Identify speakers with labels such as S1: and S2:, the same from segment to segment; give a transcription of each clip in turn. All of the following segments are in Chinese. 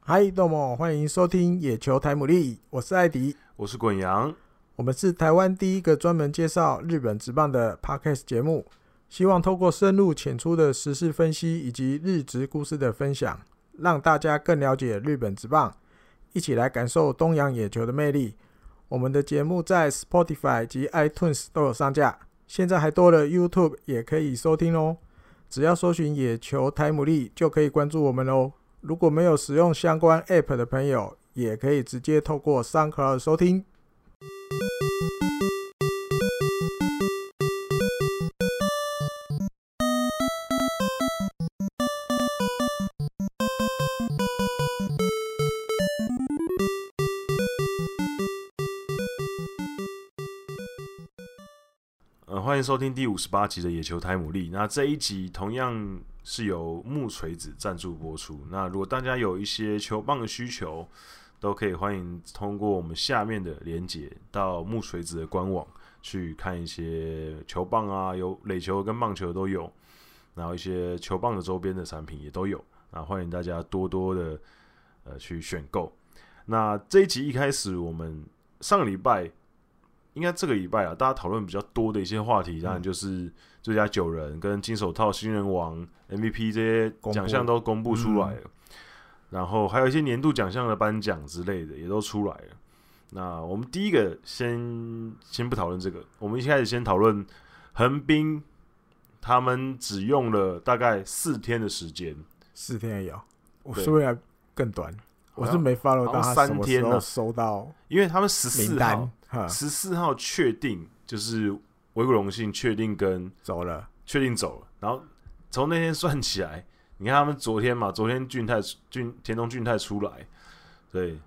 S1: 嗨，豆莫，欢迎收听野球台姆利，我是艾迪，
S2: 我是滚羊，
S1: 我们是台湾第一个专门介绍日本职棒的 podcast 节目，希望透过深入浅出的时事分析以及日职故事的分享，让大家更了解日本职棒，一起来感受东洋野球的魅力。我们的节目在 Spotify 及 iTunes 都有上架，现在还多了 YouTube 也可以收听哦。只要搜寻“野球台姆利”就可以关注我们喽。如果没有使用相关 App 的朋友，也可以直接透过 SoundCloud 收听。
S2: 呃，欢迎收听第五十八集的野球台姆利。那这一集同样是由木锤子赞助播出。那如果大家有一些球棒的需求，都可以欢迎通过我们下面的连接到木锤子的官网去看一些球棒啊，有垒球跟棒球都有，然后一些球棒的周边的产品也都有。那欢迎大家多多的呃去选购。那这一集一开始，我们上个礼拜应该这个礼拜啊，大家讨论比较多的一些话题，当然就是最佳九人跟金手套、新人王、MVP 这些
S1: 公布
S2: 奖项都公布出
S1: 嗯
S2: 来了，然后还有一些年度奖项的颁奖之类的也都出来了。那我们第一个先先不讨论这个，我们一开始先讨论横滨，他们只用了大概四天的时间，
S1: 四天而已、哦，我
S2: 对
S1: 说来更短，我是没 follow 到
S2: 好
S1: 他
S2: 像
S1: 什么时
S2: 三天
S1: 候
S2: 呢
S1: 收到
S2: 因为他们十
S1: 名
S2: 四
S1: 单
S2: 号，啊
S1: 哈，
S2: 十四号确定就是维古隆信确定跟
S1: 走了，
S2: 确定走了。然后从那天算起来，你看他们昨天嘛，昨天俊泰俊田中俊泰出来，对，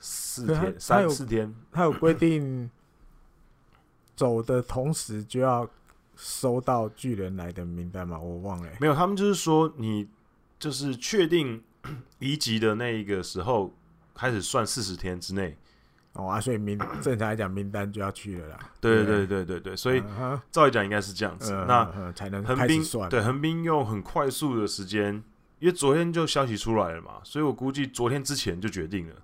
S2: 四
S1: 可是
S2: 天
S1: 他他有
S2: 三四天，
S1: 他有规定，走的同时就要收到巨人来的名单嘛，我忘了欸、
S2: 没有，他们就是说你就是确定 移籍的那一个时候开始算四十天之内。
S1: 哦啊，所以名正常来讲名单就要去了啦，
S2: 对
S1: 对
S2: 对对对对，所以
S1: 嗯哼
S2: 照理讲应该是这样子。
S1: 嗯
S2: 那
S1: 嗯才能
S2: 横
S1: 开
S2: 滨
S1: 始算，
S2: 对横滨用很快速的时间，因为昨天就消息出来了嘛，所以我估计昨天之前就决定了，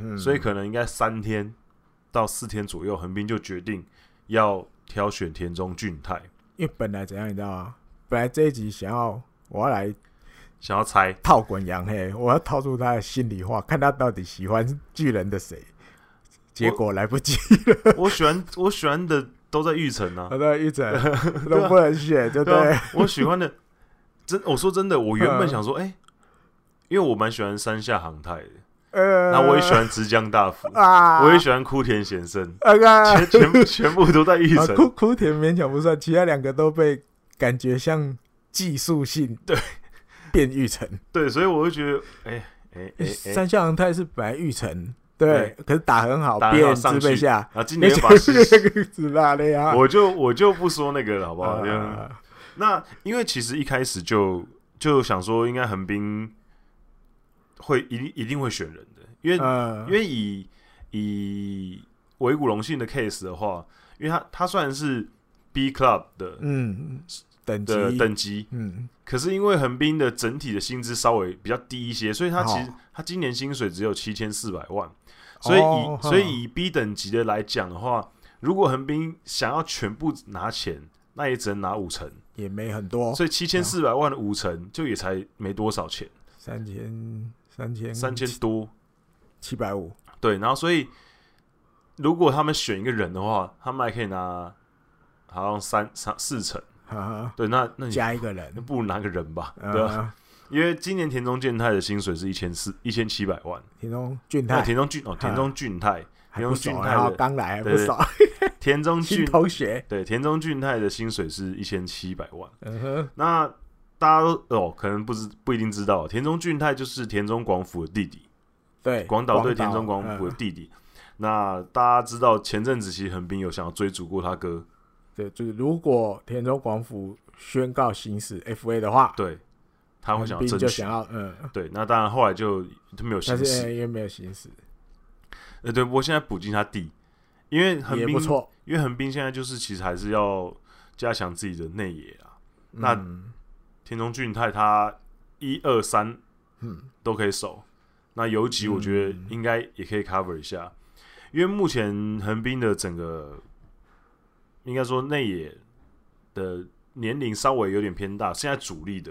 S1: 嗯
S2: 所以可能应该三天到四天左右，横滨就决定要挑选田中俊太，
S1: 因为本来怎样你知道吗？本来这一集想要我要来
S2: 想要猜
S1: 套滚羊嘿，我要套出他的心里话，看他到底喜欢巨人的谁。结果来不及，
S2: 我喜欢我喜欢的都在玉城啊
S1: 他，的一整都不能选，对不对？嗯
S2: 啊，我喜欢的真我说真的，我原本想说，哎、因为我蛮喜欢山下航太的，
S1: 呃，
S2: 那我也喜欢直江大辅，
S1: 啊，
S2: 我也喜欢枯田贤生，
S1: 那个
S2: 全全部全部都在玉
S1: 嗯啊
S2: 城，
S1: 哭哭田勉强不算，其他两个都被感觉像技术性
S2: 对
S1: 变玉成，
S2: 对，所以我就觉得，哎哎哎哎，
S1: 三项泰是本来玉成对，可是打很好，
S2: 打很好
S1: 变
S2: 上
S1: 自备
S2: 去
S1: 下，
S2: 啊，今
S1: 没
S2: 年
S1: 想
S2: 把
S1: 到
S2: 事，
S1: 那个子拉的呀，
S2: 我就我就不说那个了，好不好？就
S1: 啊
S2: 那因为其实一开始就就想说，应该横滨会一定一定会选人的，因为、
S1: 嗯
S2: 因为以以维古隆信的 case 的话，因为他他虽然是 B club 的
S1: 嗯等级
S2: 的等级，
S1: 嗯
S2: 可是因为横滨的整体的薪资稍微比较低一些，所以他其实、
S1: 哦
S2: 他今年薪水只有七千四百万，所以以、
S1: 哦
S2: 所以以 B 等级的来讲的话，如果横滨想要全部拿钱，那也只能拿五成，
S1: 也没很多，
S2: 所以七千四百万的五成就也才没多少钱，
S1: 三千三千
S2: 三千多，
S1: 七百五，
S2: 对，然后所以如果他们选一个人的话，他们还可以拿好像三三四成，
S1: 哈
S2: 对，那
S1: 哈，
S2: 那你
S1: 加一个
S2: 那
S1: 人，
S2: 不如拿个人吧，嗯 对啊吧、
S1: 呃，
S2: 因为今年田中健太的薪水是一千四一千七百万。
S1: 田中俊
S2: 那
S1: 泰
S2: 田中俊哦，田中俊太，
S1: 还不少，
S2: 田中俊泰的
S1: 然后刚来还不
S2: 对对
S1: 少，
S2: 田中
S1: 新
S2: 俊
S1: 同学，
S2: 对田中俊太的薪水是一千七百万。
S1: 嗯 哼，
S2: 那大家都哦，可能不知不一定知道，田中俊太就是田中广辅的弟弟，
S1: 对，
S2: 广岛对田中广
S1: 嗯
S2: 辅的弟弟。那大家知道，前阵子其实横滨有想要追逐过他哥，
S1: 对，就是如果田中广辅宣告行使 FA 的话，
S2: 对，他会想
S1: 横滨
S2: 要争
S1: 就
S2: 取
S1: 想。要嗯，
S2: 对，那当然后来就就没有行
S1: 但是
S2: 使。
S1: 呃也没有行使，
S2: 呃，对，不过现在补进他弟，因为横
S1: 也
S2: 滨
S1: 不错。
S2: 因为横滨现在就是其实还是要加强自己的内野啊。那
S1: 嗯
S2: 田中俊太他一二三
S1: 嗯
S2: 都可以守，那游击我觉得应该也可以 cover 一下，因为目前横滨的整个应该说内野的年龄稍微有点偏大，现在主力的，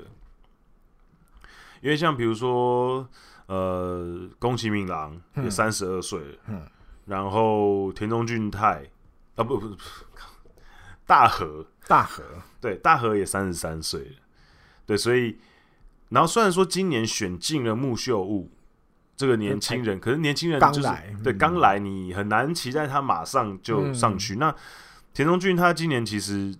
S2: 因为像比如说呃宫崎敏郎也
S1: 嗯
S2: 三十二岁了，
S1: 嗯
S2: 然后田中俊太啊不不不，大和
S1: 大河，
S2: 对，大和也三十三岁了，对，所以，然后虽然说今年选进了木秀悟这个年轻人，可是年轻人
S1: 刚
S2: 就是
S1: 来
S2: 对
S1: 嗯
S2: 刚来，你很难期待他马上就上去。那田中俊他今年其实，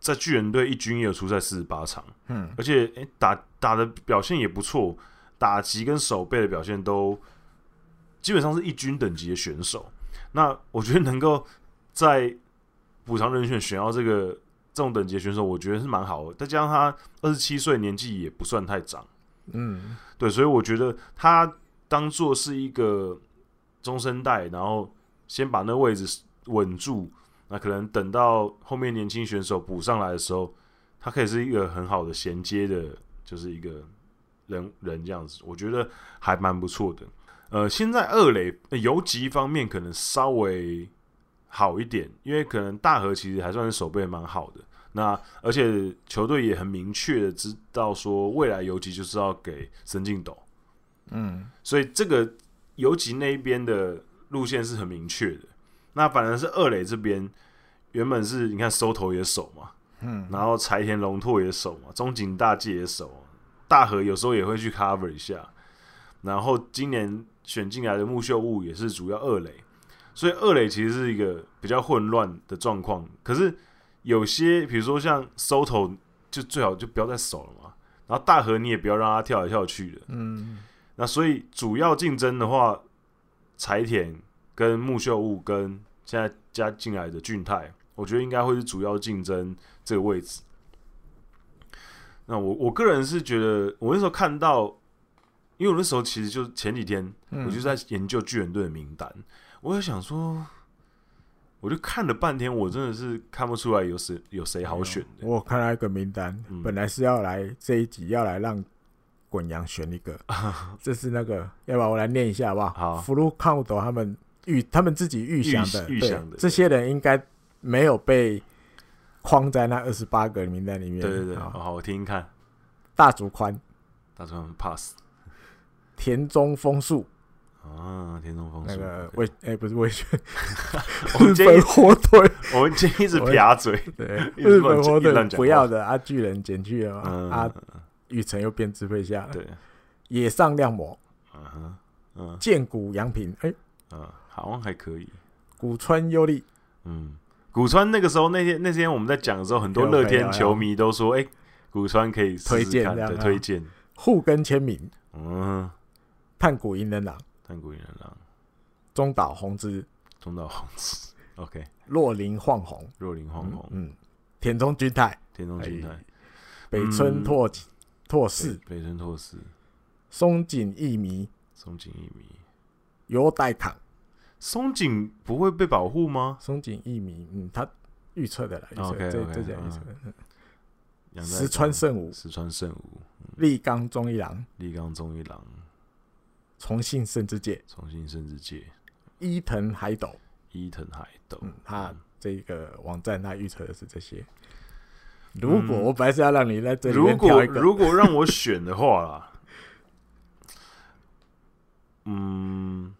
S2: 在巨人队一军也有出赛四十八场，
S1: 嗯，
S2: 而且诶、打打的表现也不错，打击跟守备的表现都基本上是一军等级的选手。那我觉得能够在补偿人选选到这个这种等级的选手，我觉得是蛮好的。再加上他二十七岁，年纪也不算太长，
S1: 嗯，
S2: 对，所以我觉得他当做是一个中生代，然后先把那位置稳住。那可能等到后面年轻选手补上来的时候，他可以是一个很好的衔接的，就是一个人人这样子，我觉得还蛮不错的。呃，现在二垒呃游击方面可能稍微好一点，因为可能大和其实还算是守备蛮好的。那而且球队也很明确的知道说，未来游击就是要给申进斗，
S1: 嗯，
S2: 所以这个游击那一边的路线是很明确的。那反而是二垒这边，原本是你看收头也守嘛，
S1: 嗯，
S2: 然后柴田龙拓也守嘛，中井大介也守，大和有时候也会去 cover 一下。然后今年选进来的木秀悟也是主要二垒，所以二垒其实是一个比较混乱的状况。可是有些，比如说像 Soto，就最好就不要再守了嘛。然后大和你也不要让他跳来跳去的。
S1: 嗯，
S2: 那所以主要竞争的话，柴田跟木秀悟跟现在加进来的俊泰，我觉得应该会是主要竞争这个位置。那我我个人是觉得，我那时候看到，因为我那时候其实就前几天
S1: 嗯
S2: 我就在研究巨人队的名单，我就想说，我就看了半天，我真的是看不出来有谁有谁好选的。
S1: 我有看到一个名单
S2: 嗯，
S1: 本来是要来这一集要来让滚阳选一 个，这是那个，要不然我来念一下好不好？
S2: 好
S1: 福禄康斗他们预他们自己预想的，
S2: 预预
S1: 对
S2: 想的
S1: 这些人应该没有被框在那二十八个名单里面。
S2: 对对对，
S1: 好
S2: 好，我听听看，
S1: 大竹宽、
S2: 打算 pass
S1: 田中丰树，
S2: 啊，田中丰
S1: 那
S2: 树
S1: 个
S2: OK
S1: 魏哎、不是魏轩，
S2: 我
S1: 日
S2: 建议
S1: 本火 腿，
S2: 我们今天一直撇嘴，
S1: 对，
S2: 一直
S1: 日
S2: 乱
S1: 本
S2: 讲
S1: 火
S2: 一直
S1: 腿
S2: 乱讲
S1: 不要的啊，巨人减去了嘛，
S2: 嗯，
S1: 啊，雨辰又变支配下了，
S2: 对，
S1: 野上亮魔、
S2: 嗯哼，嗯
S1: 剑骨洋平，哎、
S2: 嗯，好像还可以，
S1: 古川优利，
S2: 嗯，古川那个时候那天那天我们在讲的时候，很多
S1: 有
S2: 乐
S1: 有
S2: 天
S1: 有
S2: 球迷都说，哎，古川可以试
S1: 嗯
S2: 试
S1: 推荐
S2: 看
S1: 这样
S2: 对，
S1: 啊
S2: 推荐，
S1: 户根签名，
S2: 嗯，
S1: 炭谷银人郎，
S2: 但古人郎
S1: 中岛宏之，
S2: 中岛宏司 ，OK，
S1: 若林晃红，
S2: 若林晃红，
S1: 嗯，田中君太，
S2: 天中金太
S1: 哎，北村拓己拓士，
S2: 北村拓司，
S1: 松井义弥，
S2: 松井一弥，
S1: 优代康，
S2: 松井不会被保护吗？
S1: 松井义弥，嗯，他预测的啦，预测
S2: OK，
S1: 这
S2: OK，
S1: 这叫预
S2: 嗯
S1: 测的，
S2: 杨代
S1: 石川圣武，
S2: 石川圣武、
S1: 立冈忠一郎，
S2: 立冈宗一郎、
S1: 重信胜之介，
S2: 重信胜之介、
S1: 伊藤海斗，
S2: 伊藤海斗，
S1: 嗯，他这个网站他预测的是这些。如果我本来是要让你在这里
S2: 嗯如
S1: 面
S2: 果
S1: 挑一个，
S2: 如果让我选的 话啦，嗯，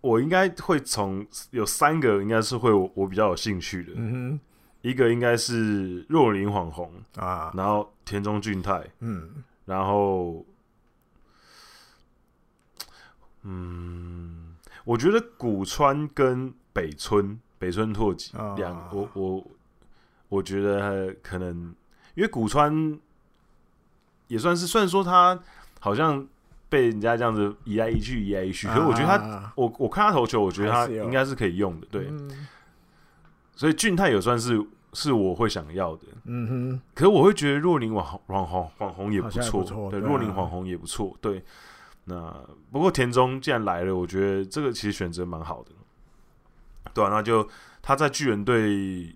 S2: 我应该会从有三个应该是会我我比较有兴趣的，
S1: 嗯
S2: 一个应该是若林晃红，
S1: 哼啊，
S2: 然后田中俊太，
S1: 嗯，
S2: 然后，嗯，我觉得古川跟北村北村拓己
S1: 啊
S2: 两、我我我觉得可能因为古川也算是，虽然说他好像被人家这样子移来移去移来移去，可是我觉得他，
S1: 他
S2: 我我看他投球，我觉得他
S1: 啊还是有
S2: 应该是可以用的，对，
S1: 嗯
S2: 所以俊泰也算是是我会想要的，
S1: 嗯
S2: 可是我会觉得若琳网红网红网红也不
S1: 好像也
S2: 错，
S1: 不错啊
S2: 对，
S1: 对啊
S2: 若琳网红也不错，对。那不过田中既然来了，我觉得这个其实选择蛮好的，对啊，那就他在巨人队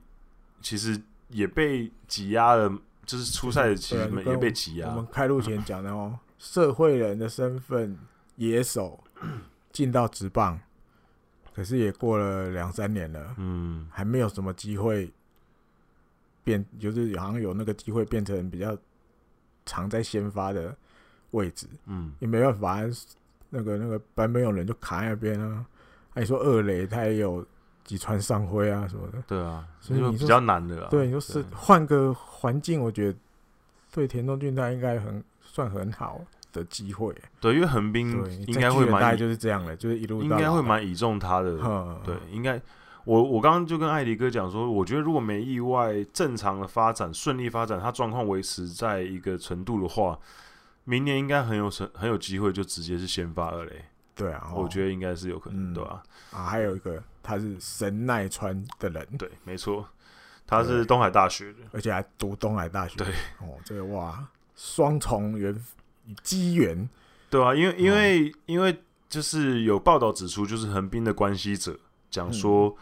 S2: 其实也被挤压了，就是初赛其
S1: 对啊
S2: 实
S1: 就跟
S2: 也被挤
S1: 哼，我
S2: 压
S1: 们，开录前讲的哦，社会人的身份野手 进到职棒，可是也过了两三年了，
S2: 嗯，
S1: 还没有什么机会变，就是好像有那个机会变成比较常在先发的位置，
S2: 嗯，
S1: 也没办法，那个那个版本有人就卡在那边啊。还、你说二垒他也有几川上辉啊什么的，
S2: 对啊，
S1: 所以
S2: 就
S1: 你
S2: 比
S1: 说
S2: 较难的啦。啊
S1: 对，你就是换个环境，我觉得对田中俊太应该很算很好的机会。
S2: 对，因为横滨
S1: 对，
S2: 应该会
S1: 大概
S2: 蛮，
S1: 就是这样了，就是一路
S2: 应
S1: 到
S2: 该
S1: 老
S2: 会
S1: 吧，
S2: 蛮倚重他的。
S1: 嗯，
S2: 对，应该我我刚刚就跟艾迪哥讲说，我觉得如果没意外，正常的发展顺利发展，他状况维持在一个程度的话，明年应该很有成很有机会就直接是先发二垒，
S1: 对啊，
S2: 我觉
S1: 得
S2: 得应该是有可能，
S1: 嗯
S2: 对吧、
S1: 啊，还有一个他是神奈川的人，
S2: 对，没错，他是
S1: 对
S2: 东海大学的，
S1: 而且还读东海大学，
S2: 对，
S1: 哦，这个哇，双重缘机缘，
S2: 对啊，因为
S1: 哦
S2: 因为、因为就是有报道指出，就是横滨的关系者讲说，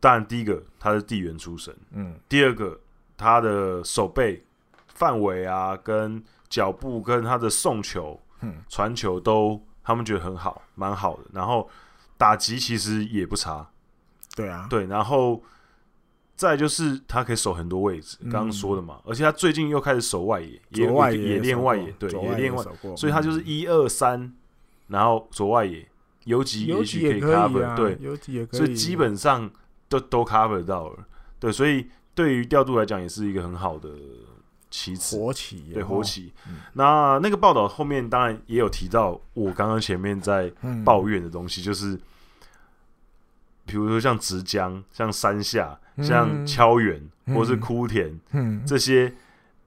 S2: 当然第一个他是地缘出身，
S1: 嗯，
S2: 第二个他的手背范围啊，跟脚步跟他的送球、
S1: 嗯
S2: 传球都他们觉得很好，蛮好的。然后打击其实也不差，
S1: 对啊，
S2: 对，然后。再就是他可以守很多位置，
S1: 嗯
S2: 刚刚说的嘛，而且他最近又开始守外野，也
S1: 左外
S2: 也
S1: 野
S2: 也练
S1: 守
S2: 外
S1: 过
S2: 野，对，
S1: 左
S2: 也
S1: 外
S2: 练外，
S1: 守过，嗯
S2: 所以他就是一二三，然后左外野游击
S1: 游
S2: 也
S1: 击
S2: 许
S1: 也
S2: 以
S1: 可
S2: cover，、
S1: 以啊，
S2: 对，
S1: 游击也可以，
S2: 所以基本上都都 cover 到了，对，所以对于调度来讲也是一个很好的棋子，
S1: 活起，
S2: 对，活，棋。
S1: 嗯
S2: 那那个报道后面当然也有提到，我刚刚前面在
S1: 嗯，
S2: 抱怨的东西，就是比如说像直江、像山下、
S1: 嗯
S2: 像敲远、
S1: 嗯
S2: 或是枯田
S1: 嗯，
S2: 这些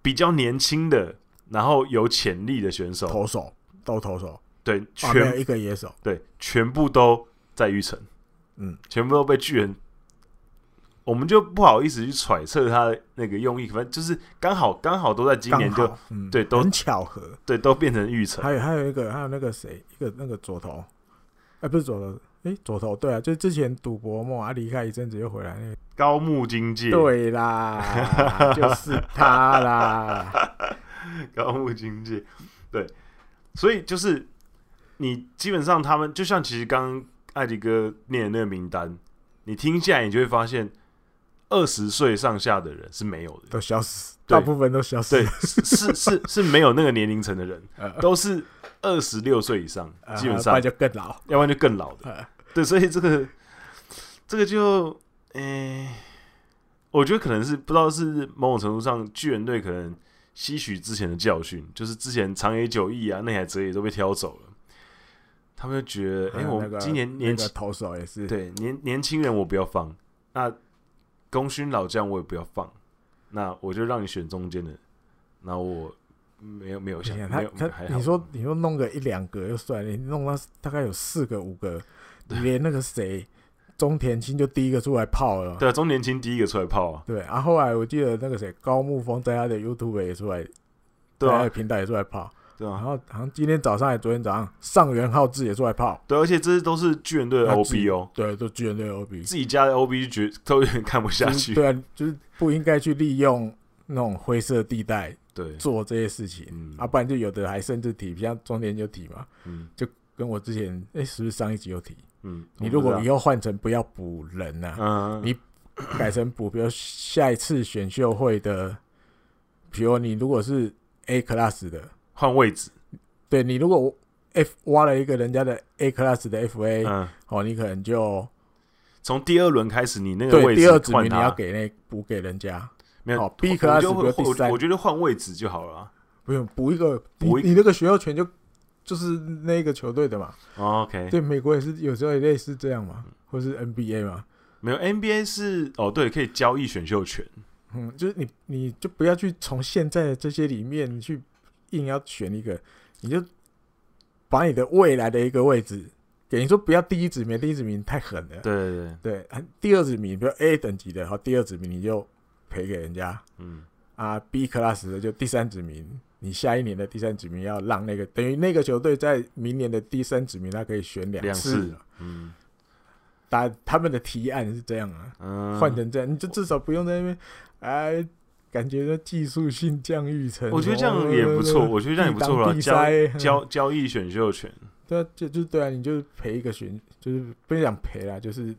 S2: 比较年轻的，然后有潜力的选手，
S1: 投手都投手，
S2: 对，
S1: 啊，没
S2: 全
S1: 有一个野手，
S2: 对，全部都在玉城，
S1: 嗯，
S2: 全部都被巨人，我们就不好意思去揣测他的那个用意，反正就是刚好刚好都在今年
S1: 刚
S2: 就
S1: 好嗯
S2: 对都
S1: 很巧合，
S2: 对都变成玉城，
S1: 还有还有一个还有那个谁，一个那个左投，哎，不是左投。哎，左投对啊，就之前赌博梦啊，离开一阵子又回来那个，
S2: 高木经介，
S1: 对 啦，就是他啦，
S2: 高木经济，对，所以就是你基本上他们就像其实刚刚艾迪哥念的那个名单，你听下来你就会发现，二十岁上下的人是没有的，
S1: 都消失，
S2: 对
S1: 大部分都消失
S2: 对，， 是是是是没有那个年龄层的人，
S1: 呃
S2: 都是二十六岁以上，
S1: 呃
S2: 基本
S1: 不
S2: 上
S1: 然，就更老，
S2: 要不然就更老的。
S1: 呃
S2: 对，所以这个这个就，诶、我觉得可能是不知道是某种程度上，巨人队可能吸取之前的教训，就是之前长野久义啊、内海哲也都被挑走了，他们就觉得，
S1: 还
S2: 诶、
S1: 有
S2: 我
S1: 啊那个
S2: 今年年
S1: 那个
S2: 轻、
S1: 投手也是，
S2: 对年年轻人我不要放，那功勋老将我也不要放，那我就让你选中间的，那我没有没有想
S1: 你看
S2: 没
S1: 他
S2: 有还
S1: 他，
S2: 好
S1: 你说你说弄个一两个就算，了，你弄到大概有四个五 个，你连那个谁中田青就第一个出来泡了，
S2: 对啊，中年轻第一个出来泡啊，
S1: 对，然、后后来我记得那个谁高木峰在他的 YouTube 也出来，
S2: 对
S1: 在他
S2: 啊
S1: 的，频道也出来泡，
S2: 对
S1: 然
S2: 啊，
S1: 后好像今天早上还昨天早上上元浩志也出来泡，
S2: 对，而且这都是巨人队的
S1: 那自己
S2: OB 哦，
S1: 对，都巨人队 OB
S2: 自己家的 OB 就觉得都有点看不下
S1: 就是
S2: 去，
S1: 对啊，就是不应该去利用那种灰色地带
S2: 对，
S1: 做这些事情。
S2: 嗯
S1: 啊，不然就有的还甚至提，像中田就提嘛，
S2: 嗯
S1: 跟我之前哎、是不是上一集有提？
S2: 嗯，
S1: 你如
S2: 我
S1: 果
S2: 不
S1: 以
S2: 知
S1: 后换成不要补人 啊，
S2: 道嗯，
S1: 你改成补，比如下一次选秀会的，比如你如果是 A class 的，
S2: 换位置，
S1: 对你如果 F 挖了一个人家的 A class 的 FA，、
S2: 嗯，
S1: 哦，你可能就
S2: 从第二轮开始，你那个
S1: 对
S2: 位
S1: 第
S2: 置
S1: 二指名
S2: 换
S1: 你要
S2: 他，
S1: 给那补给人家，
S2: 没有
S1: 哦，B
S2: 我
S1: class
S2: 我就
S1: 比
S2: 会
S1: 如第三
S2: 我我觉得换位置就好了啊
S1: 不用补一个，
S2: 补一
S1: 你你那个选秀权就就是那个球队的嘛。
S2: 哦，OK，
S1: 对，美国也是有时候也类似这样嘛，或是 NBA 嘛，
S2: 没有 NBA 是哦，对，可以交易选秀权，
S1: 嗯，就是你你就不要去从现在的这些里面去硬要选一个，你就把你的未来的一个位置给你说不要第一指名，第一指名太狠了。
S2: 对对对，
S1: 对，啊第二指名比如 A 等级的，好，第二指名你就赔给人家
S2: 嗯，
S1: 啊，B class 的就第三指名，你下一年的第三指名要让那个等于那个球队在明年的第三指名，他可以选两
S2: 两
S1: 次
S2: 次。，嗯
S1: 打他们的提案是这样啊，
S2: 嗯，
S1: 换成这样，你就至少不用在那边，哎，感觉到技术性降育成。
S2: 哦我觉得这样也不错，我觉得这样也不错
S1: 了。
S2: 了，
S1: 地
S2: 交
S1: 塞
S2: 交交易选秀权，
S1: 对啊，就就对啊，你就是赔一个巡，就是不是讲赔啦，就是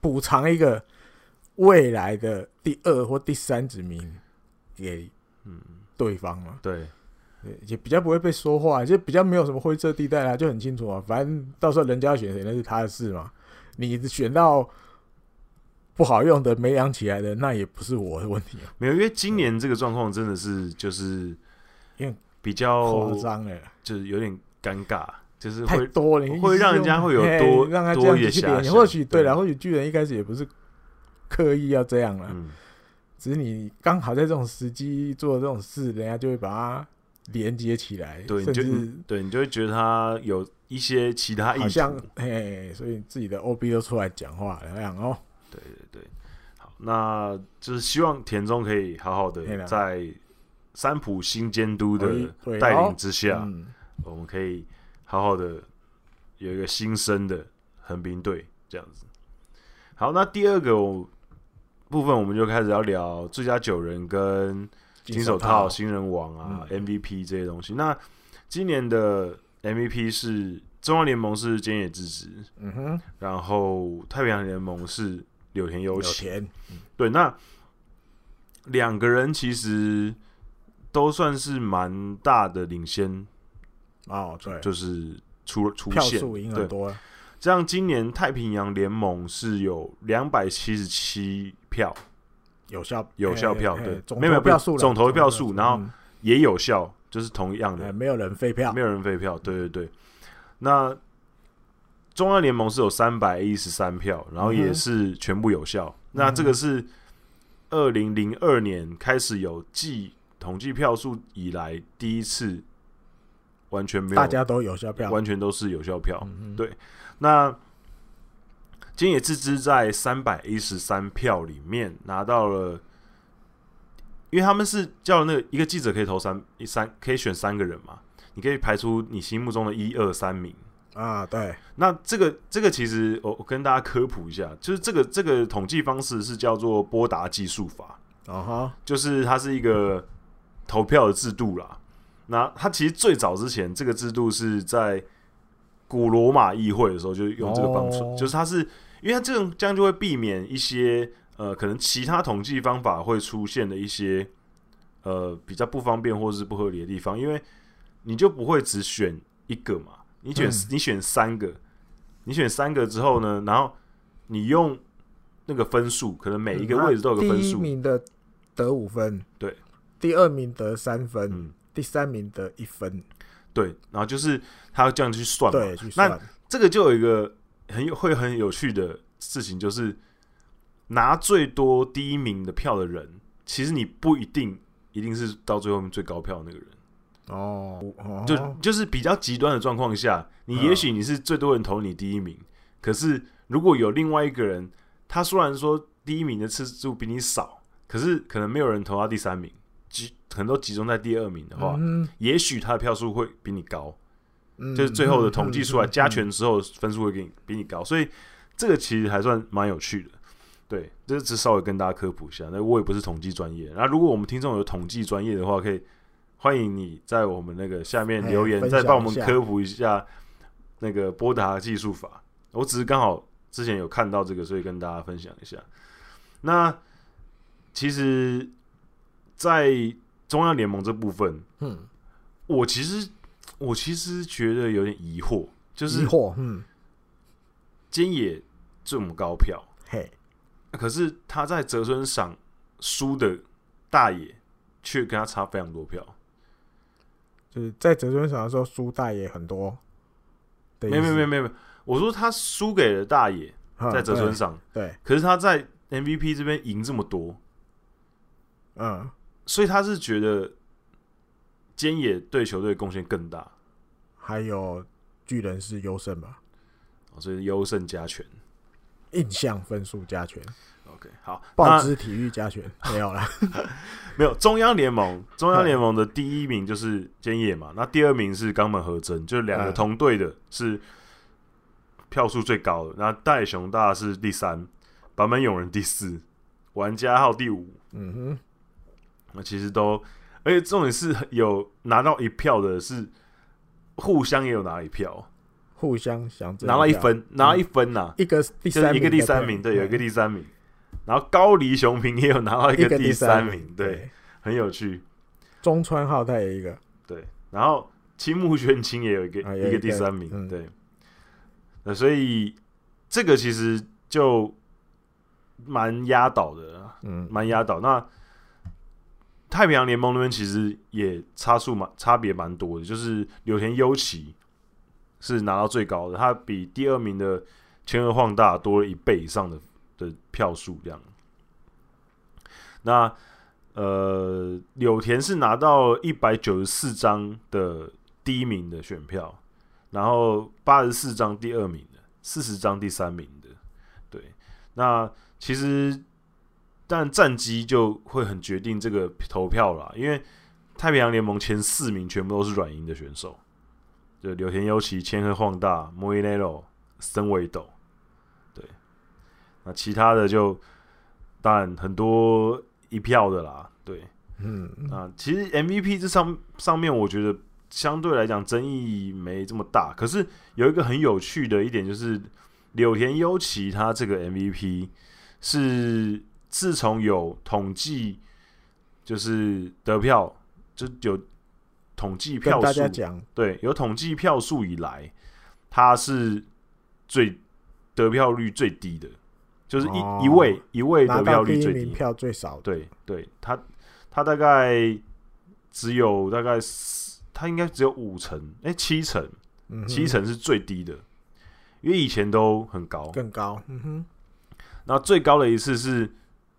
S1: 补偿一个未来的第二或第三殖民给
S2: 嗯，
S1: 对方嘛，
S2: 对，
S1: 对，也比较不会被说话，就比较没有什么灰色地带啦，就很清楚啊。反正到时候人家要选谁，那是他的事嘛。你选到不好用的、没养起来的，那也不是我的问题啊，
S2: 没有，因为今年这个状况真的是就是
S1: 因为
S2: 比较
S1: 夸张哎，
S2: 就是有点尴尬，就是
S1: 太
S2: 会
S1: 多了，你
S2: 会让人家会有
S1: 嘿
S2: 多
S1: 让他这
S2: 多
S1: 样
S2: 一
S1: 子去
S2: 点遐
S1: 联想。
S2: 想
S1: 或许对
S2: 对
S1: 了，或许巨人一开始也不是刻意要这样了，
S2: 嗯，
S1: 只是你刚好在这种时机做这种事，人家就会把它连接起来，
S2: 对，你
S1: 甚
S2: 就
S1: 至
S2: 对你就会觉得他有一些其他意
S1: 好像
S2: 图，
S1: 嘿，所以自己的 OB 都出来讲话了，哦然后
S2: 对对对，好，那就是希望田中可以好好
S1: 嘿啦
S2: 的在三浦新监督的
S1: 对
S2: 带
S1: 哦
S2: 领之下，
S1: 嗯，
S2: 我们可以好好的有一个新生的横滨队这样子。好，那第二个我部分我们就开始要聊最佳九人跟金手套、新人王啊、MVP 这些东西。那今年的 MVP 是中华联盟是菅野智之，
S1: 嗯哼，
S2: 然后太平洋联盟是柳田优
S1: 有
S2: 起。
S1: 钱，
S2: 对，那两个人其实都算是蛮大的领先，
S1: 哦，对，
S2: 就是出出
S1: 票
S2: 现
S1: 数赢
S2: 对
S1: 很多了，
S2: 这样，今年太平洋联盟是有两百七十七票
S1: 有效
S2: 有效票
S1: 嘿
S2: 对
S1: 嘿总
S2: 没有没
S1: 投
S2: 有
S1: 票数啦，
S2: 总投票数然后
S1: 嗯
S2: 也有效，就是同样
S1: 哎
S2: 的，
S1: 没有人废票
S2: 没，有人废票。对对对，那中央联盟是有三百一十三票，然后
S1: 嗯
S2: 也
S1: 哼嗯
S2: 是全部有效。那这个是二零零二年开始有计统计票数以来第一次完全没有
S1: 大家都有效票，
S2: 完全都是有效票。
S1: 嗯哼
S2: 对那菅野智之在三百一十三票里面拿到了，因为他们是叫那个一个记者可以投三一三，可以选三个人嘛，你可以排出你心目中的一二三名。
S1: 啊，对，
S2: 那这个这个其实我我跟大家科普一下，就是这个这个统计方式是叫做波达计数法，
S1: 哦哈，
S2: 就是它是一个投票的制度啦。那它其实最早之前这个制度是在古罗马议会的时候就用这个方式，
S1: 哦
S2: 就是它是因为它这种这样就会避免一些呃可能其他统计方法会出现的一些呃比较不方便或是不合理的地方，因为你就不会只选一个嘛，你选、
S1: 嗯
S2: 你选三个，你选三个之后呢，然后你用那个分数，可能每一个
S1: 嗯
S2: 位置都有个分
S1: 第一
S2: 数，
S1: 名的得五分，
S2: 对，
S1: 第二名得三分，
S2: 嗯，
S1: 第三名得一分，
S2: 对，然后就是他要这样去算嘛。
S1: 对，去算，
S2: 这个就有一个很有会很有趣的事情，就是拿最多第一名的票的人，其实你不一定一定是到最后面最高票的那个人。
S1: 哦，哦
S2: 就就是比较极端的状况下，你也
S1: 嗯
S2: 许你是最多人投你第一名，可是如果有另外一个人，他虽然说第一名的次数比你少，可是可能没有人投到第三名，集可能都集中在第二名的话，
S1: 嗯哼
S2: 也许他的票数会比你高。
S1: 嗯
S2: 就是最后的统计出来
S1: 嗯嗯
S2: 加权之后分数会给你比你高，所以这个其实还算蛮有趣的。对，这只稍微跟大家科普一下。那我也不是统计专业，那如果我们听众有统计专业的话，可以欢迎你在我们那个下面
S1: 哎
S2: 留言，
S1: 分享
S2: 再
S1: 一下
S2: 帮我们科普一下那个波达技术法。我只是刚好之前有看到这个，所以跟大家分享一下。那其实，在中央联盟这部分，
S1: 嗯，
S2: 我其实我其实觉得有点疑惑，
S1: 就
S2: 就
S1: 是惑，嗯，
S2: 菅野这么高票，
S1: 嘿，
S2: 可是他在泽村赏输的大野却跟他差非常多票，
S1: 就是在折尊赏的时候输大也很多的意
S2: 没
S1: 思，
S2: 有没有没有没有，我说他输给了大野
S1: 嗯，
S2: 在泽村
S1: 对
S2: 赏，
S1: 对，
S2: 可是他在 MVP 这边赢这么多，
S1: 嗯，
S2: 所以他是觉得菅野对球队贡献更大，
S1: 还有巨人是优胜吧，
S2: 哦所以优胜加权。
S1: 印象分数加权，
S2: OK，好，
S1: 报
S2: 那
S1: 知体育加权没有啦，
S2: 没有中央联 盟，中央联盟的第一名就是菅野嘛，那第二名是冈本和真，就是两个
S1: 嗯
S2: 同队的，是票数最高的。那戴熊大是第三，坂本勇人第四，玩家号第五。
S1: 嗯哼，
S2: 那其实都，而且重点是有拿到一票的是互相也有拿一票，
S1: 互相想
S2: 拿了一分，拿了一分呐、
S1: 一个第
S2: 就是
S1: 三
S2: 一个第三
S1: 的
S2: 名，
S1: 队
S2: 对，有一个第三名。然后高梨雄平也有拿到一
S1: 一
S2: 个
S1: 个
S2: 第
S1: 三
S2: 三名，对，，很有趣，
S1: 中川浩太也一个，
S2: 对。然后青木宣清也有一个
S1: 啊有
S2: 一
S1: 一
S2: 个
S1: 个
S2: 第三名，
S1: 嗯
S2: 对。那所以这个其实就蛮压倒的啊啦，
S1: 嗯，
S2: 蛮压倒。那太平洋联盟那边其实也差数蛮差别蛮多的，就是柳田优起是拿到最高的，他比第二名的千鹤晃大多了一倍以上的的票数这样。那呃，柳田是拿到一百九十四张的第一名的选票，然后八十四张第二名的，四十张第三名的。对，那其实但战绩就会很决定这个投票啦，因为太平洋联盟前四名全部都是软银的选手，就柳田优棋、千鹤晃大、莫伊内罗、森尾斗，对，那其他的就当然很多一票的啦，对，
S1: 嗯，
S2: 啊，其实 MVP 这上上面，我觉得相对来讲争议没这么大。可是有一个很有趣的一点就是，柳田优棋他这个 MVP 是自从有统计，就是得票就有统计
S1: 跟
S2: 票
S1: 大
S2: 数
S1: 家，讲，
S2: 对，有统计票数以来，他是最得票率最低的，就是一、一位一位
S1: 哦拿
S2: 得
S1: 到
S2: 票
S1: 第
S2: 率
S1: 一
S2: 最低
S1: 名。票最少的，
S2: 对对，他他大概只有大概四他应该只有五成，哎、七成，
S1: 嗯哼
S2: 七成是最低的，因为以前都很高。
S1: 更高，嗯哼，
S2: 那最高的一次是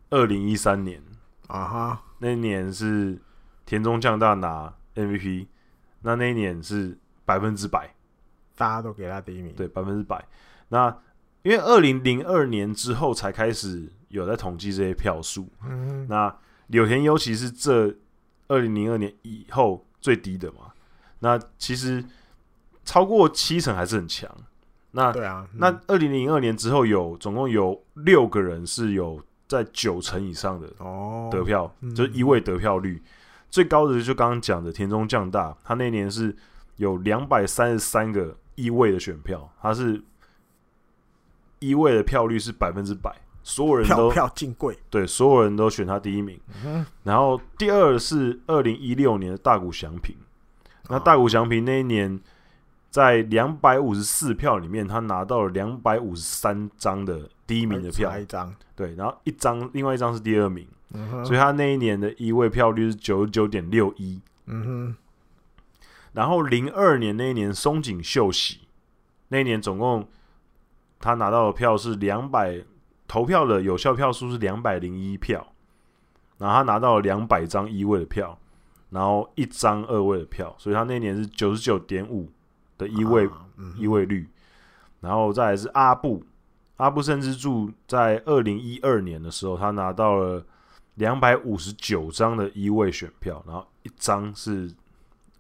S2: 二零一三年，
S1: 啊哈，
S2: 那一年是田中将大拿 MVP，那那一年是百分之百，
S1: 大家都给他第一名，
S2: 对，百分之百。那因为二零零二年之后才开始有在统计这些票数，
S1: 嗯哼，
S2: 那柳田尤其是这二零零二年以后最低的嘛，那其实超过七成还是很强。那
S1: 对啊，嗯
S2: 那二零零二年之后有总共有六个人是有在九成以上的
S1: 哦，
S2: 得票，
S1: 嗯
S2: 就是一位得票率、最高的，就刚刚讲的田中将大，他那年是有两百三十三个一位的选票，他是一位的票率是百分之百，所有人
S1: 票
S2: 都
S1: 票进贵，
S2: 对，所有人都选他第一名。
S1: 嗯哼，
S2: 然后第二是二零一六年的大谷翔平，那大谷翔平那一年在两百五十四票里面，他拿到了两百五十三张的第一名的票
S1: 啊差，一张，
S2: 对，然后一张，另外一张是第二名，
S1: 嗯哼，
S2: 所以他那一年的一位票率是九十九点六一。
S1: 嗯哼，
S2: 然后零二年那一年松井秀喜，那一年总共他拿到的票是两百，投票的有效票数是两百零一票，然后他拿到了两百张一位的票，然后一张二位的票，所以他那年是九十九点五的一位、
S1: 啊，嗯哼
S2: 一位率，然后再来是阿布，阿布甚至住在二零一二年的时候，他拿到了两百五十九张的一位选票，然后一张是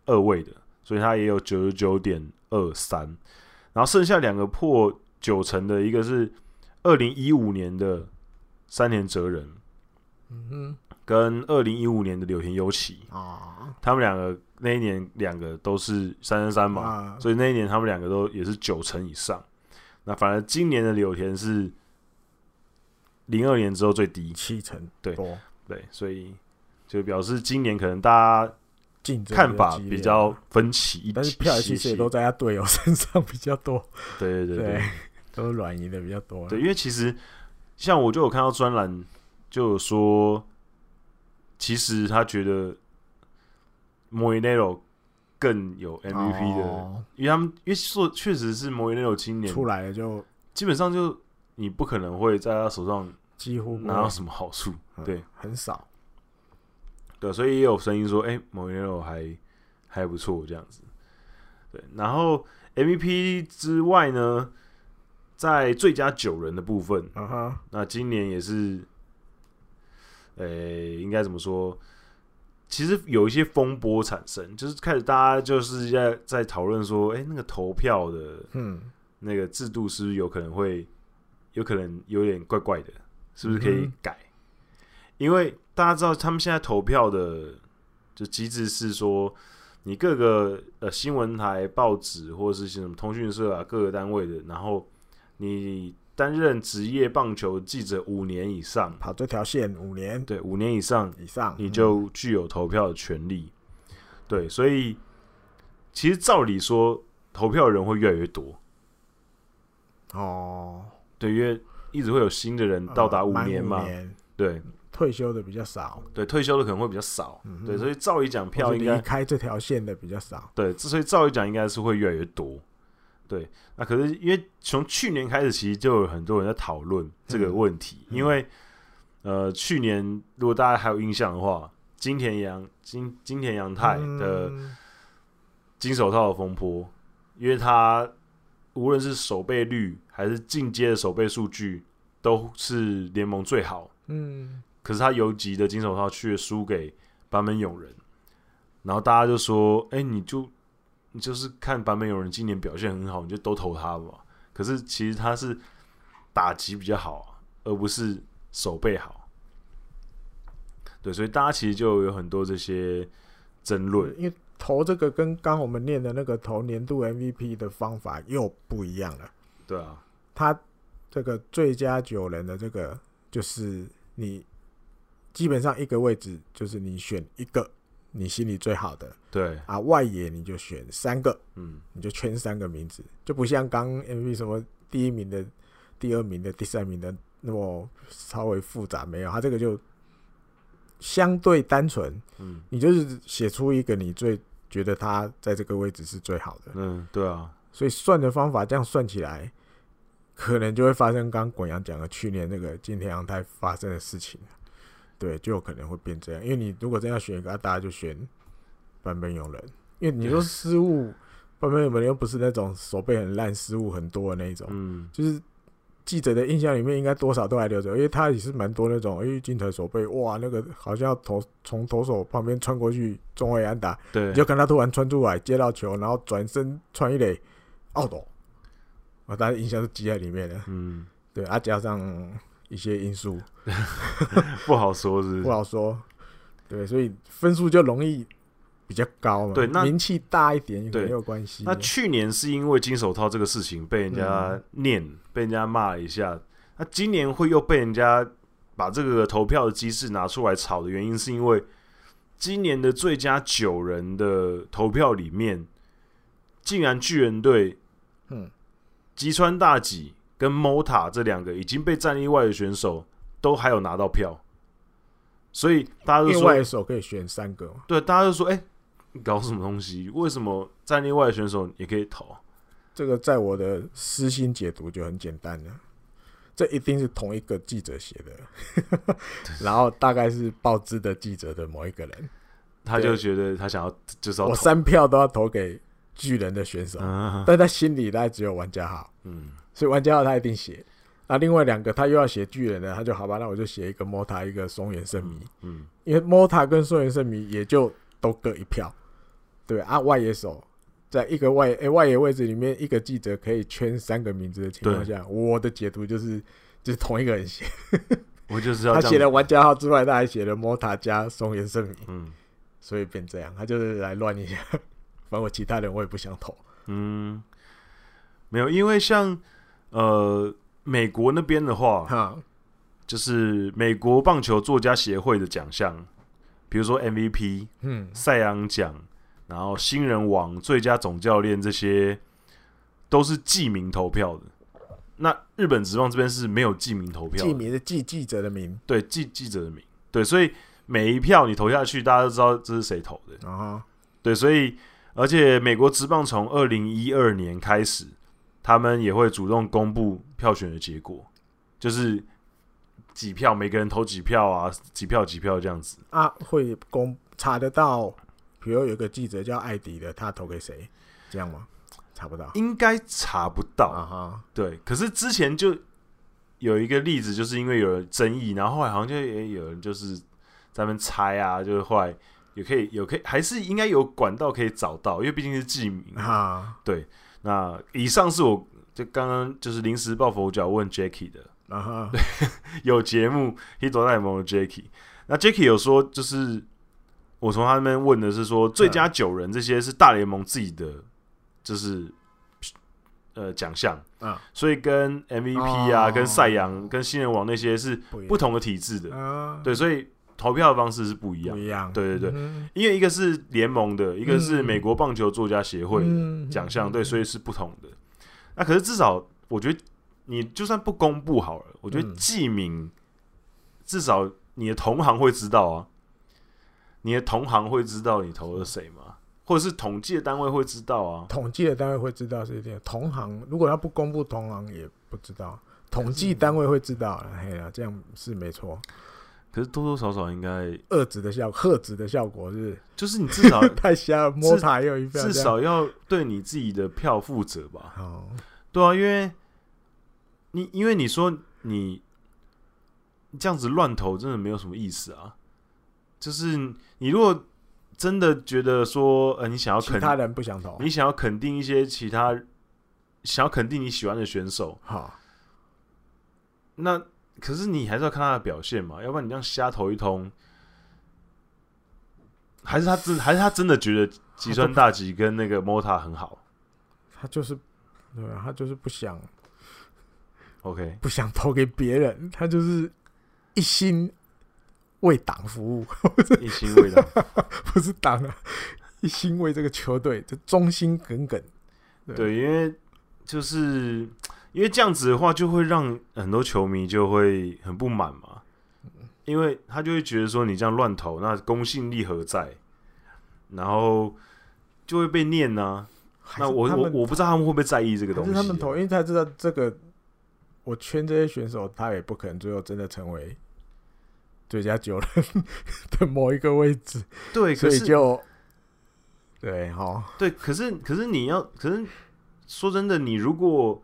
S2: 二位的，所以他也有九十九点二三，然后剩下两个破九成的，一个是二零一五年的山田哲人
S1: 嗯
S2: 跟二零一五年的柳田优起，
S1: 哼，啊，
S2: 他们两个那一年两个都是三三三嘛，
S1: 啊，
S2: 所以那一年他们两个都也是九成以上。那反而今年的柳田是零二年之后最低，
S1: 七成
S2: 对
S1: 多，
S2: 对，所以就表示今年可能大家
S1: 竞争
S2: 看法
S1: 激烈
S2: 比较分歧一
S1: 但是票
S2: 些
S1: 其实也
S2: 些
S1: 都在他队友身上比较多，
S2: 对对对对
S1: 对，都是软银的比较多。
S2: 对，因为其实像我就有看到专栏就有说，其实他觉得 m o i n e r o 更有 MVP 的，
S1: 哦
S2: 因为他们因为说确实是 m o i n e r o 今年
S1: 出来了就
S2: 基本上就你不可能会在他手上
S1: 几乎不
S2: 拿到
S1: 会
S2: 什么好处。
S1: 嗯
S2: 对
S1: 很少，
S2: 对，所以也有声音说，哎、某一年我还还不错这样子。对，然后 MVP 之外呢，在最佳九人的部分，
S1: 嗯哼，
S2: 那今年也是，呃、应该怎么说？其实有一些风波产生，就是开始大家就是在在讨论说，哎、那个投票的
S1: 嗯，
S2: 那个制度是不是有可能会，有可能有点怪怪的，是不是可以
S1: 嗯哼
S2: 改？因为大家知道他们现在投票的就机制是说，你各个呃新闻台、报纸或者是什么通讯社啊，各个单位的，然后你担任职业棒球记者五年以上，
S1: 跑这条线五年
S2: 对，五年以上，
S1: 以上，
S2: 你
S1: 嗯
S2: 就具有投票的权利。对，所以其实照理说，投票的人会越来越多，
S1: 哦，
S2: 对，因为一直会有新的人到达
S1: 呃
S2: 五
S1: 满
S2: 年嘛，
S1: 年
S2: 对
S1: 退休的比较少，
S2: 对，退休的可能会比较少，
S1: 嗯
S2: 对，
S1: 哼
S2: 所以照理讲，
S1: 或
S2: 票
S1: 是
S2: 应
S1: 离
S2: 该
S1: 开这条线的比较少，
S2: 对，之所以照理讲应该是会越来越多。对，那可是因为从去年开始，其实就有很多人在讨论这个问题，
S1: 嗯
S2: 因为呃，去年如果大家还有印象的话，金田洋金金田洋太的
S1: 嗯
S2: 金手套的风波，因为他无论是守备率还是进阶的守备数据，都是联盟最好，
S1: 嗯，
S2: 可是他游击的金手套却输给坂本勇人，然后大家就说：“哎、你就你就是看坂本勇人今年表现很好，你就都投他吧。”可是其实他是打击比较好啊，而不是手背好。对，所以大家其实就有很多这些争论。
S1: 因为投这个跟刚我们念的那个投年度 MVP 的方法又不一样了，
S2: 对啊，
S1: 他这个最佳九人的这个就是你基本上一个位置就是你选一个你心里最好的
S2: 对，
S1: 啊，外野你就选三个，
S2: 嗯，
S1: 你就圈三个名字，就不像刚 MV 什么第一名的、第二名的、第三名的那么稍微复杂，没有，它这个就相对单纯，
S2: 嗯
S1: 你就是写出一个你最觉得他在这个位置是最好的，
S2: 嗯，对啊，
S1: 所以算的方法这样算起来，可能就会发生刚滚阳讲的去年那个今天阳台发生的事情，啊对，就有可能会变这样，因为你如果真要选一个，啊大家就选版本有人，因为你说
S2: 对
S1: 失误，版本有人又不是那种手背很烂、失误很多的那一种，
S2: 嗯，
S1: 就是记者的印象里面应该多少都还留着，因为他也是蛮多那种，哎，金城手背，哇，那个好像要投从投手旁边穿过去，中卫安打，
S2: 对
S1: 你，就看他突然穿出来接到球，然后转身穿一垒，out。啊，大家印象是记在里面的，
S2: 嗯，
S1: 对啊，加上一些因素
S2: 不好说是不是
S1: 不好说，对，所以分数就容易比较高嘛。
S2: 对那
S1: 名气大一点可能
S2: 对
S1: 有关系。
S2: 那去年是因为金手套这个事情被人家
S1: 嗯
S2: 念、被人家骂了一下，那今年会又被人家把这个投票的机制拿出来炒的原因，是因为今年的最佳九人的投票里面，竟然巨人队、
S1: 嗯
S2: 吉川大己跟 Mota 这两个已经被战力外的选手都还有拿到票，所以大家就
S1: 另
S2: 说
S1: 外一手可以选三个嘛，
S2: 对，大家就说，哎、你搞什么东西？为什么战力外的选手也可以投？
S1: 这个在我的私心解读就很简单了，这一定是同一个记者写的， 然后大概是报资的记者的某一个人，
S2: 他就觉得他想要就是要
S1: 我
S2: 投，
S1: 三票都要投给巨人的选手。
S2: 嗯
S1: 但他心里大概只有玩家好，
S2: 嗯，
S1: 所以玩家好他一定写。那另外两个他又要写巨人的，他就好吧，那我就写一个 Mota，一个松原圣弥，
S2: 嗯，
S1: 因为 Mota 跟松原圣弥也就都各一票，对啊，外野手在一个外诶、外野位置里面，一个记者可以圈三个名字的情况下，我的解读就是就是同一个人写，
S2: 我就是要
S1: 他
S2: 这
S1: 写了
S2: 样，
S1: 玩家号之外，他还写了 Mota 加松原圣弥，
S2: 嗯
S1: 所以变这样，他就是来乱一下。 反正我其他人我也不想投，
S2: 嗯，没有，因为像呃美国那边的话，
S1: 哈，
S2: 就是美国棒球作家协会的奖项，比如说 MVP、
S1: 嗯，
S2: 赛扬奖，然后新人王、最佳总教练这些，都是记名投票的。那日本职棒这边是没有记名投票的
S1: 记，名的记记者的名，
S2: 对记记者的名，对，所以每一票你投下去，大家都知道这是谁投的。
S1: 然后
S2: 对，所以而且美国职棒从二零一二年开始，他们也会主动公布票选的结果，就是几票，每个人投几票啊，几票几票这样子。
S1: 啊，会公查得到，比如有个记者叫艾迪的，他投给谁，这样吗？查不到
S2: 应该查不到，
S1: 啊哈，
S2: 对。可是之前就有一个例子，就是因为有人争议，然后后来好像就也有人就是在那边猜啊，就是后来也可以有可以还是应该有管道可以找到，因为毕竟是记名
S1: 哈、啊，
S2: 那以上是我就刚刚就是临时抱佛脚问 Jacky 的，
S1: 然后
S2: 有节目《h i t 大联盟》的 Jacky，那 Jacky 有说就是我从他那边问的是说，最佳九人这些是大联盟自己的，就是呃奖项，
S1: 嗯，
S2: 所以跟 MVP 啊、
S1: 哦
S2: 跟赛扬、跟新人王那些是
S1: 不一
S2: 不
S1: 样，
S2: 同的体制的，
S1: 啊，
S2: 对，所以投票的方式是不一
S1: 不
S2: 样。
S1: 一样，
S2: 对对对
S1: 嗯
S2: 因为一个是联盟的，一个是美国棒球作家协会的
S1: 嗯
S2: 奖项，对，所
S1: 以
S2: 以是不同的。那可是至少我觉得，你就算不公布好了，我觉得
S1: 嗯
S2: 记名至少你的同行会知道啊，你的同行会知道你投了谁嘛，或者是统计的单位会知道啊。
S1: 统计的单位会知道是一定，同行如果他不公布，同行也不知道，统计单位会知道，
S2: 嗯
S1: 嘿呀，这样是没错，
S2: 可是多多少少应该
S1: 遏制的效，赫制的效果是
S2: 就是你 至少
S1: 太瞎了，摸牌又一票，
S2: 啊至少要对你自己的票负责吧。
S1: 好，
S2: 对啊，因为你因为你说你这样子乱投，真的没有什么意思啊。就是你如果真的觉得说，呃，你想要
S1: 其
S2: 肯，
S1: 他人不想投，
S2: 你想要肯定一些其他，想要肯定你喜欢的选手，
S1: 好，
S2: 那可是你还是要看他的表现嘛，要不然你这样瞎投一通，还是他真还是他真的觉得吉川大吉跟那个 Mota 很好
S1: 他就是。对啊，他就是不想
S2: ，OK，
S1: 不想投给别人，他就是一心为党服务，
S2: 一心为党。
S1: 不是党啊，一心为这个球队，这忠心耿耿。
S2: 对，因为就是因为这样子的话，就会让很多球迷就会很不满嘛，因为他就会觉得说你这样乱投，那公信力何在？然后就会被念呢、
S1: 还
S2: 那
S1: 是
S2: 我
S1: 他
S2: 我
S1: 们
S2: 我不知道他们会不会在意这个
S1: 还
S2: 东西、啊
S1: 是他们投，因为他知道这个，我圈这些选手，他也不可能最后真的成为最佳九人 的某一个位置，
S2: 对，
S1: 所
S2: 可
S1: 以
S2: 是
S1: 就对哈，
S2: 对，可是可是你要，可是说真的，你如果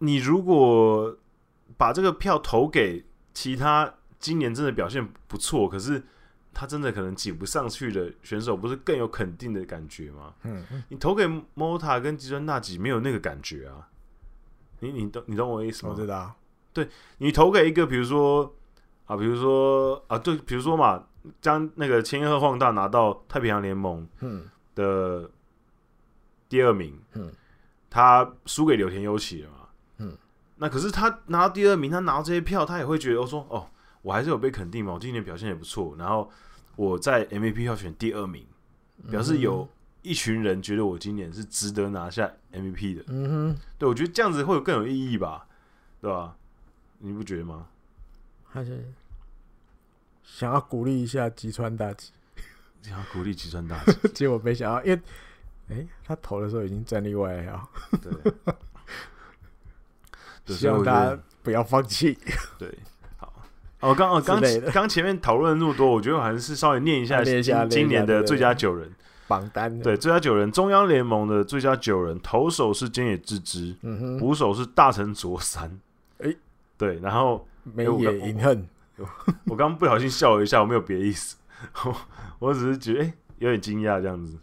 S2: 你如果把这个票投给其他今年真的表现不错，可是他真的可能挤不上去的选手，不是更有肯定的感觉吗？
S1: 嗯，
S2: 你投给 Mota 跟吉川大吉没有那个感觉啊？你你懂你懂我意思
S1: 我
S2: 吗？
S1: 知道，
S2: 你投给一个，比如说啊，比如说啊，对，比如说嘛，将那个千鹤晃大拿到太平洋联盟，
S1: 嗯，
S2: 的第二名，
S1: 嗯，
S2: 他输给柳田优起了嘛，
S1: 嗯，
S2: 那可是他拿到第二名，他拿到这些票，他也会觉得说，哦，我还是有被肯定嘛，我今年表现也不错，然后我在 MVP 要选第二名，表示有一群人觉得我今年是值得拿下 MVP 的，
S1: 嗯哼，
S2: 对我觉得这样子会有更有意义吧，对吧？你不觉得吗？
S1: 还是想要鼓励一下吉川大吉，
S2: 想要鼓励吉川大吉，
S1: 结果没想到，因为哎、他投的时候已经站例外了，
S2: 对，对
S1: 希
S2: 所以
S1: 望
S2: 我觉
S1: 大
S2: 得
S1: 家不要放弃。
S2: 对，好。哦，刚哦刚
S1: 之类的
S2: 刚前面讨论了那么多，我觉得我还是稍微念一下
S1: 啊念一下
S2: 今今
S1: 念一下
S2: 年
S1: 对
S2: 的
S1: 对
S2: 最佳九人。
S1: 榜单
S2: 对，，最佳九人，中央联盟的最佳九人，投手是菅野智之，
S1: 嗯哼，
S2: 捕手是大城卓三。
S1: 诶
S2: 对，然后
S1: 没
S2: 有
S1: 野
S2: 个
S1: 隐恨，
S2: 我刚不小心笑了一下，我没有别的意思， 我我只是觉得、诶有点惊讶这样子。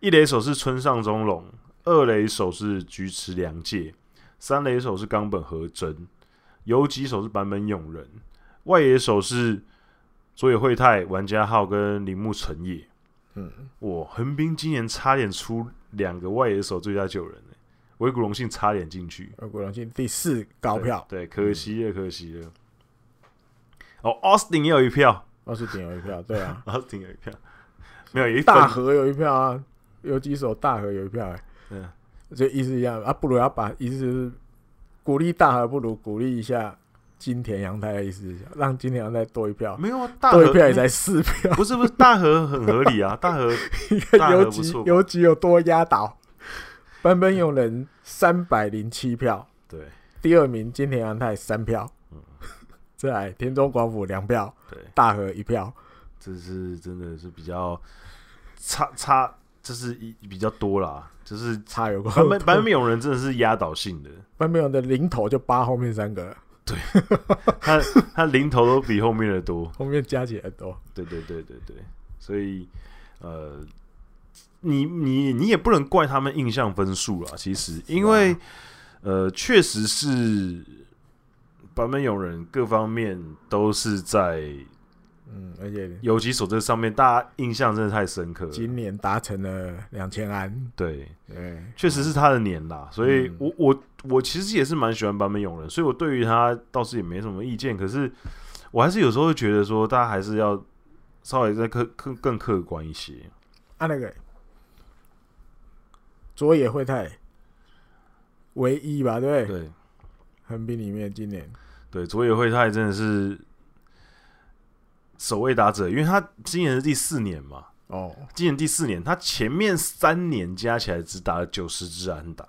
S2: 一垒手是村上中隆，二垒手是菊池良介，三垒手是冈本和真，游击手是坂本勇人，外野手是佐野惠太、玩家号跟铃木成也。
S1: 嗯，
S2: 哇，横滨今年差点出两个外野手最佳九人、欸，维古荣幸差点进去。
S1: 二国荣幸第四高票，
S2: 对，对可惜了，可惜了。哦，Austin 也有一票
S1: 二十点有一票，对啊，
S2: ，Austin 有一票，没 有一份
S1: 大河有一票啊，有几首大河有一票、欸，
S2: 嗯，
S1: 就意思一样啊，不如要把意思就是鼓励大河，不如鼓励一下金田阳太的意思，让金田阳太多一票，
S2: 没有啊，大
S1: 多
S2: 河
S1: 一票也才四票，
S2: 不是不是大河很合理啊，大河
S1: 你看
S2: 大河
S1: 游
S2: 不
S1: 击
S2: 错吧
S1: 游击有多压倒，版本有人三百零七票，
S2: 对
S1: 第二名金田阳太三票
S2: 嗯，
S1: 再来田中广辅两票，
S2: 对，
S1: 大河一票，
S2: 这是真的是比较差差，就是一比较多啦，就是
S1: 差有过
S2: 版本版本有人真的是压倒性的，
S1: 班美勇的零头就扒后面三个了，
S2: 他他零头都比后面的多，
S1: 后面加起来多。
S2: 对对对对对，所以呃，你你你也不能怪他们印象分数啦，其实因为、
S1: 啊
S2: 呃，确实是版本有人各方面都是在
S1: 嗯，而且
S2: 游击手这上面，大家印象真的太深刻了。
S1: 今年达成了两千安，
S2: 对，
S1: 对，
S2: 确实是他的年啦，所以
S1: 嗯
S2: 我我我其实也是蛮喜欢坂本勇人，所以我对于他倒是也没什么意见，可是我还是有时候会觉得说，大家还是要稍微再客更更客观一些。
S1: 啊那个佐野惠太唯一吧，对不对，
S2: 对
S1: 横滨里面今年
S2: 对，佐野惠太真的是守卫打者，因为他今年是第四年嘛，
S1: 哦，
S2: 今年第四年，他前面三年加起来只打了九十支安打，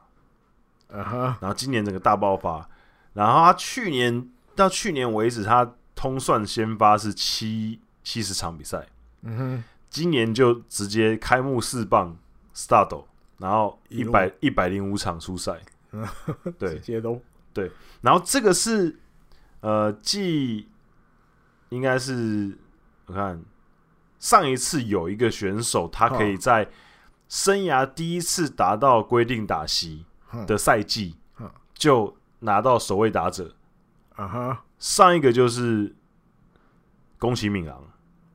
S1: 啊哈，
S2: 然后今年整个大爆发，然后他去年到去年为止，他通算先发是七七十场比赛，
S1: 嗯哼，
S2: 今年就直接开幕四棒 start，然后
S1: 一
S2: 一
S1: 路，
S2: 百一百零五场出赛对
S1: 直，接都
S2: 然后这个是呃，继应该是我看上一次有一个选手，他可以
S1: 哦
S2: 在生涯第一次达到规定打席
S1: 哼
S2: 的赛季
S1: 嗯，
S2: 就拿到首位打者。
S1: 啊哈，
S2: 上一个就是宫崎敏郎，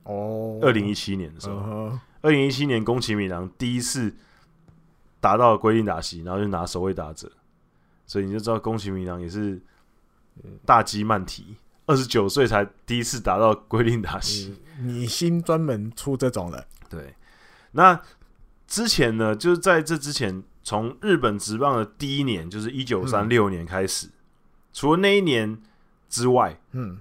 S1: 哦，
S2: 二零一七年的时候，
S1: 嗯哼，
S2: 二零一七年宫崎米郎第一次达到规定打席，然后就拿首位打者，所以你就知道宫崎米郎也是呃大鸡慢提，二十九岁才第一次达到规定打席。
S1: 你你新专门出这种的，
S2: 对，那之前呢，就是在这之前，从日本职棒的第一年，就是一九三六年开始，除了那一年之外，
S1: 嗯，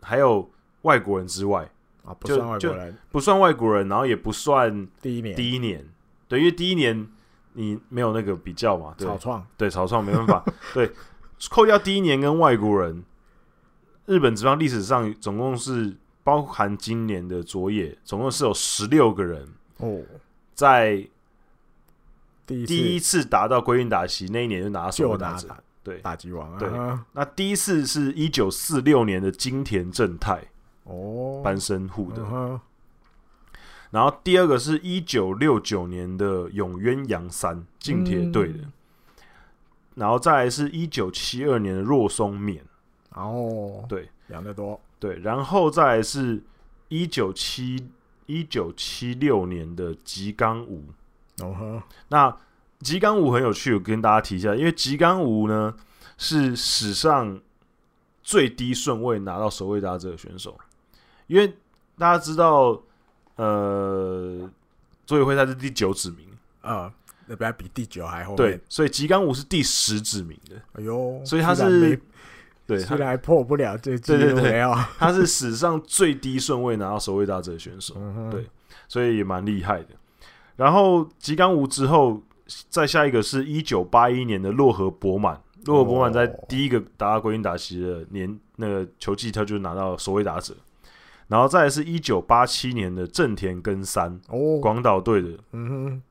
S2: 还有外国人之外，
S1: 啊，不
S2: 就
S1: 算外
S2: 就
S1: 国人，
S2: 不算外国人，然后也不算
S1: 第一年
S2: 第一年，对，因为第一年你没有那个比较嘛，对
S1: 草创，
S2: 对，草创没办法， 对，扣掉第一年跟外国人，日本职棒历史上总共是包含今年的佐野，总共是有十六个人
S1: 哦，
S2: 在
S1: 第一次
S2: 第一次达到归运打席那一年就拿到首
S1: 就
S2: 位
S1: 拿
S2: 者，
S1: 打
S2: 对，
S1: 打击王啊，
S2: 对
S1: 哈
S2: 那第一次是一九四六年的金田正太
S1: 哦，
S2: 班生户的
S1: 嗯，哼
S2: 然后第二个是一九六九年的永渊洋三近铁队
S1: 嗯
S2: 的，然后再来是一九七二年的若松勉，
S1: 然后
S2: 对
S1: 养得多，
S2: 对，然后再来是一九七一九七六年的吉冈武。
S1: 然后
S2: 那吉冈武很有趣，我跟大家提一下，因为吉冈武呢是史上最低顺位拿到首位打者的选手，因为大家知道，呃，佐野惠他是第九指名。
S1: 呃，那不要比第九还后面，
S2: 对，，所以吉冈武是第十指名的，
S1: 哎呦，
S2: 所以他
S1: 居然没
S2: 是对
S1: 虽
S2: 他
S1: 然还破不了这记
S2: 对对
S1: 录，
S2: 对
S1: 没有，
S2: 他是史上最低顺位拿到首位打者的选手，
S1: 嗯哼
S2: 对所以也蛮厉害的。然后吉冈武之后，再下一个是一九八一年的洛河博满，洛河博满在
S1: 哦
S2: 第一个达到归因达西的年那个球季，他就拿到首位打者。然后再来是一九八七年的正田根三，
S1: 哦，
S2: 广岛队的，
S1: 嗯哼，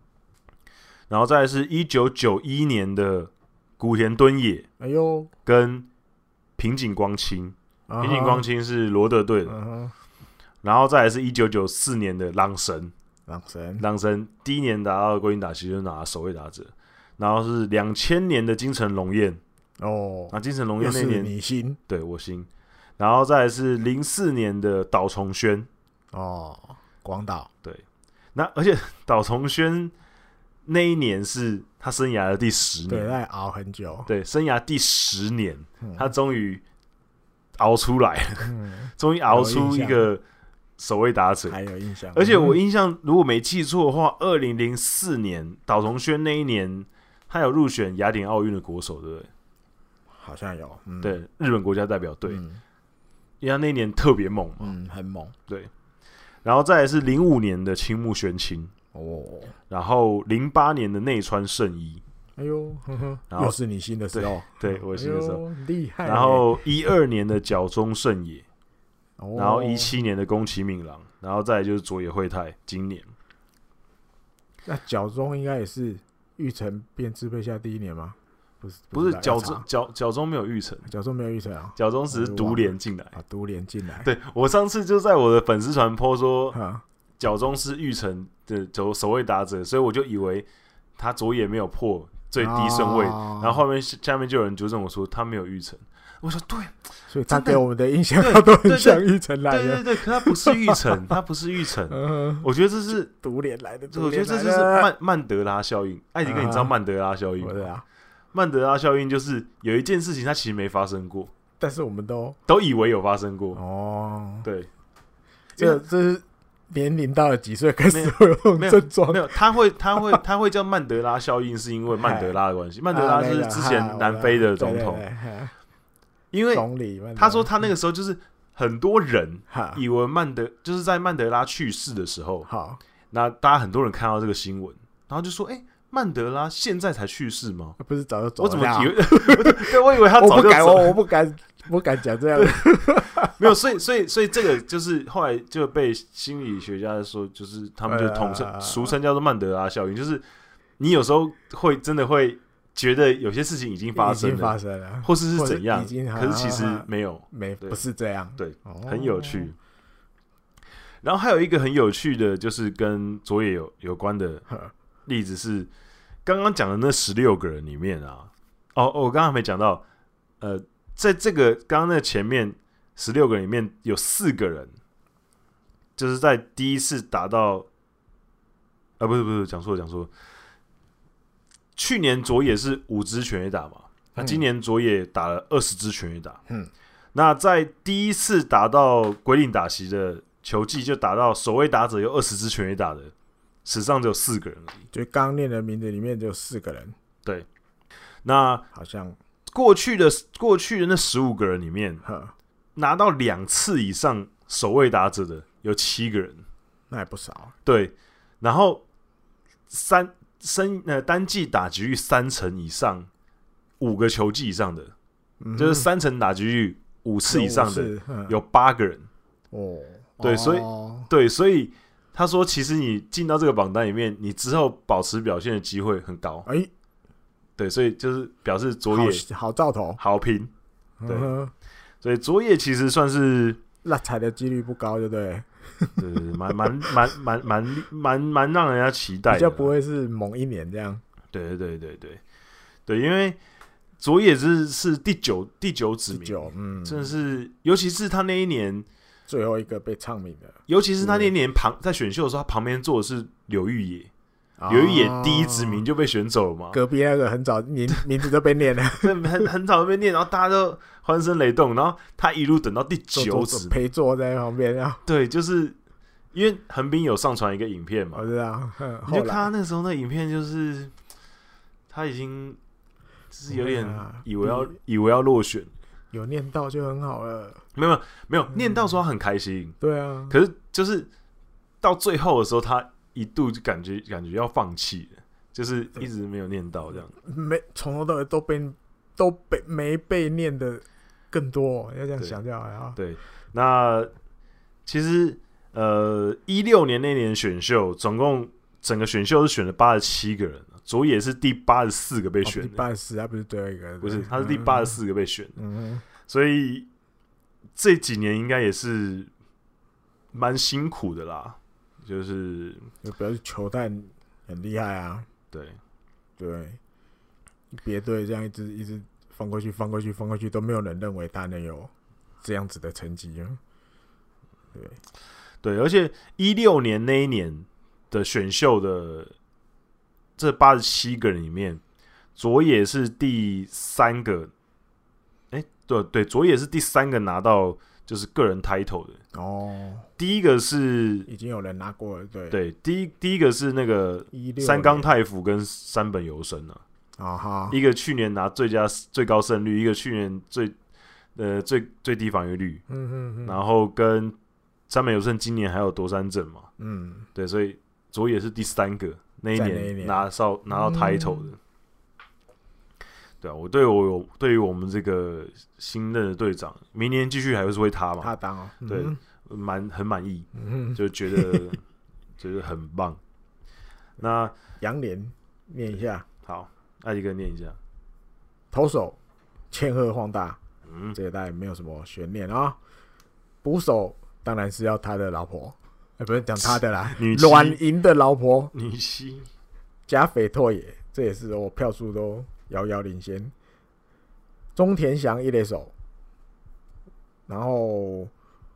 S2: 然后再来是一九九一年的古田敦也
S1: 哎呦，
S2: 跟平井光清，
S1: 平
S2: 平井光，清是罗德队的，
S1: 嗯哼，
S2: 然后再来是一九九四年的朗神，
S1: 朗神，
S2: 朗神第一年达到归因打席就拿首位打者，然后是两千年的金城龙彦，
S1: 哦，
S2: 那金城龙
S1: 又
S2: 彦那
S1: 是
S2: 年
S1: 你心，
S2: 对我心，然后再来是零四年的岛重轩，
S1: 哦，广岛，
S2: 那而且岛重轩那一年是他生涯的第十
S1: 对，
S2: 年，
S1: 在熬很久，
S2: 对，生涯第十年，
S1: 嗯
S2: 他终于熬出来了，
S1: 嗯
S2: 终于熬
S1: 有印
S2: 出一
S1: 象
S2: 个首位打者，
S1: 还有印象，
S2: 而且我
S1: 嗯
S2: 印象如果没记错的话，二零零四年岛重轩那一年，他有入选雅典奥运的国手，对不对？
S1: 好像有，嗯，
S2: 对，日本国家代表队，
S1: 嗯
S2: 因为他那一年特别猛嘛。
S1: 嗯，很猛，
S2: 然后再来是零五年的青木宣清，
S1: 哦，
S2: 然后零八年的内川圣一，
S1: 哎呦，哼哼，
S2: 然后
S1: 又是你心的时候，
S2: 对我心的时候，
S1: 哎呦厉害欸，
S2: 然后一二年的角中胜也，
S1: 哦，
S2: 然后一七年的宫崎敏郎，然后再来就是佐野惠太，今年
S1: 那角中应该也是玉成变支配下第一年吗？不是，
S2: 不是
S1: 知道
S2: 角
S1: 要查
S2: 中角角中没有玉成，
S1: 角中没有玉成啊，
S2: 角中只是独联进来。
S1: 啊，独联进来，
S2: 对我上次就在我的粉丝团 po 说，
S1: 哈，
S2: 脚中是玉成的守守卫打者，所以我就以为他左眼没有破最低顺位，
S1: 然啊哦
S2: 然后后面下面就有人纠正我说他没有玉成，我说对
S1: 所以他
S2: 真的
S1: 给我们的印象
S2: 对
S1: 都
S2: 对
S1: 很
S2: 对
S1: 像玉成 来
S2: 对
S1: 的
S2: 对，对，可它不是玉 成，它不是玉成，
S1: 嗯，
S2: 我觉得这是，
S1: 独脸来的，
S2: 我觉得这
S1: 独
S2: 就是
S1: 脸来的
S2: 曼曼德拉效应。艾迪哥，你知道
S1: 啊
S2: 曼德拉效应
S1: 我
S2: 吗？
S1: 的啊，
S2: 曼德拉效应就是有一件事情它其实没发生过，
S1: 但是我们都
S2: 都以为有发生过，
S1: 哦，
S2: 对，因
S1: 这
S2: 为
S1: 这是年龄到了几岁开始会有这种
S2: 没有
S1: 症状
S2: 没有，他会他会 他会叫曼德拉效应，是因为曼德拉的关系。曼德拉是之前南非的总统，因为
S1: 总理，曼德拉
S2: 他说他那个时候就是很多人
S1: 哈
S2: 以为曼德就是在曼德拉去世的时候，
S1: 好，
S2: 那大家很多人看到这个新闻，然后就说：“哎、曼德拉现在才去世吗？”
S1: 不是早就走
S2: 我
S1: 了，
S2: 怎么以为？对，我以为 他
S1: 我
S2: 早
S1: 不哦
S2: 就
S1: 敢，
S2: 走
S1: 我
S2: 了，
S1: 我不敢，不敢讲这样的，
S2: 没有，所以所以所以这个就是后来就被心理学家说，就是他们就统称、
S1: 呃
S2: 俗称叫做曼德拉效应，就是你有时候会真的会觉得有些事情已经发
S1: 已
S2: 生
S1: 经
S2: 了，
S1: 发生了，
S2: 或是
S1: 或
S2: 是
S1: 者
S2: 怎样
S1: 已，经啊
S2: 可是其实没有，
S1: 没
S2: 对
S1: 不是这样，
S2: 对
S1: 哦，
S2: 很有趣。哦然后还有一个很有趣的，就是跟佐野有有关的
S1: 呵，
S2: 例子是，刚刚讲的那十六个人里面啊，哦，哦我刚刚还没讲到，呃，在这个刚刚那前面十六个人里面有四个人，就是在第一次达到，啊，不是不是，讲错了讲错了，去年佐野是五支全垒打嘛，那今
S1: 嗯
S2: 年佐野打了二十支全垒打，
S1: 嗯，
S2: 那在第一次达到规定打席的球技就达到首位打者有二十支全垒打的，史上只有四个人而已。
S1: 就刚念的名字里面只有四个人，
S2: 那
S1: 好像
S2: 过去的过去的那十五个人里面，
S1: 呵，
S2: 拿到两次以上首位打者的有七个人，
S1: 那也不少，
S2: 对，然后三生呃单季打击率三成以上，五个球季以上的，
S1: 嗯
S2: 就是三成打击率五次以上的
S1: 是嗯
S2: 有八个人，
S1: 哦，
S2: 对所以
S1: 哦
S2: 对，所以他说，其实你进到这个榜单里面，你之后保持表现的机会很高。
S1: 哎，
S2: 对，所以就是表示佐野
S1: 好好兆头，
S2: 好评。对
S1: 嗯哼
S2: 所以佐野其实算是
S1: 那踩的几率不高，对不对？
S2: 对对对蛮蛮蛮蛮蛮蛮蛮让人家期待的，
S1: 比较不。会是猛一年这样，
S2: 对对对对对对，因为佐野是是第九第九指
S1: 十
S2: 名，
S1: 九，嗯，
S2: 真的是，尤其是他那一年，
S1: 最后一个被唱名的。
S2: 尤其是他那一年旁在选秀的时候，他旁边坐的是柳玉野，
S1: 啊
S2: 柳玉野第一指名
S1: 哦，
S2: 就被选走了嘛。
S1: 隔壁那个很早名 名字就被念了，
S2: 很很很早就被念，然后大家都欢声雷动，然后他一路等到第
S1: 坐
S2: 九
S1: 坐坐
S2: 指，
S1: 陪坐在旁边，然后
S2: 对，就是因为横滨有上传一个影片嘛
S1: 我，知道，嗯
S2: 你就
S1: 后
S2: 看他
S1: 来
S2: 那时候那影片，就是他已经就是有点
S1: 啊
S2: 以为要
S1: 嗯
S2: 以为要落选，
S1: 有念到就很好了，
S2: 没有没有
S1: 嗯
S2: 念到说他很开心，
S1: 对啊，
S2: 可是就是到最后的时候，他一度就感觉感觉要放弃了，就是一直没有念到这样。
S1: 没从头到尾都被都被没被念的更多，要这样
S2: 对
S1: 想就好了啊。
S2: 对，那其实呃，一六年那年选秀，总共整个选秀是选了八十七个人，佐野是第八十四个被
S1: 哦
S2: 选
S1: 第
S2: 的，
S1: 八十嗯四，他不是最后一个，
S2: 不是，他是第八十，四个被选的，
S1: 嗯，
S2: 所以这几年应该也是蛮辛苦的啦，就是
S1: 就表示球探很厉害啊，
S2: 对
S1: 对，别队这样一直一直放过去，放过去，放过去，都没有人认为他能有这样子的成绩啊。
S2: 对，而且一六年那一年的选秀的这八十七个人里面，佐野是第三个，哎、对对，佐野是第三个拿到就是个人 title 的，
S1: 哦，
S2: 第一个是
S1: 已经有人拿过了，对，
S2: 对，第一第一个是那个
S1: 一六
S2: 三冈太辅跟山本由生啊，
S1: 啊哈，
S2: 一个去年拿最佳最高胜率，一个去年最呃最最低防御率，
S1: 嗯嗯嗯，
S2: 然后跟山本由生今年还有多山镇嘛，
S1: 嗯，
S2: 对，所以佐野是第三个那一
S1: 在那一
S2: 年
S1: 年
S2: 拿到拿到 title 的。对啊，我对我有对于我们这个新任的队长，明年继续还会是会他嘛，
S1: 他当哦，
S2: 对
S1: 嗯
S2: 蛮很满意，
S1: 嗯，
S2: 就觉 得觉得很棒。那
S1: 杨连念一下，
S2: 好，艾迪哥念一下，
S1: 投手千鹤晃大，
S2: 嗯，
S1: 这个大家也没有什么悬念啊、捕手当然是要他的老婆，哎、不是讲他的啦，
S2: 女
S1: 软
S2: 七
S1: 银的老婆
S2: 女七，
S1: 加斐拓也，这也是我票数都遥遥领先。中田翔一垒手然后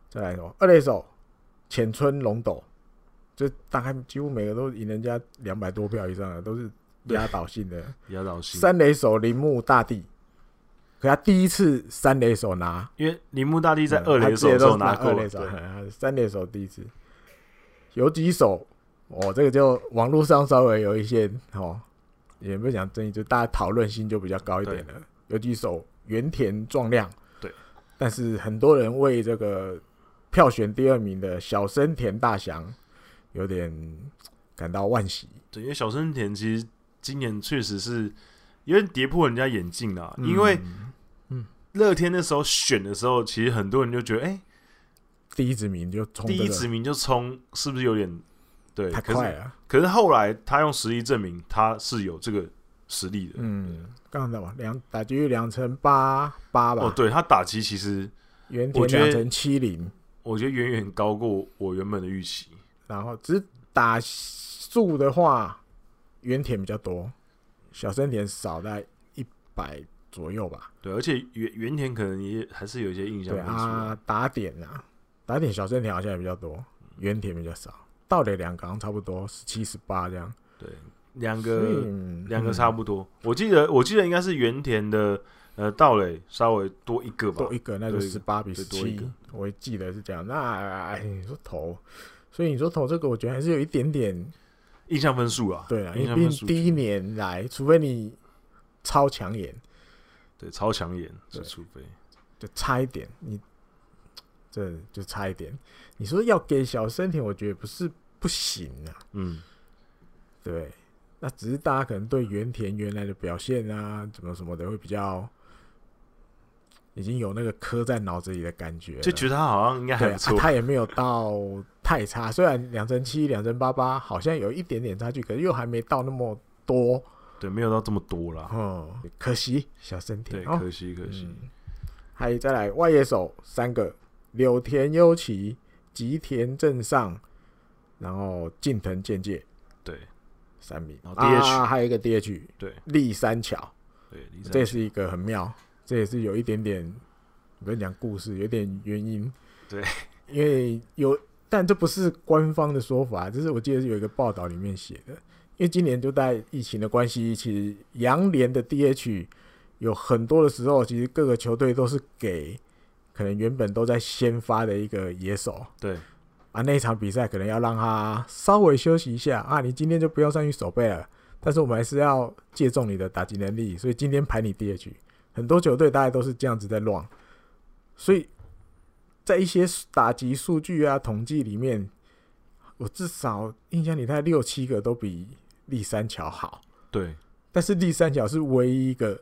S1: 再来什么二垒手浅村龙斗，这大概几乎每个都赢人家两百多票以上的，都是压倒性的。
S2: 压倒性。
S1: 三垒手铃木大地，可他第一次三垒手拿，
S2: 因为铃木大帝在
S1: 嗯
S2: 二
S1: 他
S2: 垒
S1: 之
S2: 手
S1: 前
S2: 的时
S1: 都
S2: 候
S1: 是拿
S2: 拿过
S1: 二垒
S2: 了，
S1: 手，
S2: 对
S1: 嗯他是三垒手第一次，有几手哦，这个就网络上稍微有一些哦，也不讲争议，就大家讨论性就比较高一点了。有几手原田壮亮，
S2: 对，
S1: 但是很多人为这个票选第二名的小森田大翔有点感到惋惜。
S2: 对，因为小森田其实今年确实是有点跌破人家眼镜啦，因为
S1: 嗯
S2: 乐天那时候选的时候，其实很多人就觉得，哎、
S1: 第一指名就冲
S2: 第
S1: 这
S2: 一
S1: 个
S2: 指名就冲，是不是有点对？
S1: 太
S2: 可
S1: 快
S2: 是
S1: 了，啊
S2: 可是后来他用实力证明他是有这个实力的。
S1: 嗯，刚才嘛，两打击率两成八八吧，
S2: 哦，对他打击其实
S1: 原
S2: 我
S1: 田
S2: 觉得
S1: 两成七零，
S2: 我觉得远远高过我原本的预期。
S1: 然后只打数的话，原田比较多，小森田少在一百左右吧。
S2: 对，而且原原田可能也还是有一些印象
S1: 对
S2: 因素啊。
S1: 啊，打点啊，打点小森田好像也比较多，原田比较少。到底两个好像差不多十七十八这样，
S2: 对，两
S1: 所以
S2: 个
S1: 嗯
S2: 两个差不多。我记得我记得应该是原田的呃道垒稍微多一个吧
S1: 多，一个，那就
S2: 多一
S1: 十
S2: 个
S1: 八比十
S2: 对多一
S1: 七
S2: 个，
S1: 我记得是这样。那哎，你说投，所以你说投这个，我觉得还是有一点点
S2: 印象分数啊，
S1: 对啊，
S2: 印
S1: 因为
S2: 象
S1: 毕
S2: 分数
S1: 竟第一年来，除非你超抢眼，
S2: 对超抢眼，
S1: 对
S2: 这除非
S1: 就差一点，你这就差一点。你说要给小森田，我觉得不是不行啊，
S2: 嗯，
S1: 对。那只是大家可能对原田原来的表现啊，怎么什么的，会比较已经有那个刻在脑子里的感觉了，
S2: 就觉得他好像应该
S1: 啊对
S2: 还
S1: 啊
S2: 不错，
S1: 他也没有到太差，虽然两成七、两成八八好像有一点点差距，可是又还没到那么多，
S2: 对，没有到这么多啦。
S1: 哦，可惜小森田
S2: 啊对，
S1: 哦，
S2: 可惜可惜。
S1: 嗯还再来外野手三个：柳田优棋、吉田正上，然后近藤健介
S2: 对
S1: 三名。
S2: 然后 DH
S1: 啊、还有一个 DH
S2: 对
S1: 立三桥，
S2: 对，李
S1: 这也
S2: 三
S1: 是一个很妙，这也是有一点点，不是讲故事，有点原因。
S2: 对，
S1: 因为有，但这不是官方的说法，这是我记得有一个报道里面写的。因为今年就在疫情的关系，其实洋联的 DH 有很多的时候，其实各个球队都是给可能原本都在先发的一个野手
S2: 对
S1: 啊，那一场比赛可能要让他稍微休息一下啊，你今天就不要上去守备了。但是我们还是要借重你的打击能力，所以今天排你 DH。很多球队大概都是这样子在乱，所以在一些打击数据啊统计里面，我至少印象里他六七个都比立三桥好，
S2: 对
S1: 但是立三桥是唯一一个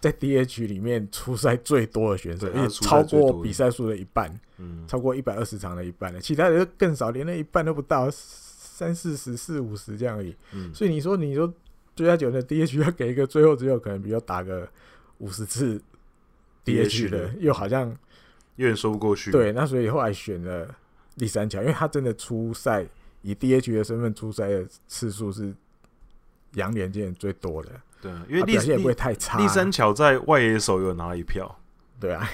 S1: 在 DH 里面出赛最多的选手，
S2: 对他
S1: 而
S2: 出
S1: 且
S2: 赛
S1: 超
S2: 最多
S1: 过
S2: 的
S1: 比赛数的一半，
S2: 嗯
S1: 超过一百二十场的一半了，其他的就更少，连那一半都不到，三四十、四五十这样而已。
S2: 嗯，
S1: 所以你说，你说追加九的 DH 要给一个最后只有可能，比如打个五十次 DH
S2: DH
S1: 的
S2: 的，
S1: 又好像
S2: 有点说不过去。
S1: 对。那所以后来选了第三强，因为他真的出赛以 DH 的身份出赛的次数是杨连健最多的，
S2: 对，因
S1: 他
S2: 为立
S1: 啊表现也不会
S2: 立
S1: 太差。
S2: 立三桥在外野手有拿了一票，
S1: 对啊，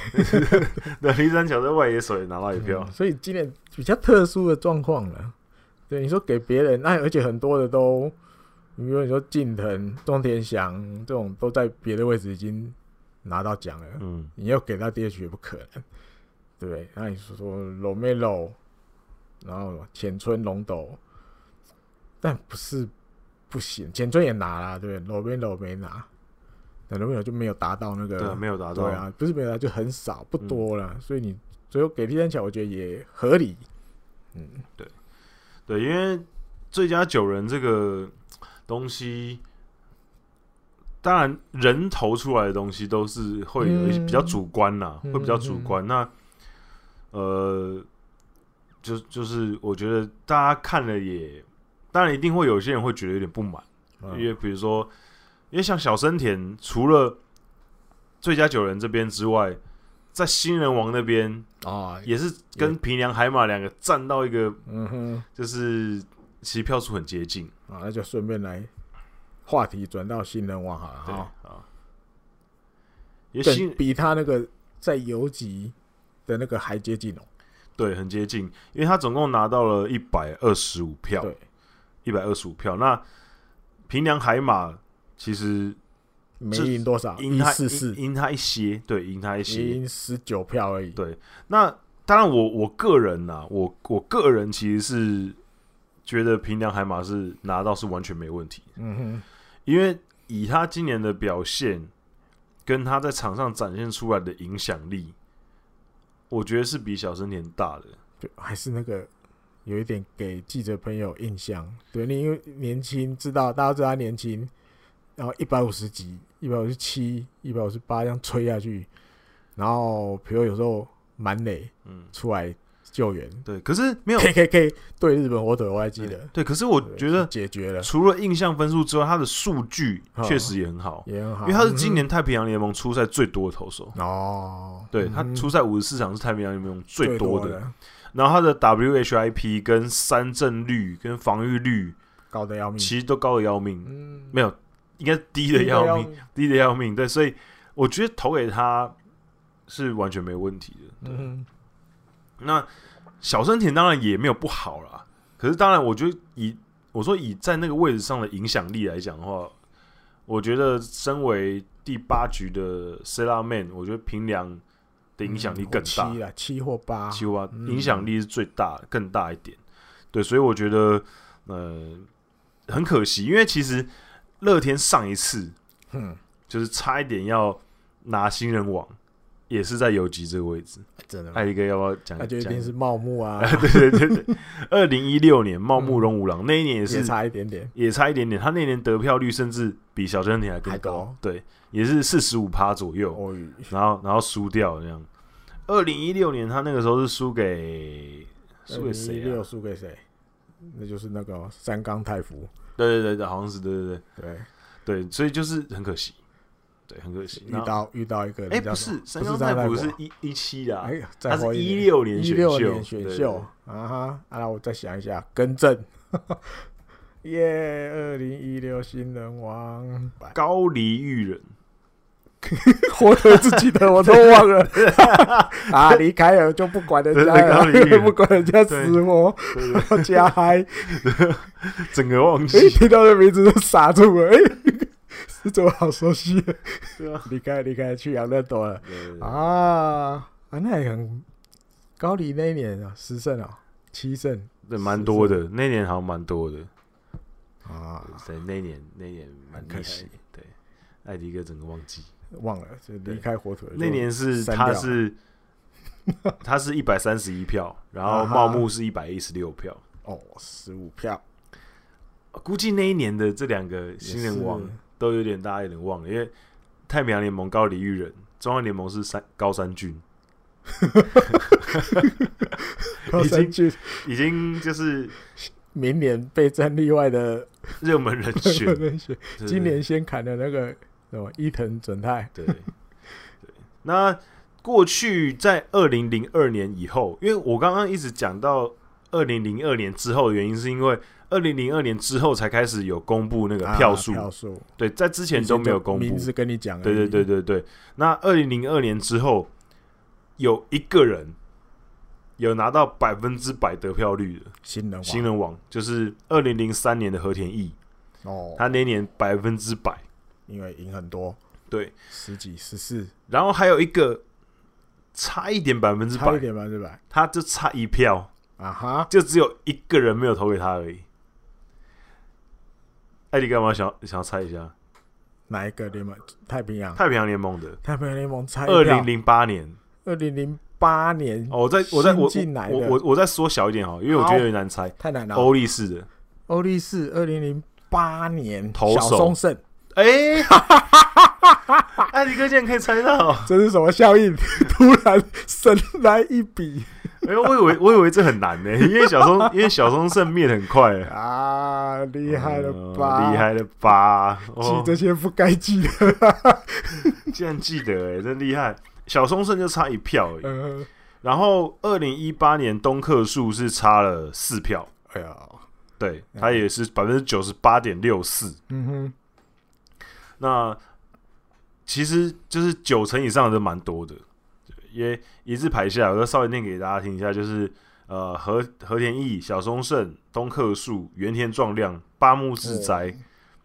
S2: 对，立三桥在外野手也拿到一票
S1: 嗯，所以今年比较特殊的状况了。对，你说给别人，那而且很多的都，比如你说近藤、中田翔这种都在别的位置已经拿到奖了。
S2: 嗯，
S1: 你要给到 DH 也不可能，对不对？那你说说 Romero，然后浅村龙斗，但不是不行，浅村也拿了，对不对？Romero 没拿，那 Romero 就没有达到那个，
S2: 对啊，没有达到
S1: 对，啊，不是没有达到，就很少，不多了，所以你最后给第三强，我觉得也合理，嗯，
S2: 对，因为最佳九人这个东西，当然人投出来的东西都是会有一些
S1: 嗯
S2: 比较主观啦，
S1: 嗯
S2: 会比较主观。那呃，就就是我觉得大家看了也，当然一定会有些人会觉得有点不满，
S1: 嗯
S2: 因为比如说，因为像小森田，除了最佳九人这边之外，在新人王那边
S1: 啊，
S2: 也是跟平良海马两个站到一个
S1: 嗯哼，
S2: 就是其实票数很接近，
S1: 啊，那就顺便来话题转到新人王好了
S2: 对
S1: 哈。
S2: 啊，也
S1: 更
S2: 新
S1: 比他那个在游击的那个还接近哦。
S2: 对，很接近，因为他总共拿到了一百二十五票，
S1: 对，
S2: 一百二十五票。那平良海马其实
S1: 没
S2: 这
S1: 赢多少，
S2: 赢
S1: 啊一
S2: 他
S1: 四四，嗯
S2: 赢赢他一些，对，赢他一些。
S1: 赢十九票而已。
S2: 对那当然我，我个人呐、我我个人其实是觉得平良海马是拿到是完全没问题，
S1: 嗯
S2: 因为以他今年的表现，跟他在场上展现出来的影响力，我觉得是比小森田大的。
S1: 哼，就还是那个有一点给记者朋友印象，对你因为年轻，知道大家都知道他年轻，然后一百五十级、一百五十七、一百五十八这样吹下去，然后比如有时候满垒
S2: 嗯，
S1: 出来救援
S2: 对。可是没有
S1: ，K K K 对日本火腿我还记得，
S2: 对，可是我
S1: 对
S2: 觉得
S1: 解决了
S2: 除了印象分数之外，他的数据确实也很好，
S1: 也很好，
S2: 因为他是今
S1: 嗯
S2: 年太平洋联盟出赛最多的投手。
S1: 哼哦，
S2: 对
S1: 嗯
S2: 他
S1: 哼
S2: 出赛五十四场是太平洋联盟最多的，
S1: 的，
S2: 然后他的 WHIP 跟三振率跟防御率
S1: 高的要命，
S2: 其实都高的要命，
S1: 嗯，
S2: 没有应该低的要命，，低的要命。对，所以我觉得投给他是完全没问题的。对，
S1: 嗯
S2: 那小森田当然也没有不好啦，可是当然，我觉得以我说以在那个位置上的影响力来讲的话，我觉得身为第八局的 s e l a Man，我觉得平良的影响力更
S1: 嗯
S2: 大，
S1: 或七啦，七或八，
S2: 七哇，
S1: 嗯
S2: 影响力是最大的，更大一点。对，所以我觉得呃很可惜，因为其实乐天上一次
S1: 嗯，
S2: 就是差一点要拿新人王，也是在游击这个位置。
S1: 真的吗，
S2: 艾利哥要不要讲？
S1: 那啊就一
S2: 哎讲
S1: 定是茂木啊，
S2: 对对对对，二零一六年茂木荣五郎那一 年也是
S1: 也差一点点，
S2: 也差一点点，他那年得票率甚至比小珍田还更
S1: 还
S2: 高
S1: 高，
S2: 对，也是四十五趴左右，
S1: 哦，
S2: 然后然后输掉这样。二零一六年他那个时候是输给输给谁
S1: 呃六
S2: 啊？
S1: 输给谁？那就是那个三冈太夫，
S2: 对对对对，好像是对对
S1: 对，
S2: 对对，所以就是很可惜，对，很可惜。
S1: 遇
S2: 然后
S1: 到遇到一个人
S2: 哎，
S1: 叫
S2: 不
S1: 什么，
S2: 是三冈
S1: 不是张
S2: 太辅
S1: 泰
S2: 是
S1: 国
S2: 一一七的啊，
S1: 哎，
S2: 他
S1: 再
S2: 是
S1: 活
S2: 一
S1: 一
S2: 六年
S1: 一
S2: 选
S1: 六
S2: 秀，
S1: 年选
S2: 对
S1: 秀啊哈，啊，然后我再想一下，更正， 耶，二零一六新人王，
S2: 高梨裕人，
S1: 活得自己的我都忘了 啊！离开了就不管人家
S2: 对对高
S1: 了，
S2: 龄
S1: 不管人家死活，
S2: 对 对
S1: 加嗨！
S2: 整个忘记
S1: 哎，，听到这名字就傻住了，哎， 是怎么好熟悉的？
S2: 对啊，
S1: 离开，离开，去养乐多了
S2: 对对对
S1: 啊！啊，那也很高里那一年啊，十胜啊，七胜
S2: 对，蛮多的，那年好像蛮多的，
S1: 啊，
S2: 对，那年那年蛮
S1: 很
S2: 厉
S1: 可
S2: 害的
S1: 惜，
S2: 对，艾迪哥整个忘记，
S1: 忘了就离开火腿了。
S2: 那年是
S1: 删
S2: 他
S1: 掉
S2: 是他是一百三十一票，然后
S1: 啊哈
S2: 茂木是一百一十六票，
S1: 哦，十五票，
S2: 估计那一年的这两个新人王
S1: 也是
S2: 都有点大家有点忘了，因为太平洋联盟高梨裕人，中央联盟是三高山俊，
S1: 高山俊
S2: 已经就是
S1: 明年备战例外的
S2: 热门人 选，对
S1: 人选。
S2: 对
S1: 今年先砍的那个什么伊藤准太，
S2: 对对，那过去在二零零二年以后，因为我刚刚一直讲到二零零二年之后的原因，是因为二零零二年之后才开始有公布那个票数，
S1: 啊票数
S2: 对，在之前都没有公
S1: 名
S2: 布。
S1: 字跟你讲而已，
S2: 对对对对对。那二零零二年之后，有一个人有拿到百分之百得票率的
S1: 新人王
S2: 新人王，就是二零零三年的和田义，
S1: 哦，
S2: 他那年百分之百。
S1: 因为赢很多，
S2: 对，
S1: 十几十四，
S2: 然后还有一个差一点百分之
S1: 差
S2: 百
S1: 一，点吧，对吧？
S2: 他就差一票，
S1: 啊哈，
S2: 就只有一个人没有投给他而已。艾迪干嘛想想要猜一下？
S1: 哪一个联盟？太平洋
S2: 太平洋联盟的
S1: 太平洋联盟差
S2: 二零零八年
S1: 二零零八年
S2: 哦，我再我再我
S1: 新进来的
S2: 我我我再缩小一点哈，因为我觉得有点难猜。
S1: 太难了，
S2: 欧力士的，
S1: 欧力士二零零八年
S2: 投手
S1: 小松胜，
S2: 哎、 艾迪哥竟然可以猜到，
S1: 这是什么效应？ 突然神来一笔
S2: 哎、我以为我以为这很难呢、因为小松因为小松胜灭的很快、
S1: 啊，厉害了吧？
S2: 哦厉、害了吧？
S1: 记
S2: 哦，
S1: 这些不该记的，
S2: 竟然记得哎、真厉害！小松胜就差一票而已。
S1: 呃，
S2: 然后二零一八年东克数是差了四票，
S1: 哎呀，
S2: 对
S1: 嗯
S2: 他也是百分之九十八点六四。
S1: 嗯哼。
S2: 那其实就是九成以上的蛮多的，对也一字排下，我就稍微念给大家听一下，就是呃和和田义、小松胜、东克树、原田壮亮、八木智哉、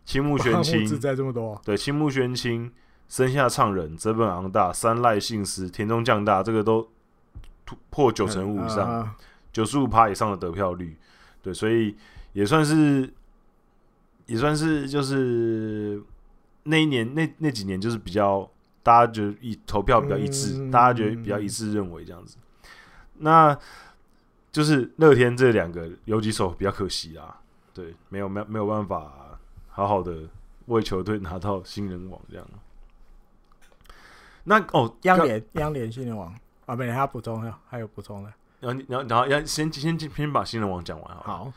S2: 青木
S1: 哦 八
S2: 宣
S1: 木
S2: 清
S1: 自，在这么多，
S2: 对，青木宣清、森下畅人、泽本昂大、三濑幸司、田中将大，这个都突破九成五以上。
S1: 啊
S2: 九十五趴以上的得票率，对，所以也算是也算是就是那一年那那几年就是比较大家觉得一投票比较一致，
S1: 嗯
S2: 大家觉得比较一致认为这样子。那就是乐天这两个游击手比较可惜啦，对，没有没有没有办法好好的为球队拿到新人王这样。那哦，
S1: 央
S2: 刚
S1: 联央联新人王啊，没，他补充了，还有补充的，
S2: 然后你然后然后要先先先先把新人王讲完好了。
S1: 好，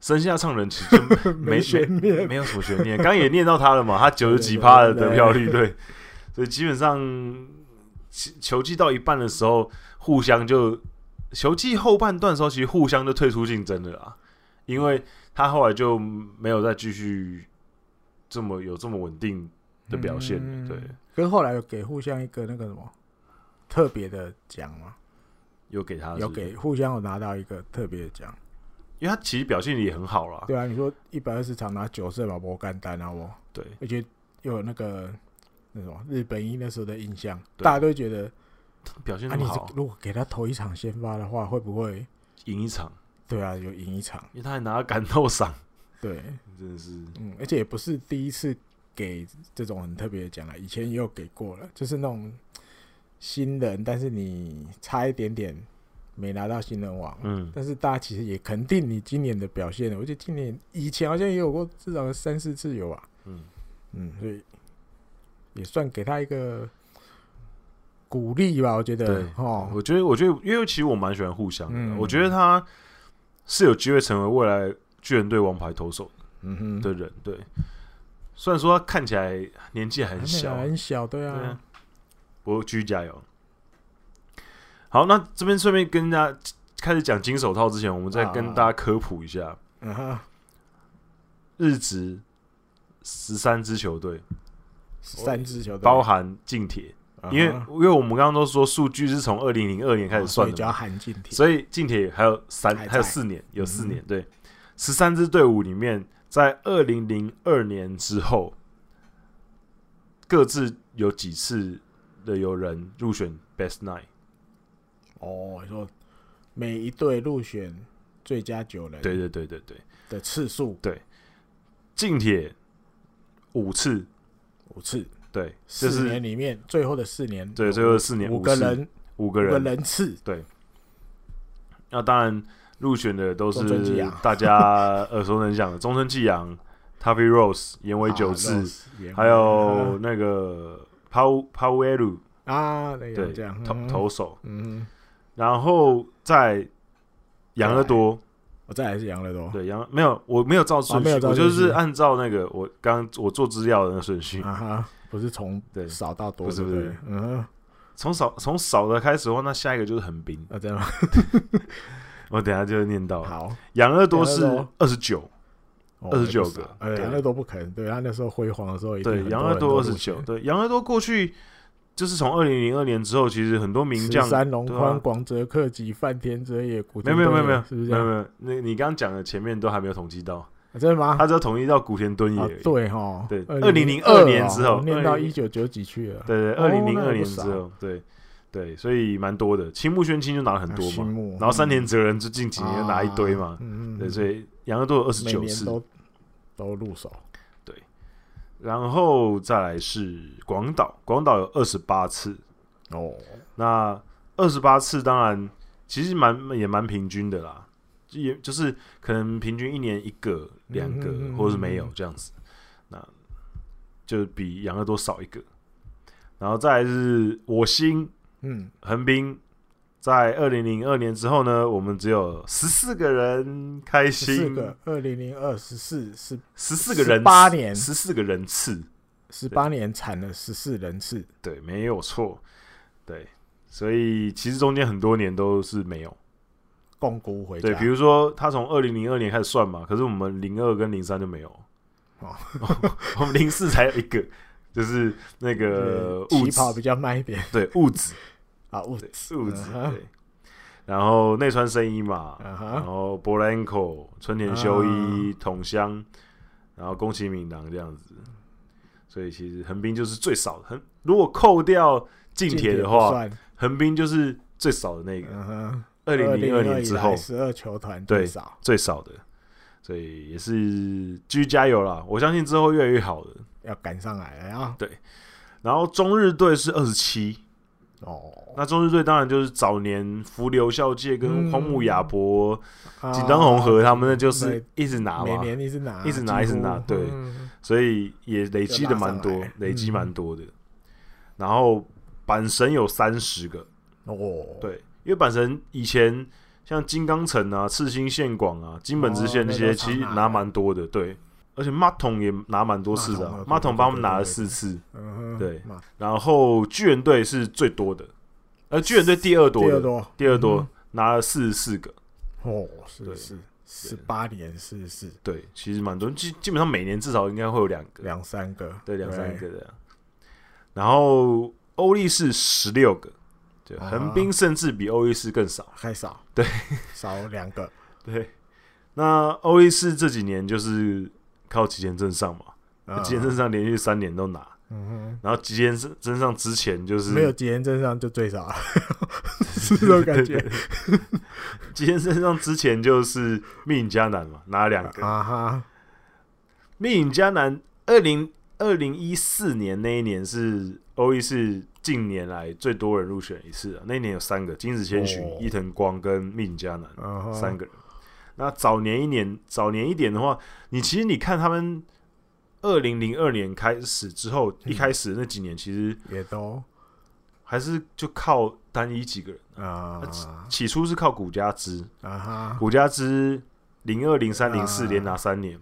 S2: 生下唱人其实就 没
S1: 悬
S2: 没
S1: 念，
S2: 没有什么悬念，刚刚也念到他 了嘛，他九十几
S1: 对对
S2: 趴的
S1: 对
S2: 得票率，对，所以基本上其球季到一半的时候，互相就球季后半段的时候，其实互相就退出竞争了啦，因为他后来就没有再继续这么有这么稳定的表现了，
S1: 嗯
S2: 对，
S1: 跟后来有给互相一个那个什么特别的奖吗？
S2: 有给他
S1: 有
S2: 啊是不是
S1: 给，互相有拿到一个特别的奖，
S2: 因为他其实表现也很好啦，
S1: 对啊，你说一百二十场拿九胜嘛，不干单啊我，
S2: 对，
S1: 而且又有那个那什么日本一那时候的印象，
S2: 对
S1: 大家都会觉得
S2: 表现
S1: 啊，
S2: 那
S1: 你
S2: 么
S1: 是
S2: 好，
S1: 如果给他头一场先发的话，会不会
S2: 赢一场，
S1: 对啊有赢一场？
S2: 因为他还拿感动赏，
S1: 对，
S2: 真的是。
S1: 嗯，而且也不是第一次给这种很特别的奖了，以前也有给过了，就是那种新人，但是你差一点点没拿到新人王。
S2: 嗯，
S1: 但是大家其实也肯定你今年的表现了，我觉得今年以前好像也有过至少有三四次有吧，
S2: 嗯，
S1: 嗯，所以也算给他一个鼓励吧，我觉
S2: 对
S1: 得，哦，
S2: 我觉得，我觉得，因为其实我蛮喜欢互相的，
S1: 嗯
S2: 我觉得他是有机会成为未来巨人队王牌投手
S1: 嗯哼，
S2: 的人。对，虽然说他看起来年纪
S1: 还没
S2: 很
S1: 啦
S2: 小，
S1: 很小，对
S2: 对啊
S1: 啊，
S2: 我继续加油。好，那这边顺便跟大家开始讲金手套之前，我们再
S1: 啊
S2: 跟大家科普一下
S1: 嗯哼，
S2: 日职十三支球队，
S1: 三支球队
S2: 包，含近铁，
S1: 嗯哼
S2: 因为因为我们刚刚都说数据是从二零零二年开始
S1: 所
S2: 算
S1: 以
S2: 的
S1: 只
S2: 嘛
S1: 要含进体，
S2: 所以近铁还有三，
S1: 还在嗯
S2: 还有四年，有四年。对，十三支队伍里面，在二零零二年之后，各自有几次的有人入选 Best Nine。
S1: 哦，你说每一队入选最佳九人
S2: 对对对对对，
S1: 的次数
S2: 近铁五次，
S1: 五次，
S2: 对，这
S1: 四年
S2: 是
S1: 里面最后的四年，
S2: 对最后四年
S1: 五
S2: 次
S1: 个人
S2: 五
S1: 五
S2: 个
S1: 个
S2: 人，
S1: 人次，
S2: 那当然入选的都
S1: 中村纪
S2: 是
S1: 洋
S2: 大家耳熟能详的中村纪洋、Tavi Rose、岩尾久
S1: 啊
S2: 志，
S1: ，Rose，嗯
S2: 还有那个 Pau Paueru。
S1: 啊，那
S2: 对
S1: 个这样
S2: 投，投手，
S1: 嗯哼，
S2: 然后再养乐多，
S1: 我再来是杨乐多，
S2: 对养没有，我没有照顺
S1: 啊
S2: 序，
S1: 没有照
S2: 我就
S1: 顺序
S2: 是按照那个我刚我做资料的那个顺序，
S1: 啊哈，不是从
S2: 对
S1: 少到多，
S2: 不
S1: 对
S2: 是不是
S1: 对，嗯哼，
S2: 从少从少的开始的话，那下一个就是横滨，
S1: 啊那这样
S2: 我等一下就会念到
S1: 好，
S2: 养乐多是
S1: 养乐
S2: 二十九，
S1: 哦
S2: 29
S1: 也不少
S2: 个
S1: 呃，
S2: 对
S1: 杨乐多不可能，对他那时候辉煌的时候一定
S2: 对
S1: 很多人都入选，
S2: 养乐多二十九，对养乐多过去就是从二零零二年之后，其实很多名将
S1: 十三龙
S2: 对啊
S1: 宽、广泽克吉、饭田哲也、古
S2: 没有没有没有没有
S1: 是不是这
S2: 没有
S1: 样？
S2: 没有，那你刚刚讲的前面都还没有统计到，
S1: 啊真的吗？
S2: 他只有统计到古田敦也
S1: 啊
S2: 而已，，
S1: 对哈，
S2: 对
S1: 2002
S2: 2002年之后
S1: 哦念到
S2: 20
S1: 一九九几去了，
S2: 对对，
S1: 哦
S2: 二零零
S1: 那
S2: 二
S1: 还
S2: 年
S1: 不
S2: 之
S1: 少
S2: 后，对对，所以蛮多的。青木宣清就拿了很多
S1: 啊
S2: 嘛，
S1: 新木
S2: 然后三田
S1: 嗯
S2: 哲人就近几年就拿一堆嘛
S1: 啊，嗯嗯，
S2: 对，所以杨乐多有二十
S1: 每
S2: 九
S1: 年
S2: 次，
S1: 都都入手，
S2: 然后再来是广岛，广岛有二十八次，
S1: 哦，
S2: 那二十八次当然其实蛮也蛮平均的啦，就也就是可能平均一年一个、两个，
S1: 嗯嗯嗯
S2: 或者是没
S1: 嗯
S2: 有
S1: 嗯
S2: 这样子，那就比杨乐多少一个。然后再来是我心
S1: 嗯，
S2: 横滨在二零零二年之后呢，我们只有十四个人开
S1: 十四
S2: 心，
S1: 个，二零零二十四十
S2: 十四个人，
S1: 18年
S2: 十四个人次，
S1: 十八年产了十四人次，
S2: 对，没有错，对，所以其实中间很多年都是没有，
S1: 共估回家，
S2: 对，比如说他从二零零二年开始算嘛，可是我们零二跟零三就没有，
S1: 哦
S2: 我们零四才有一个，就是那个
S1: 对
S2: 呃物
S1: 起跑
S2: 质，
S1: 比较慢一点，
S2: 对，物质，
S1: 啊，物
S2: 对
S1: 质，
S2: 物质
S1: 嗯哼
S2: 对。然后内川圣一嘛，
S1: 啊
S2: 然
S1: 哈，
S2: 后博兰口、春田修一、桶香，然后宫崎敏郎这样子。所以其实横滨就是最少的，横如果扣掉近铁的
S1: 不
S2: 话，
S1: 算，
S2: 横滨就是最少的那个，
S1: 嗯哼，
S2: 二零零呃二年之后
S1: 十二球团
S2: 对
S1: 最少，
S2: 最少的。所以也是继续加油啦！我相信之后越来越好的。
S1: 要赶上来了啊！
S2: 然后中日队是二十七，
S1: 哦，
S2: 那中日队当然就是早年福流孝介跟荒木雅博、
S1: 啊
S2: 井冈红和他们，那就是
S1: 对
S2: 一直拿
S1: 每
S2: 嘛，
S1: 年一直拿，
S2: 一直拿
S1: 几乎
S2: 一直拿对
S1: 嗯
S2: 所以也累积的蛮
S1: 就拉
S2: 多
S1: 上来，
S2: 累积
S1: 嗯
S2: 蛮多的。然后板神有三十个，
S1: 哦，
S2: 对，因为板神以前像金刚城啊、赤星线广啊、金本直线
S1: 哦
S2: 那
S1: 那
S2: 些，
S1: 都
S2: 其
S1: 常
S2: 实
S1: 拿的
S2: 拿蛮多的，对。而且马桶也拿蛮多次
S1: 马
S2: 的啊
S1: 桶，
S2: 马桶帮我们拿
S1: 对
S2: 了
S1: 对对
S2: 四次，
S1: 嗯哼，
S2: 对
S1: 嘛，
S2: 然后巨人队是最多的，呃，巨人队第二多
S1: 第
S2: 的
S1: 二，多，
S2: 第二多
S1: 嗯
S2: 拿了四十四个，
S1: 哦，
S2: 对
S1: 是是十八年是是
S2: 对，其实蛮多，基基本上每年至少应该会有两个，
S1: 两三个，
S2: 对，两三个的。然后欧力士十六个，对，
S1: 啊
S2: 横滨甚至比欧力士更少。
S1: 还少，
S2: 对，
S1: 少两 个，
S2: 对，那欧力士这几年就是靠吉田镇上嘛，
S1: 嗯
S2: 吉田镇上连续三年都拿，
S1: 嗯
S2: 然后吉田镇上之前就
S1: 哼，
S2: 是
S1: 没有吉田镇上就最少了，是这种感觉
S2: 吉田镇上之前就是密影加南嘛，拿了两个，
S1: 啊哈，
S2: 密影加南二零二零一四年那一年是欧力士近年来最多人入选一次啊，那一年有三个金子千寻
S1: 哦、
S2: 伊藤光跟密影加南
S1: 嗯哼，
S2: 三个人。那早年一年早年一点的话，你其实你看他们二零零二年开始之后，
S1: 嗯
S2: 一开始那几年其实
S1: 也都
S2: 还是就靠单一几个人，
S1: 啊
S2: 起初是靠古家之，
S1: 啊哈，
S2: 古家之零二零三零四
S1: 啊
S2: 连拿三年，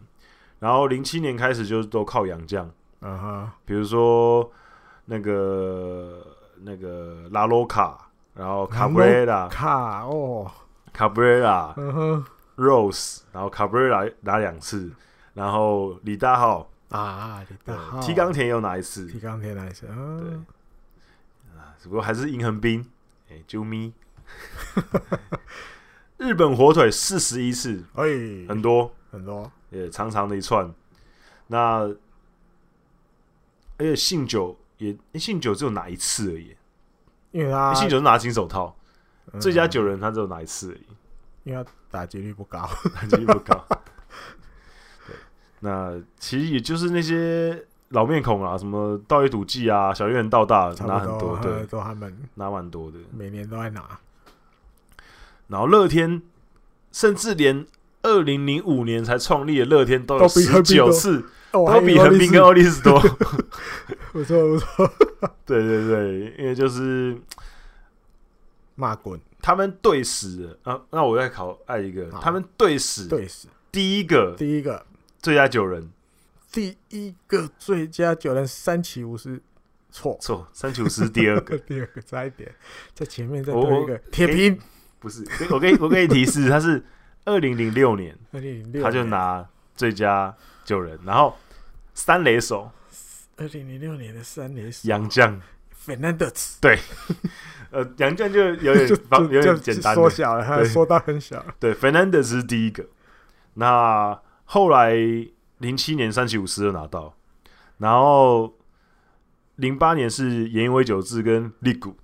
S2: 然后零七年开始就都靠洋将，
S1: 啊哈，
S2: 比如说那个那个拉洛卡，然后卡布雷拉、
S1: 卡哦，
S2: 卡布雷拉、
S1: 嗯哼
S2: Rose，然后卡布瑞拉拿两次，然后李大浩、呃
S1: 啊，李大浩
S2: 提冈田又拿一次，
S1: 提钢铁男神，
S2: 对
S1: 嗯，
S2: 啊，只不过还是银横滨，哎、啾咪，日本火腿四十一次，
S1: 哎，
S2: 很多，
S1: 很多
S2: 也长长的一串。那而且信九也诶信九只有拿一次而已，
S1: 因为他
S2: 信九是拿金手套，
S1: 啊嗯
S2: 最佳九人他只有拿一次而已。
S1: 因为他打击率不高，
S2: 成绩不 高。对，那其实也就是那些老面孔啊，什么道义赌技啊、小院道大
S1: 差
S2: 拿
S1: 不多
S2: 很多，
S1: 呃
S2: 对，
S1: 都他们
S2: 拿蛮多的。
S1: 每年都在拿，
S2: 然后乐天，甚至连二零零五年才创立的乐天都有
S1: 都比
S2: 十
S1: 横滨
S2: 九
S1: 多
S2: 次，
S1: 哦
S2: 都比横滨跟欧力士多。
S1: 不错不错，
S2: 对对对，因为就是
S1: 骂滚
S2: 他们队史的啊，那我再考爱一个，
S1: 好
S2: 他们队史
S1: 对死。
S2: 第一个
S1: 第一个，
S2: 最佳九人，
S1: 第一个最佳九人三起五十错，
S2: 错，三球是第二 个。
S1: 第二个差一点，在前面再
S2: 我
S1: 多
S2: 我
S1: 一个铁平，
S2: 不是， 我给我给你提示，他是二零零六年，
S1: 二零零六，
S2: 他就拿最佳九人，然后三垒手
S1: 二零零六年的三连手
S2: 杨绛，
S1: Fernandez，
S2: 呃，杨绛就 有点方有点简单
S1: 缩
S2: 的，
S1: 小了，
S2: 对
S1: 他缩到很小了，
S2: 对，Fernandez 是第一个，那后来零七年三七五四就拿到，然后零八年是岩井威久治跟利谷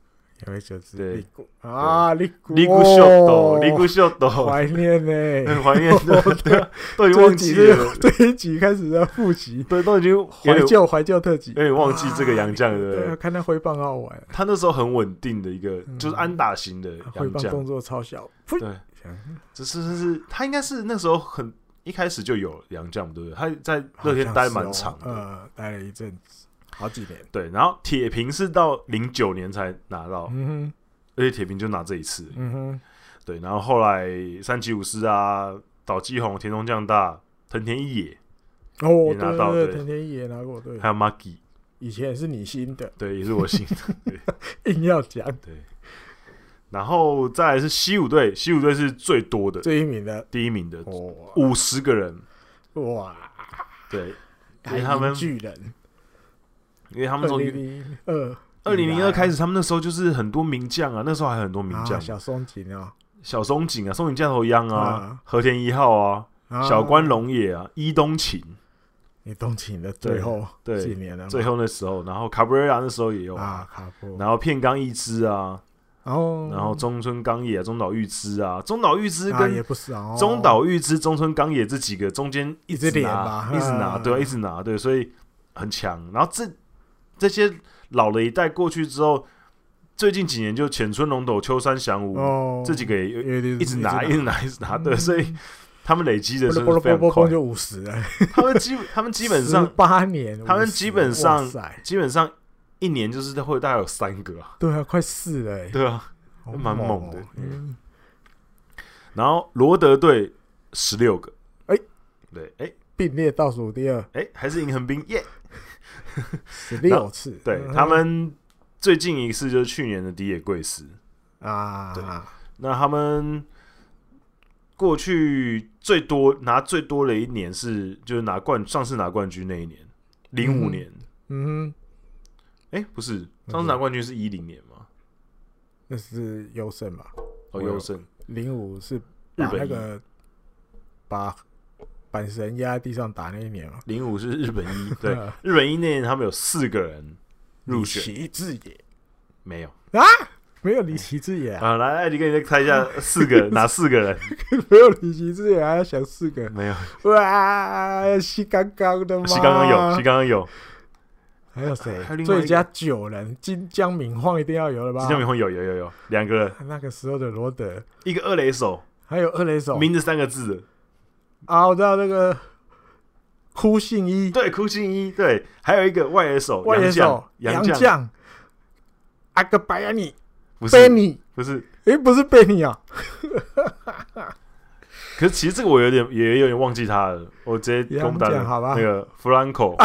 S1: 有一九是
S2: 对
S1: 利古啊，利古
S2: 利古秀斗利古秀斗，
S1: 怀念呢，
S2: 很怀念，对啊， 都已经
S1: 这
S2: 忘
S1: 一集
S2: 记
S1: 是
S2: 了，
S1: 这一集开始要复习
S2: 对，都已经有
S1: 怀
S2: 点
S1: 旧怀旧特辑
S2: 有，点忘记这个
S1: 啊
S2: 杨绛了。
S1: 对，看他挥棒好玩，
S2: 他那时候很稳定的一个，
S1: 嗯
S2: 就是安打型的
S1: 挥
S2: 洋
S1: 棒
S2: 将
S1: 动，作超小，噗
S2: 对，只是是是，他应该是那时候很一开始就有洋将，对不对？他在乐天待蛮长
S1: 好像是
S2: 的，
S1: 哦呃，待了一阵子，好几年。
S2: 对。然后铁平是到零九年才拿到，
S1: 嗯
S2: 而且铁平就拿这一次
S1: 哼，，嗯哼，
S2: 对。然后后来三崎武司啊、岛基宏、田中将大、藤田一野，
S1: 哦，
S2: 也拿到
S1: 对对
S2: 对
S1: 对，藤田一也拿过，对
S2: 还，有 Maki，
S1: 以前也是你新的，
S2: 对，也是我心
S1: 硬要讲
S2: 对。然后再来是西武队，西武队是最多的，
S1: 最一名的，
S2: 第一名的
S1: 哇
S2: 五十个人，
S1: 哇，
S2: 对，因
S1: 还
S2: 为他们
S1: 赢巨人，
S2: 因为他
S1: 他
S2: 们从
S1: 零零二
S2: 二零零二开始，他们那时候就是很多名将啊，那时候还很多名将
S1: 啊，，小松井啊，
S2: 小松井啊，松井降头央啊
S1: 啊，
S2: 和田一号啊，
S1: 啊
S2: 小关，龙也啊，伊东勤，
S1: 你动情的最后
S2: 对
S1: 几年了嘛，
S2: 最后那时候，然后卡布瑞拉那时候也有啊，
S1: 啊，卡哦布，
S2: 然后片冈一之啊，
S1: 然后
S2: 然后中村刚也啊，中岛裕之啊，中岛裕之
S1: 啊也
S2: 跟
S1: 不少，
S2: 中岛裕之、中村刚也这几个中间一直
S1: 一直连
S2: 拿
S1: 吧，
S2: 一直拿，
S1: 啊
S2: 对啊，一直拿，对，所以很强。然后这这些老的一代过去之后，最近几年就浅村龙斗、秋山翔吾
S1: 哦
S2: 这几个也
S1: 因为
S2: 一直拿，嗯一直拿，一直拿，
S1: 嗯
S2: 对，所以他们累积的
S1: 啵
S2: 真
S1: 啵
S2: 的
S1: 啵
S2: 非
S1: 啵啵
S2: 常
S1: 啵
S2: 快。
S1: 就五十了，
S2: 他们基他们基本上
S1: 八年，
S2: 他们
S1: 50
S2: 基本上
S1: 哇塞
S2: 基本上一年就是会大概有三个啊，
S1: 对啊，快四了欸，
S2: 对啊。
S1: 好
S2: 蛮
S1: 哦
S2: 猛的
S1: 嗯
S2: 然后罗德队十六个，
S1: 哎
S2: 对，哎
S1: 并列倒数第二，
S2: 哎，还是银横滨耶。
S1: 十六次，
S2: 对
S1: 嗯
S2: 他们最近一次就是去年的迪野贵司，
S1: 啊，
S2: 对那他们过去最多拿最多的一年是就是拿冠上次拿冠军那一年，零
S1: 嗯
S2: 五年，
S1: 嗯哼，
S2: 哎、不是上次拿冠军是一零年嘛？
S1: 那是优胜嘛，
S2: 哦，
S1: 我有
S2: 优胜
S1: 零五是
S2: 日
S1: 把那
S2: 本一，
S1: 个把板神压在地上打那一年嘛，
S2: 零五是日本一， 对，日本一那年他们有四个人入选，
S1: 李奇智也
S2: 没有
S1: 没有离奇智也啊，
S2: 啊？来，艾迪哥，你再猜 一下，四个哪四个人？
S1: 没有离奇智也啊还要想四个，
S2: 没有，
S1: 哇，西刚刚的吗？
S2: 西刚刚有，西刚刚有，
S1: 还有谁
S2: 还有另外一个？
S1: 最佳九人，金江敏晃一定要有了吧？
S2: 金江明宏有有有有两个人，
S1: 那个时候的罗德，
S2: 一个二垒手，
S1: 还有二垒手
S2: 名字三个字的，
S1: 啊，我知道那个哭信一
S2: 对，哭信一，对，还有一个外野手，
S1: 外野
S2: 洋
S1: 手
S2: 将，
S1: 杨
S2: 将，
S1: 将，阿格白亚尼
S2: 不
S1: 贝
S2: 是
S1: 尼，
S2: 不是，
S1: 诶，不是贝尼啊，
S2: 可是其实这个我有点也有点忘记他了，我直接公布答
S1: 洋
S2: 案，
S1: 将好吧啊
S2: 那个弗兰口，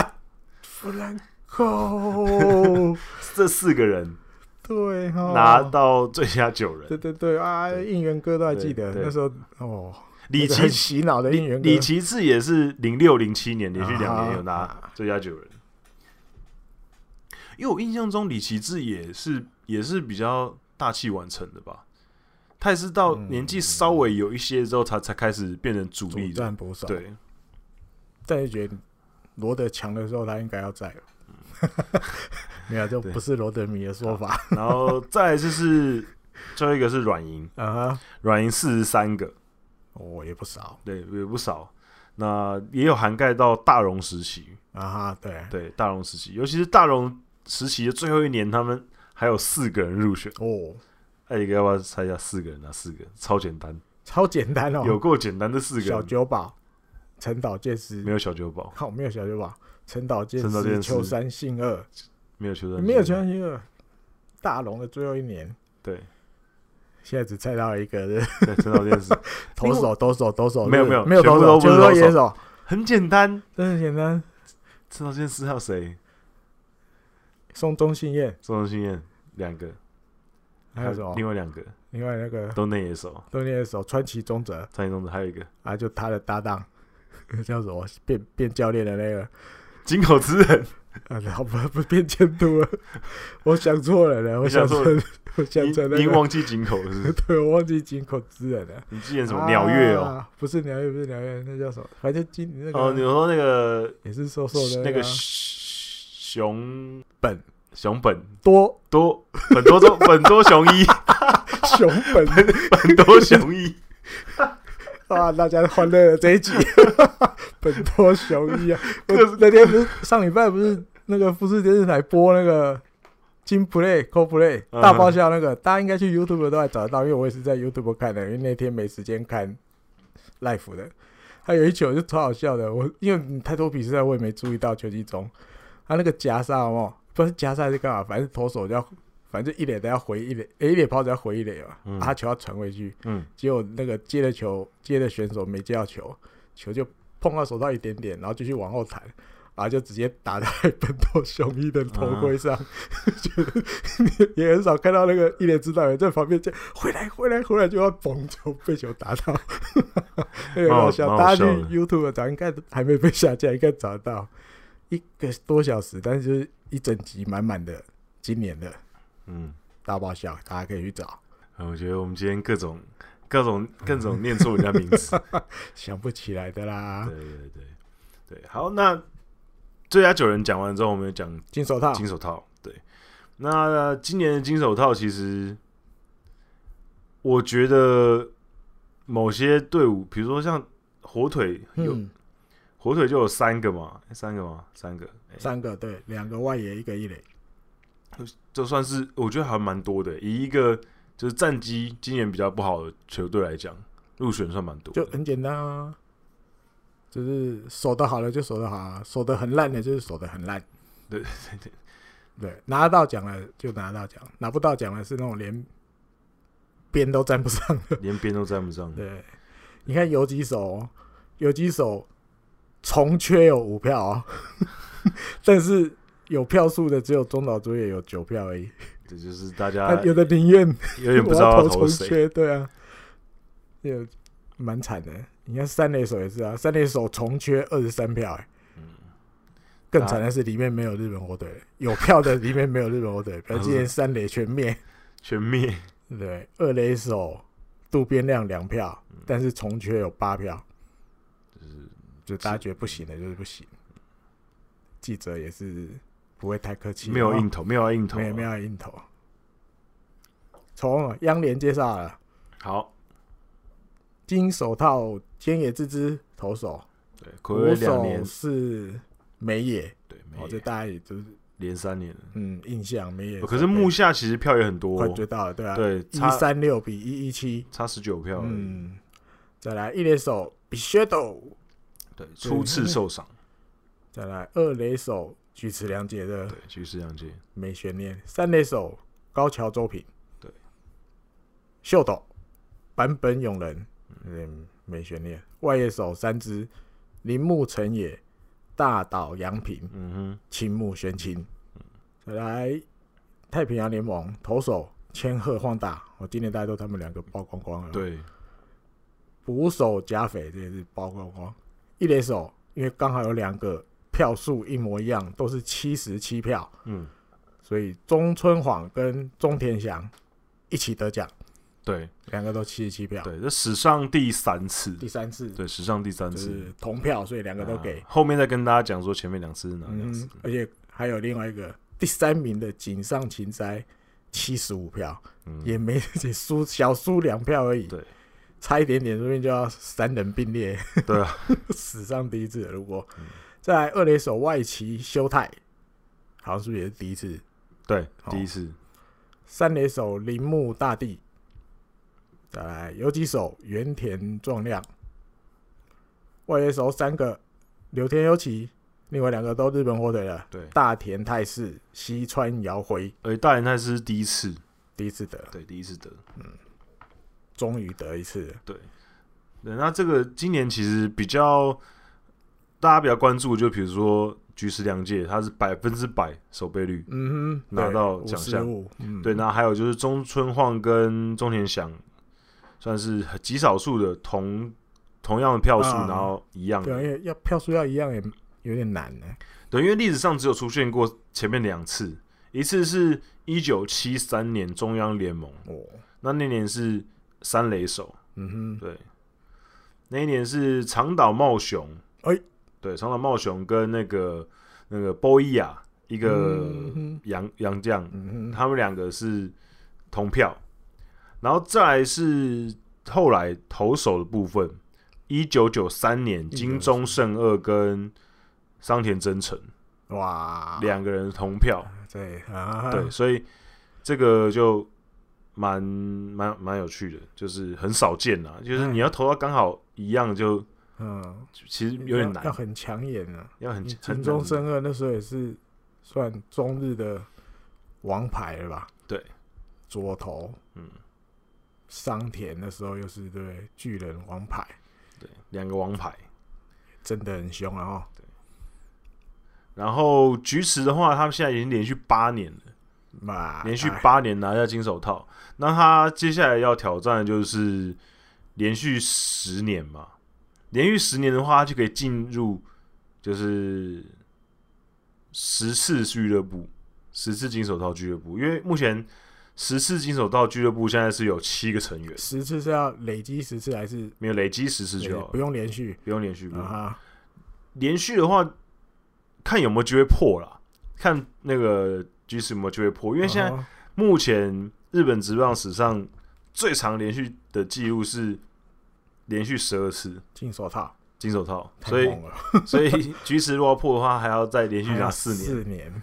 S1: 弗兰克，
S2: 这四个人
S1: 对哈，
S2: 拿到最佳九人，
S1: 哦对对对啊，
S2: 对
S1: 应援歌都还记得
S2: 对对
S1: 那时候哦，
S2: 李
S1: 那个
S2: 奇
S1: 很洗脑的应援歌，
S2: 李奇志也是零六零七年连续两年有拿
S1: 啊
S2: 最佳九人，因为我印象中李奇志也是也是比较大器晚成的吧。他也是到年纪稍微有一些之后，他才开始变成主
S1: 主
S2: 力的。
S1: 战不少，，
S2: 对，
S1: 但是觉得罗德强的时候他应该要在 了，没有，这
S2: 对
S1: 不是罗德迷的说法
S2: 然后再来就是 最后一个是软银，
S1: 啊，
S2: 软银四十三个，
S1: 我也不少
S2: 对，也不少。那也有涵盖到大荣时期，
S1: 啊哈，对，
S2: 对，大荣时期，尤其是大荣时期的最后一年，他们还有四个人入选。
S1: 哦，
S2: 艾迪哥哎要不要猜一下四个人啊？四个超简单，
S1: 超简单哦，
S2: 有够简单，这四个
S1: 小
S2: 人
S1: 九保、陈岛健司
S2: 没，有小酒保，
S1: 好，没有小九保，陈岛健
S2: 陈岛健
S1: 司、
S2: 司
S1: 秋山信二，
S2: 没有球队，
S1: 没有秋山信二，大龙的最后一年。
S2: 对，
S1: 现在只猜到一个 是
S2: 对，陈导电视
S1: 投手，投手，投手，
S2: 没有
S1: 是
S2: 没有
S1: 没有
S2: 全部
S1: 投
S2: 都
S1: 手，
S2: 不是
S1: 全部
S2: 投
S1: 都
S2: 手
S1: 野手，
S2: 很简单。
S1: 真的简单。
S2: 陈导电视还有谁？
S1: 松中信彦，
S2: 中东信彦两个，
S1: 还有什么？
S2: 另外两个
S1: 另外那个
S2: 都内野手，
S1: 东野手川崎宗哲
S2: 张一中的还有一个
S1: 啊，就他的搭档 叫什么变变教练的那个，
S2: 井口之人。
S1: 啊，然后不不变监督了， 我想错了呢，我想
S2: 错
S1: 成我想成
S2: 您
S1: 那
S2: 您
S1: 个，
S2: 忘记井口了是不是？
S1: 对我忘记井口之人了。
S2: 你之前什么鸟月哦？
S1: 啊？不是鸟月，不是鸟月，那叫什么？反正今那
S2: 哦，你
S1: 个
S2: 说那个
S1: 也是瘦瘦的
S2: 那
S1: 个
S2: 个
S1: 啊
S2: 熊
S1: 本
S2: 熊本
S1: 多
S2: 多本多多本多熊一
S1: 熊本
S2: 本多熊一，
S1: 啊！大家欢乐的这一集， 本多熊一啊！ 我
S2: 可是
S1: 那天不是上礼拜不是那个富士电视台播那个金 play、co play
S2: 嗯哼
S1: 大爆笑那个，大家应该去 YouTube 都还找得到，因为我也是在 YouTube 看的，因为那天没时间看 live 的。还有一球就超好笑的，我因为太多比赛我也没注意到球季中，他那个夹杀哦，不是夹杀是干嘛？反正投手就要，反正一垒都要回一垒，诶一垒抛只要回一垒嘛，
S2: 嗯
S1: 啊他球要传回去，
S2: 嗯，
S1: 结果那个接的球接的选手没接到球，球就碰到手套一点点，然后继续往后弹，啊，就直接打在本多雄一的头盔上， 就是也很少看到那个一脸指导员在旁边叫回来回来回来，就要嘣就被球打到， 那个很好
S2: 蛮
S1: 笑。
S2: 好
S1: 大家去
S2: 蛮好笑的
S1: YouTube 找，应该还没被下架，应该找得到一个多小时，但是就是一整集满满的今年的
S2: 嗯，
S1: 大爆笑，大家可以去找，
S2: 呃我觉得我们今天各种各种各种念错人家名 字，
S1: 想不起来的啦。
S2: 对对对对，好，那最佳九人讲完之后，我们也讲
S1: 金手套，
S2: 金手套。对，那、今年的金手套其实，我觉得某些队伍，比如说像火腿有、
S1: 嗯，
S2: 火腿就有三个嘛，诶三个嘛，三个，诶
S1: 三个对，两个外野，一个一垒，
S2: 这算是我觉得还蛮多的。以一个就是战绩今年比较不好的球队来讲，入选算蛮多
S1: 就
S2: 的。
S1: 很简单啊。就是守得好了就守得好啊，守得很烂的就是守得很烂。
S2: 对
S1: 对对，对，拿得到奖了就拿到奖，拿不到奖了是那种连边都沾不上的。
S2: 连边都沾 不上。
S1: 对，你看有几手哦，有几手重缺有五票 哦，但是有票数的只有中岛卓也有九票而已，
S2: 这就是大家
S1: 他有的宁愿
S2: 有点不知
S1: 我
S2: 道
S1: 要投
S2: 投
S1: 重
S2: 谁。
S1: 缺，对啊，也蛮惨的。你看三垒手也是啊，三垒手重缺二十三票、欸，
S2: 嗯
S1: 更惨的是里面没有日本火腿，有票的里面没有日本火 腿，表示今天三垒全灭。
S2: 全灭。
S1: 对，二垒手渡边亮两票，
S2: 嗯
S1: 但是重缺有八票，就是就大家觉得不行的，就是不行。记者也是不会太客气，
S2: 没有硬投，没有要硬投啊，
S1: 没有没有硬投。从央联介绍了
S2: 好，
S1: 金手套菅野智之投手，
S2: 对，
S1: 鼓
S2: 暌违两
S1: 手
S2: 年，
S1: 是美野，
S2: 对，
S1: 哦，
S2: 没
S1: 这大家也就是
S2: 连三年了。
S1: 嗯印象美野。
S2: 可是木下其实票也很多
S1: 快，追到了，对啊，
S2: 对，
S1: 一
S2: 差
S1: 三六比一一七，
S2: 差十九票而已，
S1: 嗯，再来一垒手 b i s h e d o
S2: 对，初次受伤，
S1: 再来二垒手菊池良介的
S2: 对，局势两届，
S1: 没悬念，三垒手高桥周平，
S2: 对，
S1: 秀斗坂本勇人，嗯，没悬念，外野手三支铃木成也、大岛洋平、
S2: 嗯
S1: 青木宣清，再来太平洋联盟投手千鹤晃大，我今年大家都他们两个曝光光了
S2: 哼，，对，
S1: 捕手加肥这也是包光光，一垒手因为刚好有两个票数一模一样，都是七十七票，
S2: 嗯，
S1: 所以中村晃跟中田翔一起得奖，
S2: 对
S1: 两个都七十七票，
S2: 对，这史上第三次，
S1: 啊第三次
S2: 对，史上第三
S1: 就
S2: 次，
S1: 是同票，所以两个都给
S2: 啊。后面再跟大家讲说前面两次是哪两次
S1: 嗯，，而且还有另外一个第三名的井上晴哉，七十五票，
S2: 嗯，
S1: 也没 也输小输两票而已，
S2: 对，
S1: 差一点点，说不定就要三人并列，
S2: 对啊，
S1: 史上第一次了。如果
S2: 嗯
S1: 再来二垒手外崎修太，好像是不是也是第一次？
S2: 对，
S1: 好
S2: 第一次，
S1: 三垒手铃木大地，再来游击手原田壮亮，外野手三个柳田优起，另外两个都日本火腿了，
S2: 对，
S1: 大田泰示、西川遥辉，
S2: 而大连泰是第一次，
S1: 第一次得，
S2: 对，第一次得，
S1: 终于得一次了。
S2: 对，那这个今年其实比较大家比较关注，就比如说菊石良介，他是百分之百守备率，
S1: 嗯哼，
S2: 拿到
S1: 对
S2: 奖项
S1: 55嗯，
S2: 对，那还有就是中村晃跟中田翔，算是很极少数的同同样的票数，
S1: 啊
S2: 然后一样
S1: 对啊，
S2: 的，
S1: 因为要票数要一样也有点难呢、
S2: 对，因为历史上只有出现过前面两次，一次是一九七三年中央联盟，
S1: 哦，
S2: 那那年是三垒手，
S1: 嗯哼，
S2: 对，那一年是长岛茂雄，
S1: 哎
S2: 对，长岛茂雄跟那个那个波伊亚一个
S1: 嗯哼
S2: 洋洋将，
S1: 嗯哼，
S2: 他们两个是同票，然后再来是后来投手的部分，一九九三年金钟胜二跟桑田真诚
S1: 哇，
S2: 两个人同票，
S1: 对啊，
S2: 对，所以这个就蛮蛮蛮有趣的，就是很少见啦，就是你要投到刚好一样就，
S1: 嗯，
S2: 其实有点
S1: 要要
S2: 难，
S1: 很抢眼啊。
S2: 要很很
S1: 金钟
S2: 难
S1: 生二那时候也是算中日的王牌了吧？
S2: 对，
S1: 左投，
S2: 嗯，
S1: 桑田那时候又是对巨人王牌，
S2: 对两个王牌。
S1: 真的很凶啊！哦，
S2: 然后菊池的话，他们现在已经连续八年了。
S1: 嘛，
S2: 连续
S1: 哎
S2: 八年拿下金手套。那他接下来要挑战的就是连续十年嘛，连续十年的话，他就可以进入就是十次俱乐部。十次金手套俱乐部，因为目前十次金手套俱乐部现在是有七个成员，
S1: 十次是要累积十次还是
S2: 没有累积十次就好
S1: 不
S2: 了，
S1: 用连续
S2: 不用连续，不用
S1: 啊？
S2: 连续的话，看有没有机会破啦，看那个 G 有没有机会破，因
S1: 因
S2: 为现在
S1: 在
S2: 目前日本职棒史上最长连续的记录是连续十二次
S1: 金手套
S2: 金手套，
S1: 太
S2: 所以
S1: 猛了，哎
S2: 所以 G 十如果要破的话，还要再连续打四年。
S1: 四年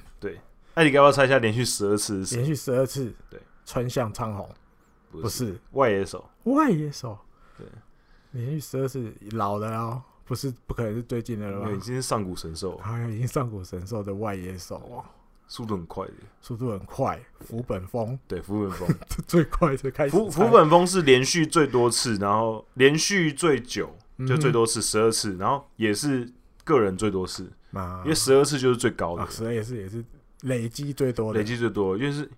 S2: 那你该不要猜一下连续十二次是谁？
S1: 连续十二次，
S2: 对，
S1: 川向昌宏不是
S2: 外野手，
S1: 外野手，
S2: 对，
S1: 连续十二次老的哦，不是不可能是最近的了
S2: 因为已
S1: 吧？
S2: 经是上古神兽，
S1: 好像已经上古神兽的外野手哦，
S2: 速度很快的。
S1: 速度很快，福本丰
S2: 对，福本丰，
S1: 最快的开始
S2: 福
S1: 猜
S2: 福本丰是连续最多次，然后连续最久，就
S1: 嗯
S2: 最多次十二次，然后也是个人最多次，
S1: 嘛，
S2: 因为十二次就是最高的
S1: 啊，，十二也是也是累积最多的，
S2: 累积最多，因为是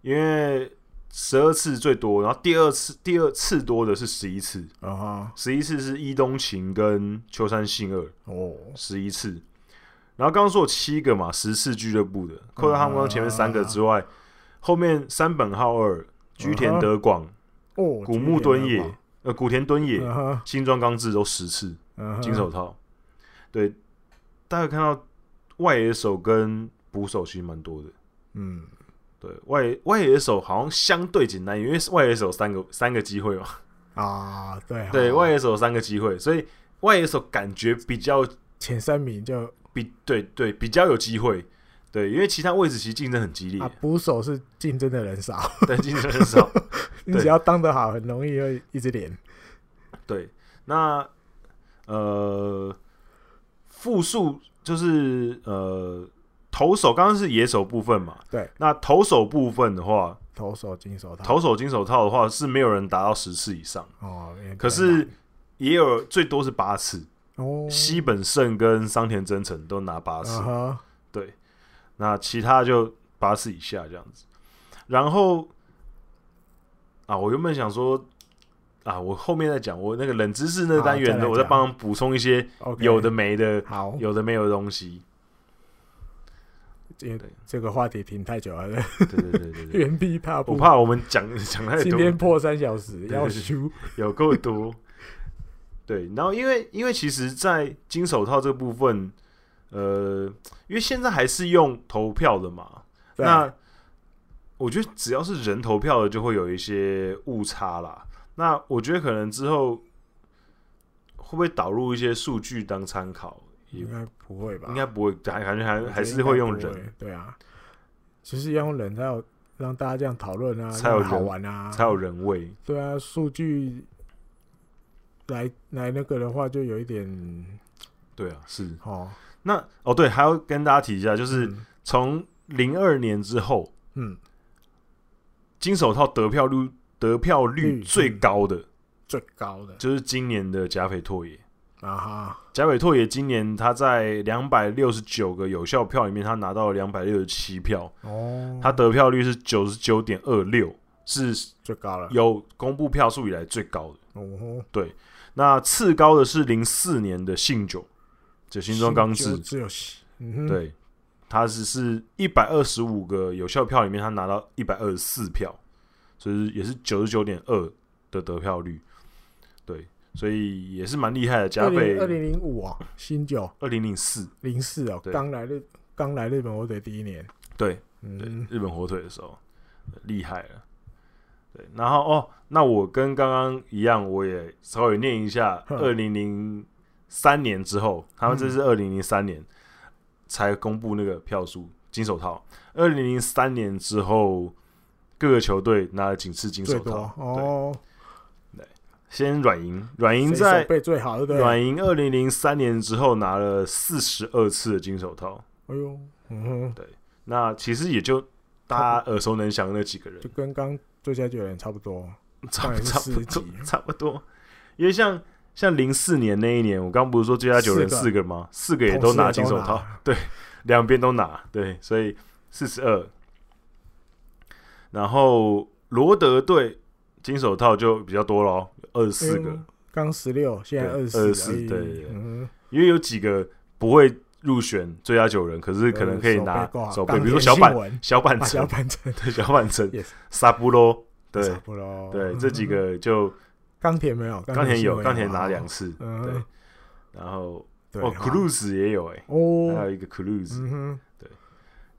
S2: 因为十二次最多，然后第二次第二次多的是十一次，
S1: 然后
S2: 十一次是伊东晴跟秋山信二
S1: 哦，
S2: 十一次，然后刚刚说有七个嘛，十次俱乐部的，扣掉他们刚刚前面三个之外，
S1: 啊
S2: 后面三本浩二、菊田德广、
S1: 哦，
S2: 古木敦也、呃古田敦也、
S1: 嗯哼
S2: 新庄刚志都十次
S1: 嗯哼
S2: 金手套，对，大家看到外野手跟捕手其实蛮多的。
S1: 嗯，
S2: 对外野外野手好像相对简单，因为外野手三个三个机会嘛，
S1: 啊，对
S2: 对
S1: 哦
S2: 外野手三个机会，所以外野手感觉比较
S1: 前三名就啊
S2: 比对对比较有机会，对，因为其他位置其实竞争很激烈，
S1: 啊，捕手是竞争的人少，
S2: 但竞争很少。
S1: 你
S2: 对
S1: 只要当得好，很容易会一直连。
S2: 对，那呃复数就是呃投手，刚刚是野手部分嘛，
S1: 对，
S2: 那投手部分的话，
S1: 投手金手套，
S2: 投手金手套的话是没有人达到十次以上，
S1: 哦，也比较
S2: 可是也有最多是八次。
S1: 难哦，
S2: 西本胜跟桑田真诚都拿八次，
S1: 啊哈，
S2: 对，那其他就八次以下这样子。然后啊，我原本想说啊，我后面再讲，我那个冷知识那个单
S1: 好
S2: 元
S1: 啊再
S2: 的，
S1: 来
S2: 我再
S1: 讲
S2: 帮忙补充一些
S1: OK，
S2: 有的没的、
S1: 好，
S2: 有的没有的东西。
S1: 这
S2: 对
S1: 这个话题停太久了，
S2: 对对对对 对，
S1: 原地踏
S2: 我
S1: 步，
S2: 怕我们讲讲太
S1: 今天
S2: 多，
S1: 破三小时
S2: 对
S1: 要修，
S2: 有够多。对，然后因为因为其实，在金手套这部分，呃，因为现在还是用投票的嘛，
S1: 对
S2: 那我觉得只要是人投票的，就会有一些误差啦。那我觉得可能之后会不会导入一些数据当参考，也
S1: 应该不会吧？
S2: 应该不会，还感觉还
S1: 啊我觉得
S2: 还
S1: 应
S2: 是
S1: 该
S2: 会用
S1: 不
S2: 人，
S1: 会，对啊，就是要用人才有让大家这样讨论啊，
S2: 才有
S1: 让好
S2: 人
S1: 玩啊，
S2: 才有人味。
S1: 对啊，数据来来那个的话，就有一点
S2: 对啊，是
S1: 哦，
S2: 那哦对，还要跟大家提一下，就是
S1: 嗯
S2: 从零二年之后，
S1: 嗯
S2: 金手套得票率得票率
S1: 率
S2: 最
S1: 嗯
S2: 高的
S1: 最高的
S2: 就是今年的贾斐拓也。
S1: 啊哈，
S2: 贾伟拓也今年他在两百六十九个有效票里面，他拿到了两百六十七票，
S1: 哦，
S2: 他得票率是九十九点二六，是
S1: 最高了，
S2: 有公布票数以来最高的。
S1: 哦吼，
S2: 那次高的是零四年的信九，就新庄刚
S1: 就
S2: 志，
S1: 只有西，嗯哼，
S2: 对，他只是一百二十五个有效票里面，他拿到一百二十四票，所以也是九十九点二的得票率，对，所以也是蛮厉害的。
S1: 二
S2: 加
S1: 零二
S2: 倍
S1: 零零五啊，新九
S2: 二零零四，
S1: 零四哦，
S2: 对
S1: 刚来日刚来日本火腿第一年，
S2: 对，对
S1: 嗯，
S2: 日本火腿的时候，呃厉害了。对，然后哦，那我跟刚刚一样，我也稍微念一下，
S1: 哼嗯
S2: 二零零三年之后，他们这是二零零三年才公布那个票数金手套。二零零三年之后，各个球队拿了仅次金手
S1: 最多
S2: 套。对，
S1: 哦，
S2: 先软银，软银
S1: 谁
S2: 在
S1: 手背最好，对不对？
S2: 软银二零零三年之后拿了四十二次的金手套，
S1: 哎呦，嗯哼，
S2: 那其实也就大家耳熟能详的那几个人
S1: 就。跟刚最佳九人差不多，
S2: 差
S1: 当
S2: 不
S1: 然是
S2: 差
S1: 四
S2: 不
S1: 级
S2: 多， 差不多。因为像像零四年那一年，我刚不是说最佳九人
S1: 四个
S2: 四个吗？四个也都拿金
S1: 同
S2: 手
S1: 时也都
S2: 套
S1: 拿，
S2: 对，两边都拿，对，所以四十二。然后罗德队金手套就比较多咯，二十四个
S1: 哎呦，，刚十六，现在
S2: 对
S1: 二
S2: 24对对对
S1: 嗯哼，
S2: 因为有几个不会入选最佳九人，可是可能可以拿
S1: 手背挂
S2: 手背，
S1: 冈
S2: 比如说
S1: 田
S2: 小
S1: 信
S2: 板、
S1: 文
S2: 小板
S1: 把啊小
S2: 城、
S1: 板城
S2: 对小板城
S1: Yes、
S2: 萨布罗，对
S1: 差不多嗯
S2: 对，这几 个就
S1: 钢铁没有，
S2: 钢铁有，钢铁拿两
S1: 两次，
S2: 次，
S1: 嗯
S2: 对，然后
S1: 对
S2: 哦
S1: 哈
S2: c r u i s 也有哎，还
S1: 哦
S2: 有，一个 c r u i s
S1: 嗯哼，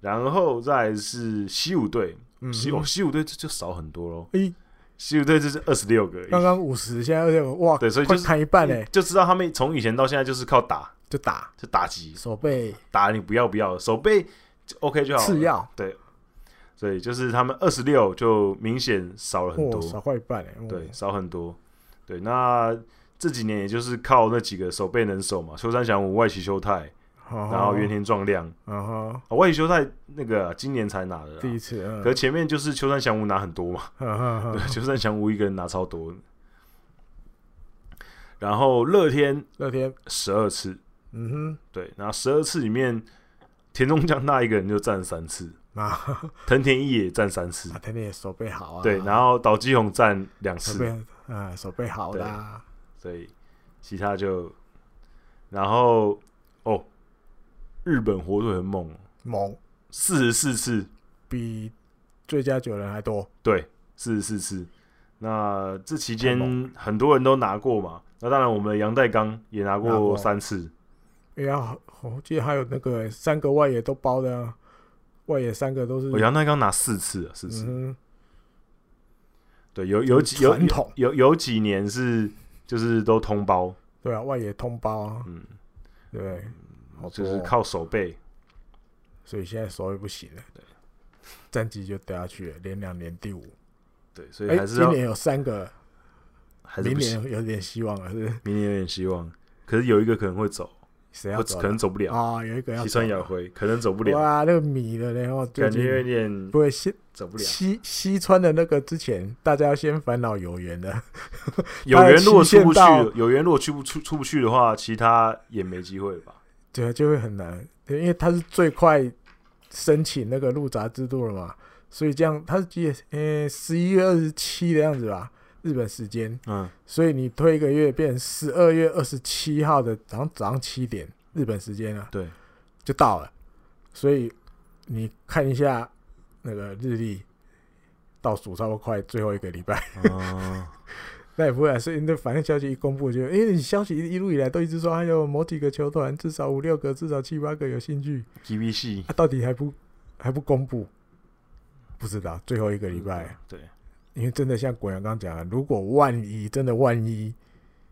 S2: 然后再来是西武队，
S1: 嗯
S2: 西
S1: 哼
S2: 哦，西武队这就少很多喽，
S1: 诶，
S2: 西武队这是二十六个而已，
S1: 刚刚五十，现在二点五，哇，
S2: 对所以
S1: 快
S2: 就是
S1: 砍一半嘞，
S2: 就知道他们从以前到现在就是靠打，
S1: 就打
S2: 就打击，
S1: 手背
S2: 打你不要不要，手背就 OK 就好了，
S1: 次要，
S2: 对，就是他们二十六就明显少了很多，
S1: 哦，少快一半嘞，哦
S2: 对，，少很多。对，那这几年也就是靠那几个守备能手嘛，秋山翔吾、外崎修太，然
S1: 然
S2: 后原，田壮亮。
S1: 然后
S2: 啊外崎修太那个啊、今年才拿的啦，
S1: 第一次，嗯
S2: 可是前面就是秋山翔吾拿很多嘛，
S1: 嗯嗯嗯
S2: 对， 秋山翔吾一个人拿超多。然后乐天
S1: 乐天，
S2: 十二次，
S1: 嗯
S2: 对，然后十二次里面，田中将大一个人就占三次，
S1: 哼，啊，
S2: 藤田一也占三次，
S1: 天天也手背好啊，
S2: 对，然后岛基宏占两
S1: 手
S2: 次，
S1: 背，嗯，手背好的啊，
S2: 所以其他就，然后哦，日本火腿很猛，
S1: 猛，
S2: 四十四次，
S1: 比最佳九人还多，
S2: 对，四十四次。那这期
S1: 太
S2: 间很多人都拿过嘛，那当然我们的杨代刚也拿
S1: 拿
S2: 过
S1: 过
S2: 三次，
S1: 哎呀，我记得还有那个三个外野都包的啊，外野三个都是
S2: 哦，，杨代刚拿四次了，四次。
S1: 嗯
S2: 对，有有几有
S1: 传统
S2: 有有有几年是就是都通包，
S1: 哼，对啊，外野通包啊，
S2: 嗯，
S1: 对不对，好
S2: 就
S1: 多
S2: 是
S1: 哦
S2: 靠手背，
S1: 所以现在手也不行了，战绩就掉下去了，连两年第五。
S2: 对，所以
S1: 哎、
S2: 还是
S1: 今
S2: 要
S1: 年有三个，
S2: 还是
S1: 明
S2: 不行，
S1: 年有点希望了，是
S2: 明年有点希望，可是有一个可能会走，
S1: 谁要
S2: 会
S1: 走
S2: 可能走不了，
S1: 啊、有一个要
S2: 西川
S1: 走
S2: 遥
S1: 了
S2: 辉可能走不了，
S1: 哇，那个米了，然后最
S2: 感觉有
S1: 近
S2: 点
S1: 不会西
S2: 走不了。
S1: 西西川的那个之前，大家要先烦恼有缘的，
S2: 有缘如果出不
S1: 期限到
S2: 去，有缘如果去不出出不去的话，其他也没机会了吧？
S1: 对，就会很难，对，因为他是最快申请那个入闸制度了嘛，所以这样他是几月？呃，十一月二十七的样子吧，日本时间，
S2: 嗯，
S1: 所以你推一个月变十二月二十七号的早上早上七点日本时间啊，
S2: 对，
S1: 就到了，所以你看一下那个日历，倒数差不多快最后一个礼拜，
S2: 哦，
S1: 那也不会啊，所以那反正消息一公布就，因为你消息一路以来都一直说还哎有某几个球团至少五六个，至少七八个有兴趣，
S2: G B 系
S1: 他、到底还不还不公布？不知道最后一个礼拜，，
S2: 对，
S1: 因为真的像国阳刚刚讲的，如果万一真的万一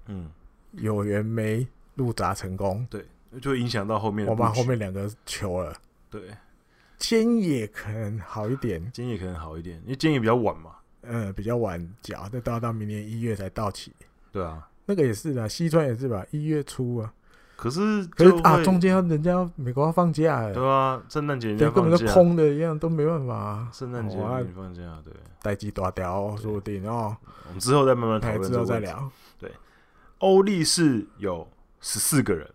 S2: 嗯，
S1: 有人没入闸成功，
S2: 就影响到后面的
S1: 我
S2: 布局。
S1: 把后面两个球了，
S2: 对，
S1: 菅野可能好一点，
S2: 今天也可能好一点，因为今天也比较晚嘛，
S1: 嗯，比较晚缴，再到到明年一月才到期。
S2: 对啊。
S1: 那个也是的，西川也是吧，一月初啊，
S2: 可是
S1: 可是
S2: 就
S1: 啊，
S2: 会
S1: 中间要人家美国要放假了，
S2: 对啊，圣诞节人
S1: 对，
S2: 家
S1: 根
S2: 放
S1: 本就
S2: 假，
S1: 空的一样，都没办法啊。
S2: 圣诞节
S1: 哦啊
S2: 人家放假，对，
S1: 待机大条哦，说不定哦，
S2: 我们之后再慢嗯慢讨
S1: 台
S2: 论
S1: 之
S2: 这
S1: 后
S2: 个
S1: 再
S2: 问题。
S1: 聊。
S2: 欧力士有十四个人，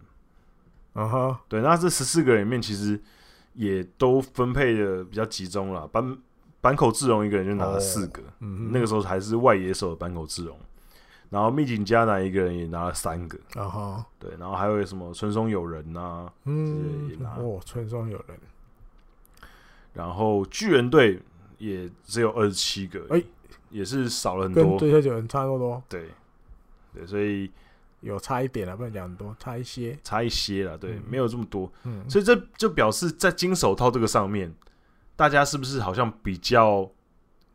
S1: 然后
S2: 对，那这十四个人里面其实也都分配的比较集中了，坂坂口智荣一个人就拿了四个，
S1: 嗯，
S2: 那个时候还是外野手的坂口智荣，然后密井加南一个人也拿了三个，
S1: 然后
S2: 对，然后还有什么春松友人啊呐、
S1: 嗯
S2: 这也，拿
S1: 哦，村庄有人，
S2: 然后巨人队也只有二十七个，
S1: 哎
S2: 也是少了很
S1: 跟
S2: 多，
S1: 最下九人差不多，
S2: 对，对，所以
S1: 有差一点啊，不能讲很多，差一些。
S2: 差一些了，对，
S1: 嗯
S2: 没有这么多，
S1: 嗯，
S2: 所以这就表示在金手套这个上面，大家是不是好像比 较？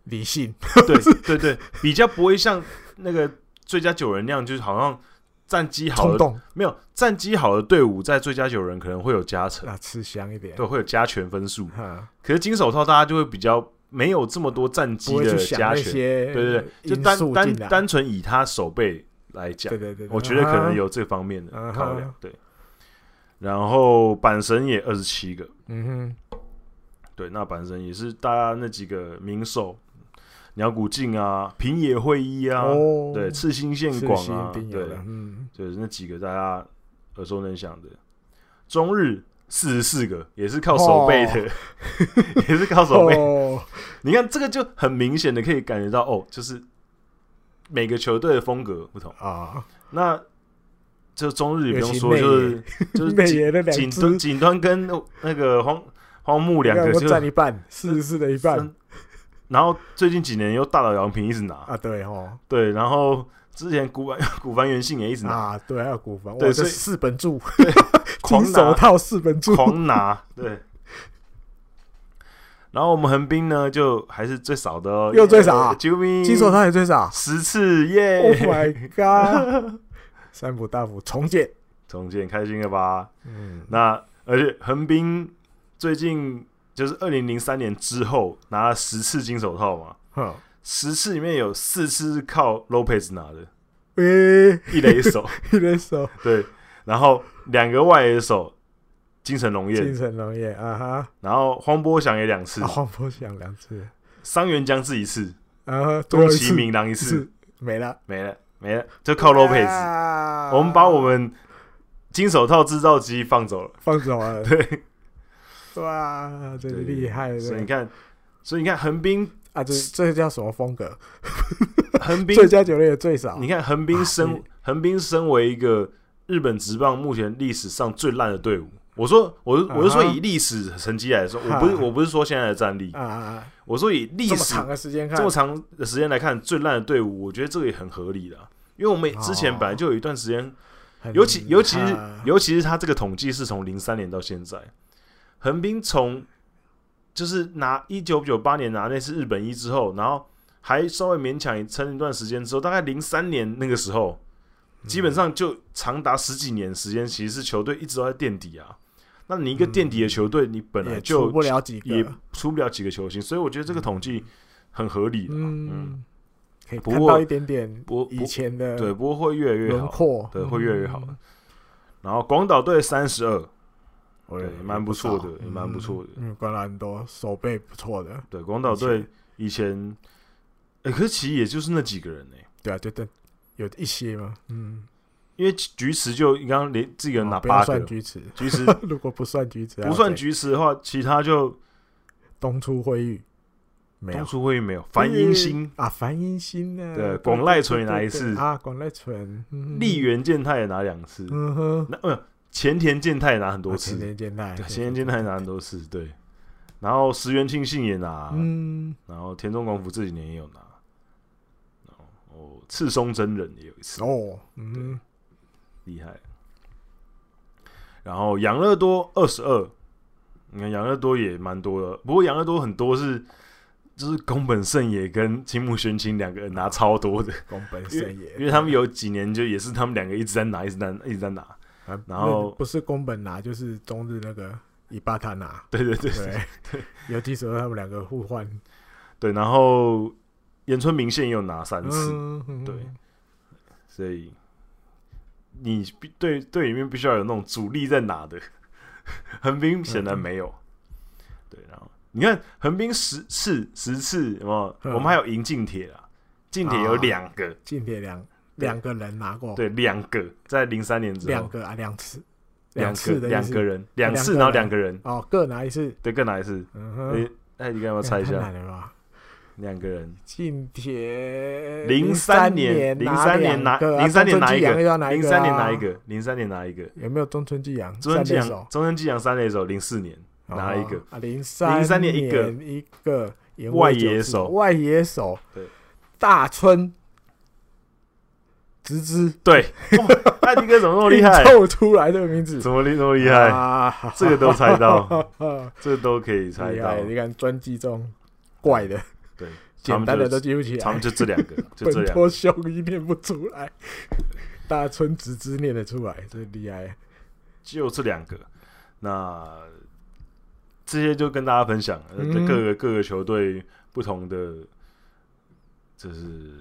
S1: 理性，
S2: 对对对，比较不会像那个最佳九人那样，就是好像战绩好
S1: 冲
S2: 的
S1: 动，
S2: 没有战绩好的队伍在最佳九人可能会有加成，
S1: 那吃香一点。
S2: 对，会有加权分数。
S1: 哈，
S2: 可是金手套大家就会比较没有这么多战
S1: 不
S2: 绩
S1: 会
S2: 的
S1: 去想
S2: 加
S1: 那
S2: 权，
S1: 些
S2: 对对对，就
S1: 因
S2: 单
S1: 素
S2: 单
S1: 进来
S2: 单纯以他手背来讲
S1: 对，对对，对
S2: 我觉得可
S1: 啊
S2: 能，有这方面的
S1: 嗯哼
S2: 考量，对。然后板神也二十七个，
S1: 嗯哼，
S2: 对，那板神也是大家那几个名手，鸟谷静啊、平野会一啊，
S1: 哦，
S2: 对，赤心线
S1: 是
S2: 广
S1: 吸
S2: 啊，
S1: 引定有
S2: 对
S1: 的，，嗯，
S2: 就是那几个大家耳熟能详的。中日四十四个，也是靠手背的， 也是靠手背。
S1: 哦，
S2: 你看这个就很明显的可以感觉到，啊哦，就是每个球队的风格不同。
S1: 啊，
S2: 那就中日也不用
S1: 尤
S2: 说，
S1: 其
S2: 就
S1: 内
S2: 是就是
S1: 内野的
S2: 锦
S1: 两
S2: 端
S1: 只，
S2: 锦端跟那个荒荒木两个
S1: 都
S2: 就
S1: 占一 半，四十四的一半
S2: 真然后最近几年又大岛洋平一直拿，
S1: 啊，对哦，
S2: 对，然后之前古板 古凡原信也一直拿，
S1: 啊，对，还有股份，哇，
S2: 对
S1: 这
S2: 所以
S1: 四本柱，金
S2: 狂
S1: 手
S2: 拿
S1: 套四本柱，
S2: 狂拿，对。然后我们横滨呢，就还是最少的哦，
S1: 又最少啊
S2: 救命！
S1: 金手套也最少。
S2: 十次耶
S1: Oh my god！三浦大辅重建，
S2: 重建开心了吧？
S1: 嗯，
S2: 那而且横滨最近就是二零零三年之后拿了十次金手套嘛，
S1: 哼，
S2: 十次里面有四次是靠 Lopez 拿的，
S1: 诶、
S2: 一垒 手
S1: 一人手
S2: 对，然后两个外野手金城龙
S1: 金
S2: 彦，
S1: 城龙也啊哈，
S2: 然后荒波翔也两次
S1: 啊，黄波翔两次，
S2: 桑原将志一次，
S1: 然后
S2: 宫
S1: 一
S2: 崎
S1: 次
S2: 明郎一
S1: 一
S2: 次，
S1: 次没了，
S2: 没了没了，就靠 Lopez。
S1: 啊
S2: 我们把我们金手套制造机放走了，
S1: 放走了，
S2: 对，
S1: 哇，真是
S2: 对
S1: 厉害
S2: 所以
S1: 对
S2: 你看，所以你看 横滨
S1: 啊，这这个叫什么风格？
S2: 横滨
S1: 最佳球队也最少
S2: 你，看横滨
S1: 啊
S2: 身
S1: 你
S2: 横滨身为一个日本职棒目前历史上最烂的队伍，我说我是我是说
S1: 啊哈
S2: 以历史成绩来说，我不是
S1: 啊
S2: 我不是说现在的战力，
S1: 啊啊，啊
S2: 我说以历
S1: 这么
S2: 史
S1: 长的时间看，
S2: 这么长的时间来看最烂的队伍，我觉得这个也很合理的啊，因为我们之前
S1: 哦
S2: 本来就有一段时间，
S1: 很
S2: 尤其尤其是
S1: 啊
S2: 尤其是他这个统计是从零三年到现在，横滨从就是拿一九九八年拿那次日本一之后，然后还稍微勉强撑一段时间之后，大概零三年那个时候，基
S1: 嗯
S2: 本上就长达十几年时间，其实是球队一直都在垫底啊。那你一个垫底的球队，你本
S1: 嗯
S2: 来
S1: 也
S2: 就
S1: 出不了几个，
S2: 也出不了几个球星，所以我觉得这个统计很合理的啊。嗯，
S1: 嗯，可以
S2: 不
S1: 看
S2: 过
S1: 到一点点
S2: 不
S1: 以
S2: 不
S1: 前的
S2: 对，不过会越来越
S1: 轮
S2: 好，
S1: 廓，
S2: 对，会越来越好
S1: 嗯。
S2: 然后广岛队三十二，
S1: 我
S2: 对
S1: 也
S2: 也蛮不错的
S1: 少
S2: 也蛮不错的
S1: 嗯，管了很多手背不错的，
S2: 对，广岛
S1: 以
S2: 队
S1: 前
S2: 以前，哎、可是其实也就是那几个人呢、
S1: 对啊，就等有一些嘛，嗯，
S2: 因为菊池就你刚刚连自己人拿
S1: 哦不要
S2: 八个，
S1: 算啊橘子，
S2: 菊池
S1: 如果不算橘子，
S2: 不算
S1: 橘，
S2: 菊池的话，其他就
S1: 东出辉玉没
S2: 东
S1: 有，
S2: 出辉没有，樊英星、
S1: 啊，樊英新呢？
S2: 对
S1: 对
S2: 广濑纯
S1: 对
S2: 拿一
S1: 对
S2: 次
S1: 啊，广濑纯，嗯
S2: 立，原健太也拿两次，
S1: 嗯哼，
S2: 那呃前田健太也拿很多
S1: 啊
S2: 次
S1: 前，田健太，
S2: 对，
S1: 对
S2: 前田健太也，拿很多次，对。然后石原庆幸也拿，
S1: 嗯，
S2: 然后田中广辅这几年也有拿，然后哦赤松真人也有一次，
S1: 哦，嗯，
S2: 厉害。然后养乐多二十二，你看养乐多也蛮多的，不过养乐多很多是就是宫本胜也跟青木宣清两个人拿超多 的，
S1: 宫本
S2: 因
S1: 胜
S2: 为
S1: 也
S2: 因，为他们有几年就也是他们两个一直在拿，一直在拿一直在拿。
S1: 啊
S2: 然后
S1: 那不是宫本拿，就是中日那个伊巴塔拿，
S2: 对对对
S1: 对，尤其是他们两个互换
S2: 对，然后岩村明宪也有拿三次，
S1: 嗯嗯
S2: 对所以你必对队里面必须要有那种主力在拿的， 横滨显
S1: 嗯
S2: 然没有。对，然后你看横滨十次十次，有没有？
S1: 嗯
S2: 我们还有银近铁啊，近铁有
S1: 啊
S2: 两个，
S1: 近铁两两个人拿过，
S2: 对，两个在零三年之
S1: 啊两
S2: 后，
S1: 个啊，两次，
S2: 两
S1: 次
S2: 个
S1: 的意
S2: 两
S1: 思
S2: 个人，两次，
S1: 两个人
S2: 然后两个人，
S1: 哦，各拿一次，
S2: 对，更哪一次？
S1: 嗯
S2: 哎
S1: 哼，
S2: 哎，你干嘛
S1: 我
S2: 猜一
S1: 太
S2: 下？
S1: 难了吧？
S2: 两个人，
S1: 近铁
S2: 03
S1: 年，
S2: 年03年拿03年拿一个零三年拿一
S1: 个啊，
S2: 个，零三年拿一个，
S1: 有没有中村纪洋？
S2: 中间纪
S1: 三垒
S2: 洋
S1: 手，
S2: 中间纪洋三垒手，零四年拿一个
S1: 哦，啊，零
S2: 03
S1: 年
S2: 年一个
S1: 一个岩
S2: 外
S1: 尾久
S2: 野
S1: 志
S2: 手
S1: 外野手，
S2: 对，
S1: 大村直之，
S2: 对，哇艾迪哥怎么那么厉害？
S1: 凑出来这个名字，
S2: 怎么厉那么厉害？
S1: 啊，
S2: 这个都 猜到，
S1: 啊
S2: 这都可以猜
S1: 厉
S2: 到
S1: 害！。你看专辑中怪的、
S2: 对，他
S1: 简
S2: 们
S1: 单的
S2: 就
S1: 都记不起
S2: 他们
S1: 来，
S2: 就这两个， 就这
S1: 本
S2: 两
S1: 多
S2: 个。
S1: 兄一念不出来， 大村直之念得出来，这厉害！
S2: 就这两个。那这些就跟大家分享了，呃
S1: 嗯
S2: 各个各个球队不同的，就是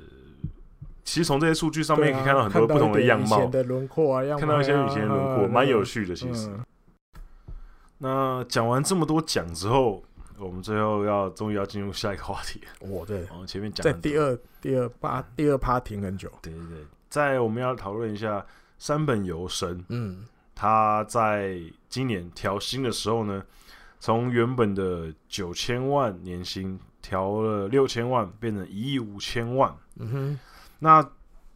S2: 其实从这些数据上面
S1: 对啊
S2: 可以看到很多不同的样
S1: 看到一点以
S2: 貌
S1: 前，的轮廓啊，样貌啊
S2: 看到一些以前的轮廓，蛮有。趣的。
S1: 啊
S2: 其
S1: 那
S2: 实
S1: 个，嗯
S2: 那讲完这么多奖之后，我们最后要终于要进入下一个话题了。
S1: 我的
S2: 我们前面讲
S1: 在
S2: 很
S1: 第
S2: 多，
S1: 二第二趴第二趴停很久，
S2: 对对对，在我们要讨论一下山本由生，
S1: 嗯，
S2: 他在今年调薪的时候呢，从原本的九千万年薪调了六千万，变成一亿五千万。
S1: 嗯哼，
S2: 那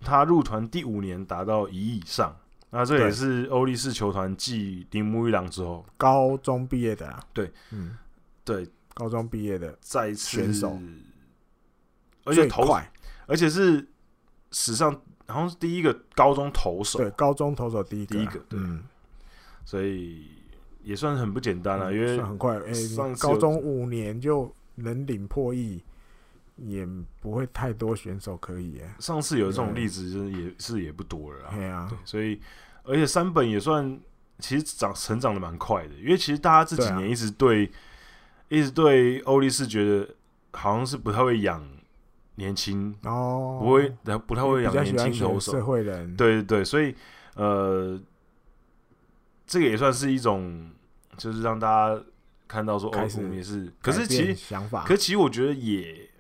S2: 他入团第五年达到一亿以上，那这也
S1: 对
S2: 是欧力士球团继铃木一郎之后，
S1: 高中毕业的啦，
S2: 对，
S1: 嗯，
S2: 对，
S1: 高中毕业的，
S2: 再一次
S1: 选手，
S2: 而且
S1: 最
S2: 投，
S1: 快，
S2: 而且是史上好像是第一个高中投手，
S1: 对，高中投手第一个啊，
S2: 第一个对
S1: 嗯，
S2: 所以也算很不简单啊了、因为
S1: 算很快，哎，
S2: 上
S1: 你
S2: 次有
S1: 高中五年就能领破亿，也不会太多选手可以耶，
S2: 上次有这种
S1: 对
S2: 例子，就是也是也不多了啦。
S1: 对啊
S2: 对，，所以而且三本也算其实长成长的蛮快的，因为其实大家这几
S1: 对啊
S2: 年一直对、一直对欧力士觉得好像是不太会养年轻，
S1: 然后
S2: 不会不太会
S1: 哦比
S2: 养
S1: 较
S2: 年
S1: 喜欢
S2: 轻投
S1: 选
S2: 手
S1: 社。会人，
S2: 对对对，所以呃，这个也算是一种，就是让大家看到说，哦
S1: 开，始
S2: 我们也是。
S1: 改
S2: 可是
S1: 变
S2: 其实
S1: 想法，
S2: 可其实我觉得也，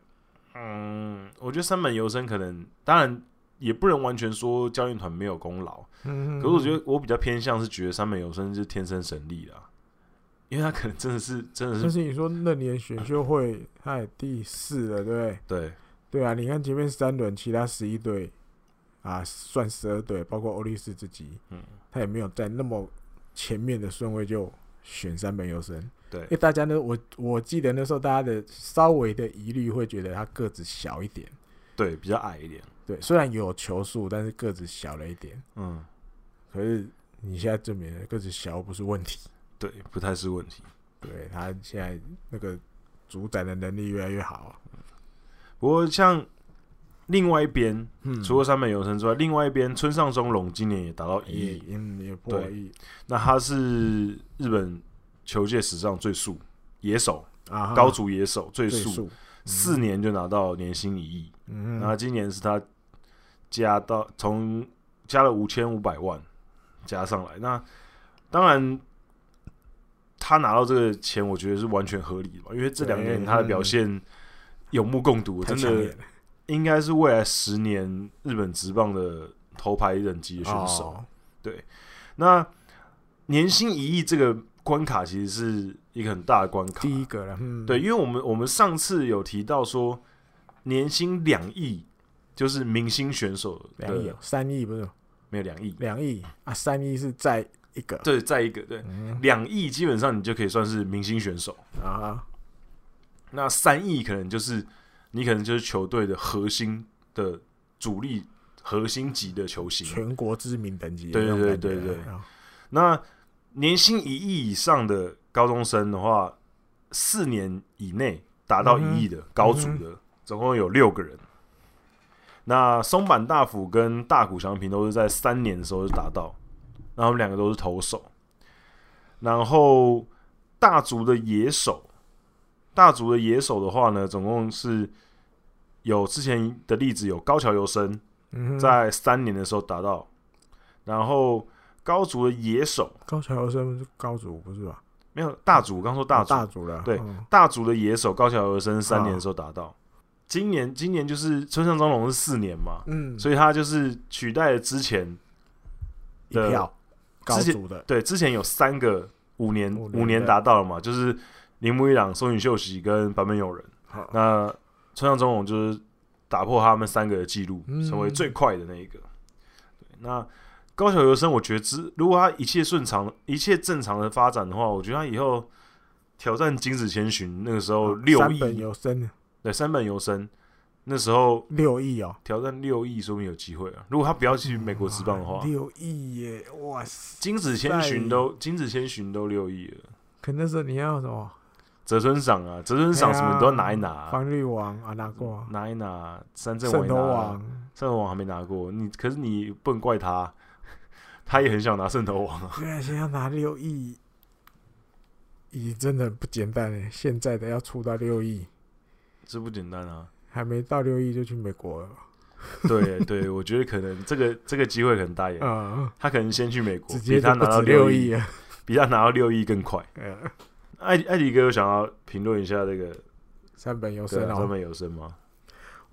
S2: 嗯，我觉得三本游生可能，当然也不能完全说教练团没有功劳，
S1: 嗯，
S2: 可
S1: 可
S2: 是我觉得我比较偏向是觉得三本游生是天生神力啦，因为他可能真的是真的
S1: 但
S2: 是
S1: 是你说那年选秀会，他也第四了，对不对？
S2: 对
S1: 对啊，你看前面三轮，其他十一队啊，算十二队，包括欧力士自己，
S2: 嗯
S1: 他也没有在那么前面的顺位就选三本优生。因为
S2: 对
S1: 大家呢，我我记得那时候大家的稍微的疑虑会觉得他个子小一点，
S2: 对，比较矮一点，
S1: 对，虽然有球速，但是个子小了一点。
S2: 嗯，
S1: 可是你现在证明了个子小不是问题，
S2: 对，不太是问题。
S1: 对他现在那个主宰的能力越来越好。
S2: 不过像另外一边，
S1: 嗯，
S2: 除了三本游生之外，另外一边村上中龙今年也达到一
S1: 也
S2: 亿，
S1: 嗯也破
S2: 对
S1: 亿
S2: 那他是日本球界史上最速野手，
S1: 啊哈，
S2: 高足野手最
S1: 倍
S2: 速。嗯
S1: 数，
S2: 四年就拿到年薪一亿，
S1: 嗯
S2: 然后
S1: 哼，
S2: 今年是他加到从加了五千五百万加上来，那当然他拿到这个钱，我觉得是完全合理的嘛，因为这两年
S1: 对
S2: 他的表现有目共睹，
S1: 太
S2: 真
S1: 强烈
S2: 的
S1: 了
S2: 应该是未来十年日本职棒的头牌等级的选手。
S1: 哦
S2: 那年薪一亿这个关卡其实是一个很大的关卡，
S1: 第一个了，嗯，
S2: 对，因为我们我们上次有提到说，年薪两亿就是明星选手的
S1: 两亿哦，三亿不是
S2: 没有两亿，
S1: 两亿啊，三亿是在一个，
S2: 对，再一个对
S1: 嗯
S2: 两亿基本上你就可以算是明星选手，
S1: 啊哈，
S2: 那三亿可能就是你可能就是球队的核心的主力核心级的球星，
S1: 全国知名等级的
S2: 对
S1: 那种感觉啊，
S2: 对对对对
S1: 啊
S2: 那年薪一亿以上的高中生的话，四年以内达到一亿的、高足的，总共有六个人。那松坂大辅跟大谷翔平都是在三年的时候就达到，那他们两个都是投手。然后大足的野手，大足的野手的话呢，总共是有之前的例子有高桥由伸，
S1: 嗯哼，
S2: 在三年的时候达到，然后高足的野手
S1: 高桥由伸是高足不是吧？
S2: 没有大主，我刚说大
S1: 哦
S2: 主，
S1: 大啊足了，
S2: 对
S1: 嗯
S2: 大主的野手高桥和生三年的时候达到，今年今年就是村上中龙是四年嘛，
S1: 嗯，
S2: 所以他就是取代了之前
S1: 以
S2: 的
S1: 一票高
S2: 之前
S1: 足的，
S2: 对之前有三个五年
S1: 五年
S2: 五年
S1: 的
S2: 达到了嘛，就是铃木一朗、松井秀喜跟坂本勇人，
S1: 好，
S2: 那村上中龙就是打破他们三个的记录，
S1: 嗯
S2: 成为最快的那一个。对，那高桥由伸，我觉得之如果他一切顺常、一切正常的发展的话，我觉得他以后挑战金子千寻那个时候六
S1: 啊三本
S2: 亿，
S1: 有升
S2: 对，三本由伸那时候
S1: 六亿哦，
S2: 挑战六亿，说明有机会啊。如果他不要去美国职棒的话，
S1: 六亿耶，哇塞！
S2: 金子千寻都金子千寻都六亿了，
S1: 可那时候你要什么哎
S2: 泽村赏啊，泽村赏什么你都要拿一拿啊、
S1: 防御王啊，拿过啊，
S2: 拿一拿，三振我
S1: 圣
S2: 也
S1: 斗
S2: 拿啊。
S1: 王，
S2: 圣斗王还没拿过，你可是你不能怪他， 他也很想拿圣斗王啊。
S1: 对啊，现在要拿六亿，亿真的不简单诶。现在的要出到六亿，
S2: 这不简单啊！
S1: 还没到六亿就去美国了，
S2: 对对，我觉得可能这个这个机会很大耶。
S1: 嗯，
S2: 他可能先去美国，
S1: 直
S2: 比
S1: 接
S2: 他
S1: 就不
S2: 拿到
S1: 止
S2: 六
S1: 六亿
S2: 亿，
S1: 了。
S2: 比他拿到六亿更快。
S1: 呃，
S2: 艾艾迪哥有想要评论一下这个
S1: 三本优
S2: 对
S1: 胜
S2: 啊
S1: 哦
S2: 专，门有声吗？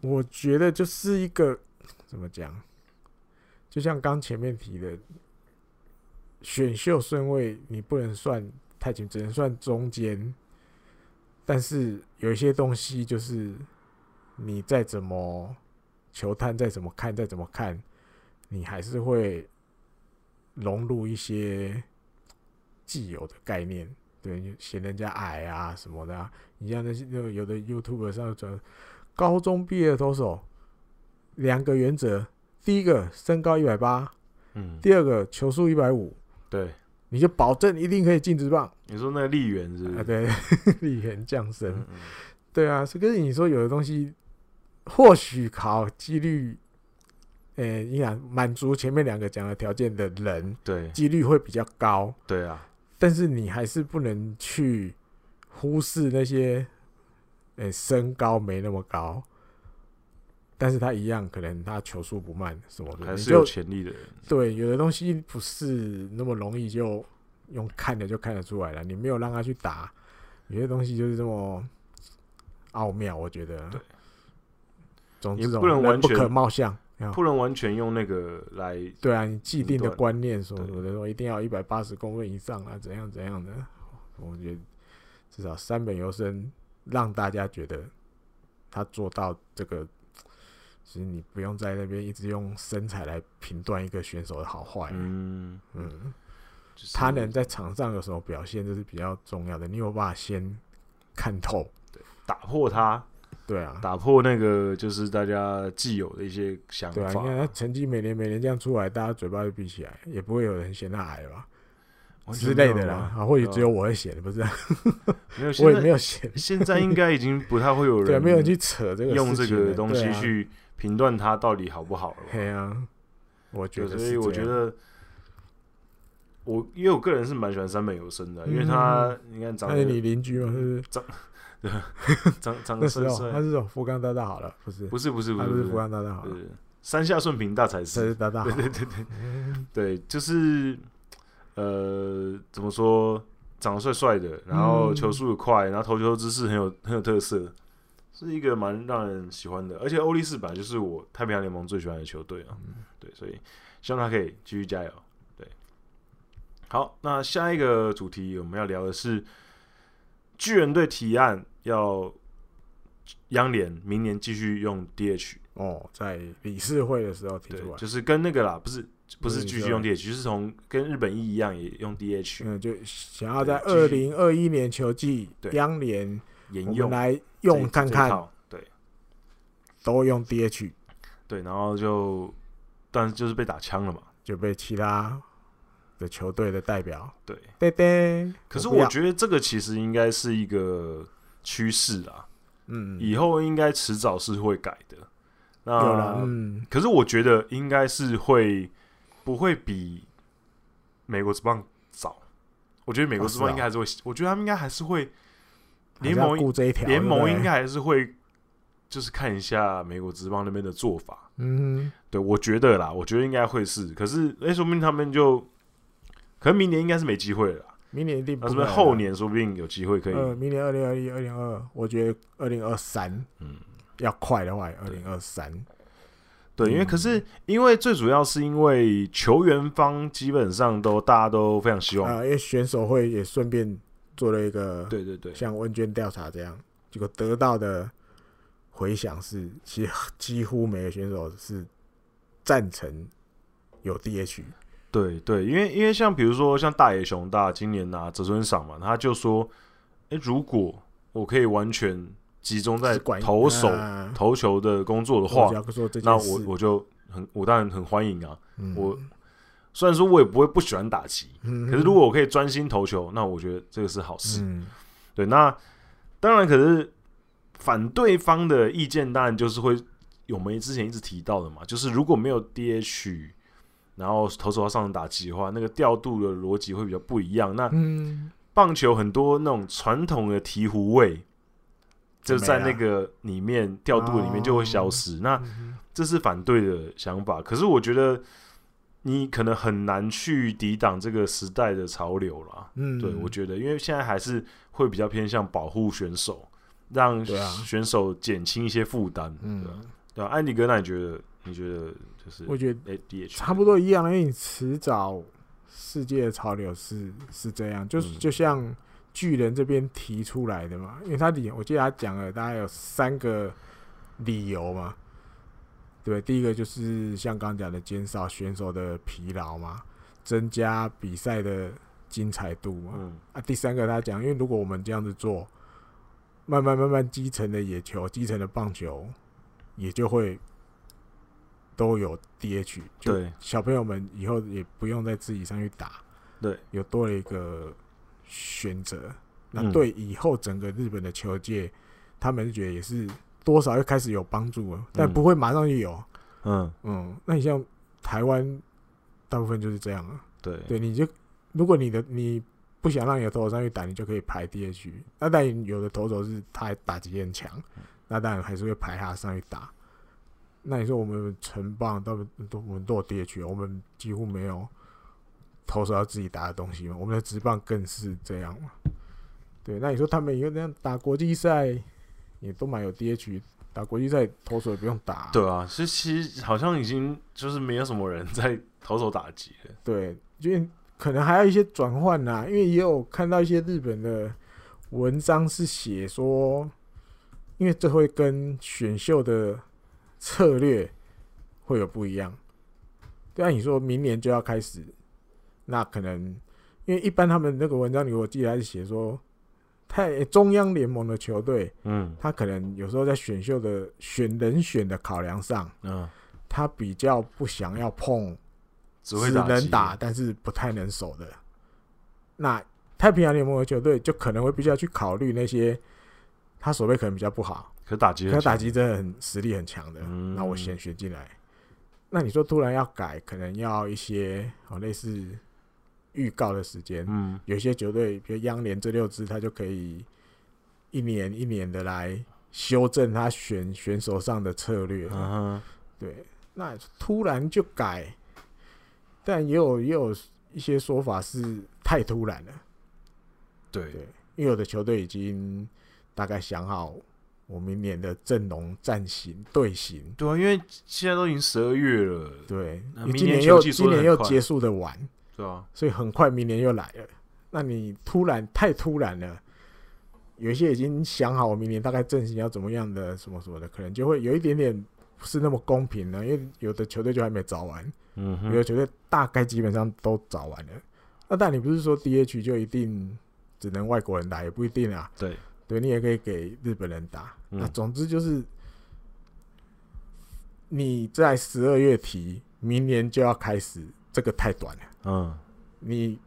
S1: 我觉得就是一个怎么讲，就像刚前面提的，选秀顺位你不能算太前，只能算中间。但是有一些东西就是你再怎么球探，再怎么看，再怎么看，你还是会融入一些既有的概念，对，嫌人家矮啊什么的、啊。你像那些就有的 YouTube 上讲，高中毕业的投手两个原则：第一个身高一百八，
S2: 嗯，
S1: 第二个球速一百五，
S2: 对，
S1: 你就保证一定可以进直棒
S2: 你说那个丽媛是
S1: 啊！
S2: 不是？
S1: 对， 力源降生。
S2: 嗯嗯
S1: 对啊，是跟你说有的东西，或许考几率，呃、你想满足前面两个讲的条件的人，
S2: 对
S1: 几率会比较高，
S2: 对啊，
S1: 但是你还是不能去忽视那些，呃、身高没那么高，但是他一样可能他球速不慢什么的，
S2: 还
S1: 你
S2: 是有
S1: 就
S2: 潜力的人。
S1: 对有的东西不是那么容易就用看的就看得出来了，你没有让他去打，有些东西就是这么奥妙，我觉得
S2: 对。
S1: 总
S2: 也
S1: 之，
S2: 不能
S1: 人
S2: 完
S1: 不
S2: 全
S1: 可貌相。啊
S2: 不能完全用那个来，
S1: 对啊，你既定的
S2: 断
S1: 观念什么什
S2: 对
S1: 么的，说一定要一百八十公分以上啊，怎样怎样的，我觉得至少三本游生让大家觉得他做到这个，其实你不用在那边一直用身材来评断一个选手的好坏。啊
S2: 嗯，
S1: 嗯
S2: 就是
S1: 他能在场上有什么表现，这是比较重要的。你有办法先看透，
S2: 打破他，
S1: 对啊，
S2: 打破那个就是大家既有的一些想
S1: 对啊。你看
S2: 法
S1: 他，成绩每年每年这样出来，大家嘴巴就闭起来，也不会有人嫌他矮吧
S2: 完全
S1: 之类的
S2: 没有
S1: 啦。
S2: 啊
S1: 啊，或许
S2: 对啊
S1: 只有我会嫌，不是啊？
S2: 没有，现
S1: 我也
S2: 在
S1: 没有嫌，
S2: 现在应该已经不太会有人
S1: 对啊，没有人去扯这个
S2: 用
S1: 事
S2: 这
S1: 情
S2: 个
S1: 了
S2: 东
S1: 对
S2: 西
S1: 啊
S2: 去评断它到底好不好了吧。
S1: 嘿啊，我觉
S2: 对，
S1: 得
S2: 所
S1: 是
S2: 以
S1: 这
S2: 我觉
S1: 样
S2: 得我因为我个人是蛮喜欢山本由生的，因
S1: 嗯
S2: 为他你看长
S1: 他是
S2: 得
S1: 你邻居嘛，是不是？
S2: 长长
S1: 那
S2: 得
S1: 时
S2: 帅
S1: 候他
S2: 帅，
S1: 是种福冈大大好了，不是？
S2: 不是不是不
S1: 他
S2: 是
S1: 不是福
S2: 不是
S1: 冈大大好了，
S2: 对，山下顺平大才
S1: 这
S2: 是
S1: 是，大大好
S2: 对。对对对对，就是呃怎么说，长得帅帅的，然后
S1: 嗯
S2: 球速也快，然后投球姿势很有很有特色。是一个蛮让人喜欢的，而且欧力士本来就是我太平洋联盟最喜欢的球队啊。
S1: 嗯
S2: 对，所以希望他可以继续加油。对，好，那下一个主题我们要聊的是巨人队提案要央联明年继续用 DH，
S1: 哦，在理事会的时候提
S2: 对
S1: 出来，，
S2: 就是跟那个啦，不是不
S1: 不是
S2: 是
S1: 你
S2: 继
S1: 说
S2: 续用 DH，就是从跟日本一一样也用 DH
S1: 嗯，就想要在二
S2: 对继
S1: 零二一年球季
S2: 对
S1: 央联，我
S2: 沿
S1: 们
S2: 用
S1: 来
S2: 这
S1: 用看，
S2: 这一
S1: 看，
S2: 套对
S1: 都用 DH
S2: 对，然后就但是就是被打枪了嘛，
S1: 就被其他的球队的代表，
S2: 对。
S1: 对对。
S2: 可是
S1: 不
S2: 我
S1: 要
S2: 觉得这个其实应该是一个趋势啦，
S1: 嗯，
S2: 以后应该迟早是会改的。那
S1: 有了，嗯，
S2: 可是我觉得应该是会不会比美国职棒早？我觉得美国
S1: 哦
S2: 职
S1: 是
S2: 棒
S1: 啊
S2: 应该还是会，我觉得他们应该还是会联
S1: 还是要
S2: 盟
S1: 顾这一条，
S2: 联
S1: 对
S2: 盟
S1: 不对
S2: 应该，还是会，就是看一下美国职棒那边的做法。
S1: 嗯
S2: 对，我觉得啦，我觉得应该会是。可是，哎、说不定他们就，可能明年应该是没机会了啦。
S1: 哼，明年一定
S2: 那
S1: 不啊
S2: 是不是
S1: 会
S2: 后
S1: 了？
S2: 年说不定有机会可以？
S1: 呃，明年二零二一、二零二，我觉得二零二三
S2: 嗯，
S1: 要快的话，二
S2: 对
S1: 零二三，
S2: 对，因为
S1: 嗯
S2: 可是因为最主要是因为球员方基本上都大家都非常希望，
S1: 呃，因为选手会也顺便做了一个
S2: 对对对，
S1: 像问卷调查这样，结果得到的回响是，其实几乎每个选手是赞成有 DH，
S2: 对对，因为因为像比如说像大野熊大今年拿泽村赏嘛，他就说，诶，如果我可以完全集中在
S1: 只管
S2: 投手、
S1: 啊
S2: 投球的工作的
S1: 我
S2: 话
S1: 只，要说这件事，
S2: 那我我就很我当然很欢迎啊。
S1: 嗯
S2: 我虽然说我也不会不喜欢打击，
S1: 嗯
S2: 可是如果我可以专心投球，那我觉得这个是好事。
S1: 嗯
S2: 对，那当然可是反对方的意见，当然就是会我们之前一直提到的嘛，就是如果没有 DH，然后投手要上场打击的话，那个调度的逻辑会比较不一样。那
S1: 嗯
S2: 棒球很多那种传统的醍醐味，就在那个里面调度里面就会消失。那
S1: 嗯
S2: 这是反对的想法，可是我觉得你可能很难去抵挡这个时代的潮流啦。
S1: 嗯
S2: 对，我觉得，因为现在还是会比较偏向保护选手，让
S1: 对啊
S2: 选手减轻一些负担。
S1: 嗯
S2: 对啊，对啊，安迪哥，那你觉得？你觉得就是哎
S1: 我觉得
S2: ADH
S1: 差不多一样，因为你迟早世界的潮流是是这样，就是
S2: 嗯
S1: 就像巨人这边提出来的嘛，因为他理，我记得他讲了大概有三个理由嘛，对不对，第一个就是像刚刚讲的减少选手的疲劳嘛，增加比赛的精彩度嘛。
S2: 嗯，
S1: 啊，第三个他讲，因为如果我们这样子做，慢慢慢慢基层的野球、基层的棒球也就会都有 DH，就
S2: 对，
S1: 小朋友们以后也不用再自己上去打，
S2: 对，
S1: 有多了一个选择。那
S2: 嗯
S1: 对以后整个日本的球界，他们觉得也是多少又开始有帮助了，但
S2: 嗯
S1: 不会马上就有。
S2: 嗯，
S1: 嗯，那你像台湾，大部分就是这样啊。
S2: 对，
S1: 对，你就如果你的你不想让你的投手上去打，你就可以排 DH。那当然有的投手是他打击力很强，那当然还是会排他上去打。那你说我们城棒都都我们都有 DH，我们几乎没有投手要自己打的东西嘛，我们的职棒更是这样嘛。对，那你说他们以后那样打国际赛也都蛮有 DH，打国际赛投手也不用打啊、
S2: 对啊，是其实好像已经就是没有什么人在投手打击了。
S1: 对，因为可能还有一些转换呐，因为也有看到一些日本的文章是写说，因为这会跟选秀的策略会有不一样。对啊，你说明年就要开始，那可能因为一般他们那个文章里，我记得还是写说，太中央联盟的球队，
S2: 嗯
S1: 他可能有时候在选秀的选人选的考量上，
S2: 嗯，
S1: 他比较不想要碰
S2: 只会打击
S1: 能打，但是不太能守的。那太平洋联盟的球队就可能会比较去考虑那些他手背可能比较不好，
S2: 可打击
S1: 可
S2: 很
S1: 他打
S2: 强
S1: 击真的很实力很强的，
S2: 嗯
S1: 那我先选进来。那你说突然要改，可能要一些哦类似预告的时间，
S2: 嗯
S1: 有些球队，比如央联这六支，他就可以一年一年的来修正他选选手上的策略。
S2: 嗯哼
S1: 对，那突然就改，但也有也有一些说法是太突然了，
S2: 对
S1: 对因为有的球队已经大概想好我明年的阵容、战型、队形，
S2: 对啊，因为现在都已经十二月了，
S1: 对
S2: 那，
S1: 你
S2: 明
S1: 今
S2: 年
S1: 年
S2: 球
S1: 又
S2: 季
S1: 今
S2: 说得
S1: 年
S2: 很
S1: 又
S2: 快
S1: 结束的晚，
S2: 对啊，
S1: 所以很快明年又来了。那你突然太突然了，有一些已经想好我明年大概阵型要怎么样的什么什么的，可能就会有一点点不是那么公平了，因为有的球队就还没找完。
S2: 嗯
S1: 有的
S2: 哼，
S1: 球队大概基本上都找完了。那但你不是说 DH 就一定只能外国人打，也不一定啊。
S2: 对，
S1: 对你也可以给日本人打。
S2: 嗯
S1: 那总之就是，你在十二月提，明年就要开始，这个太短了。
S2: 嗯
S1: 你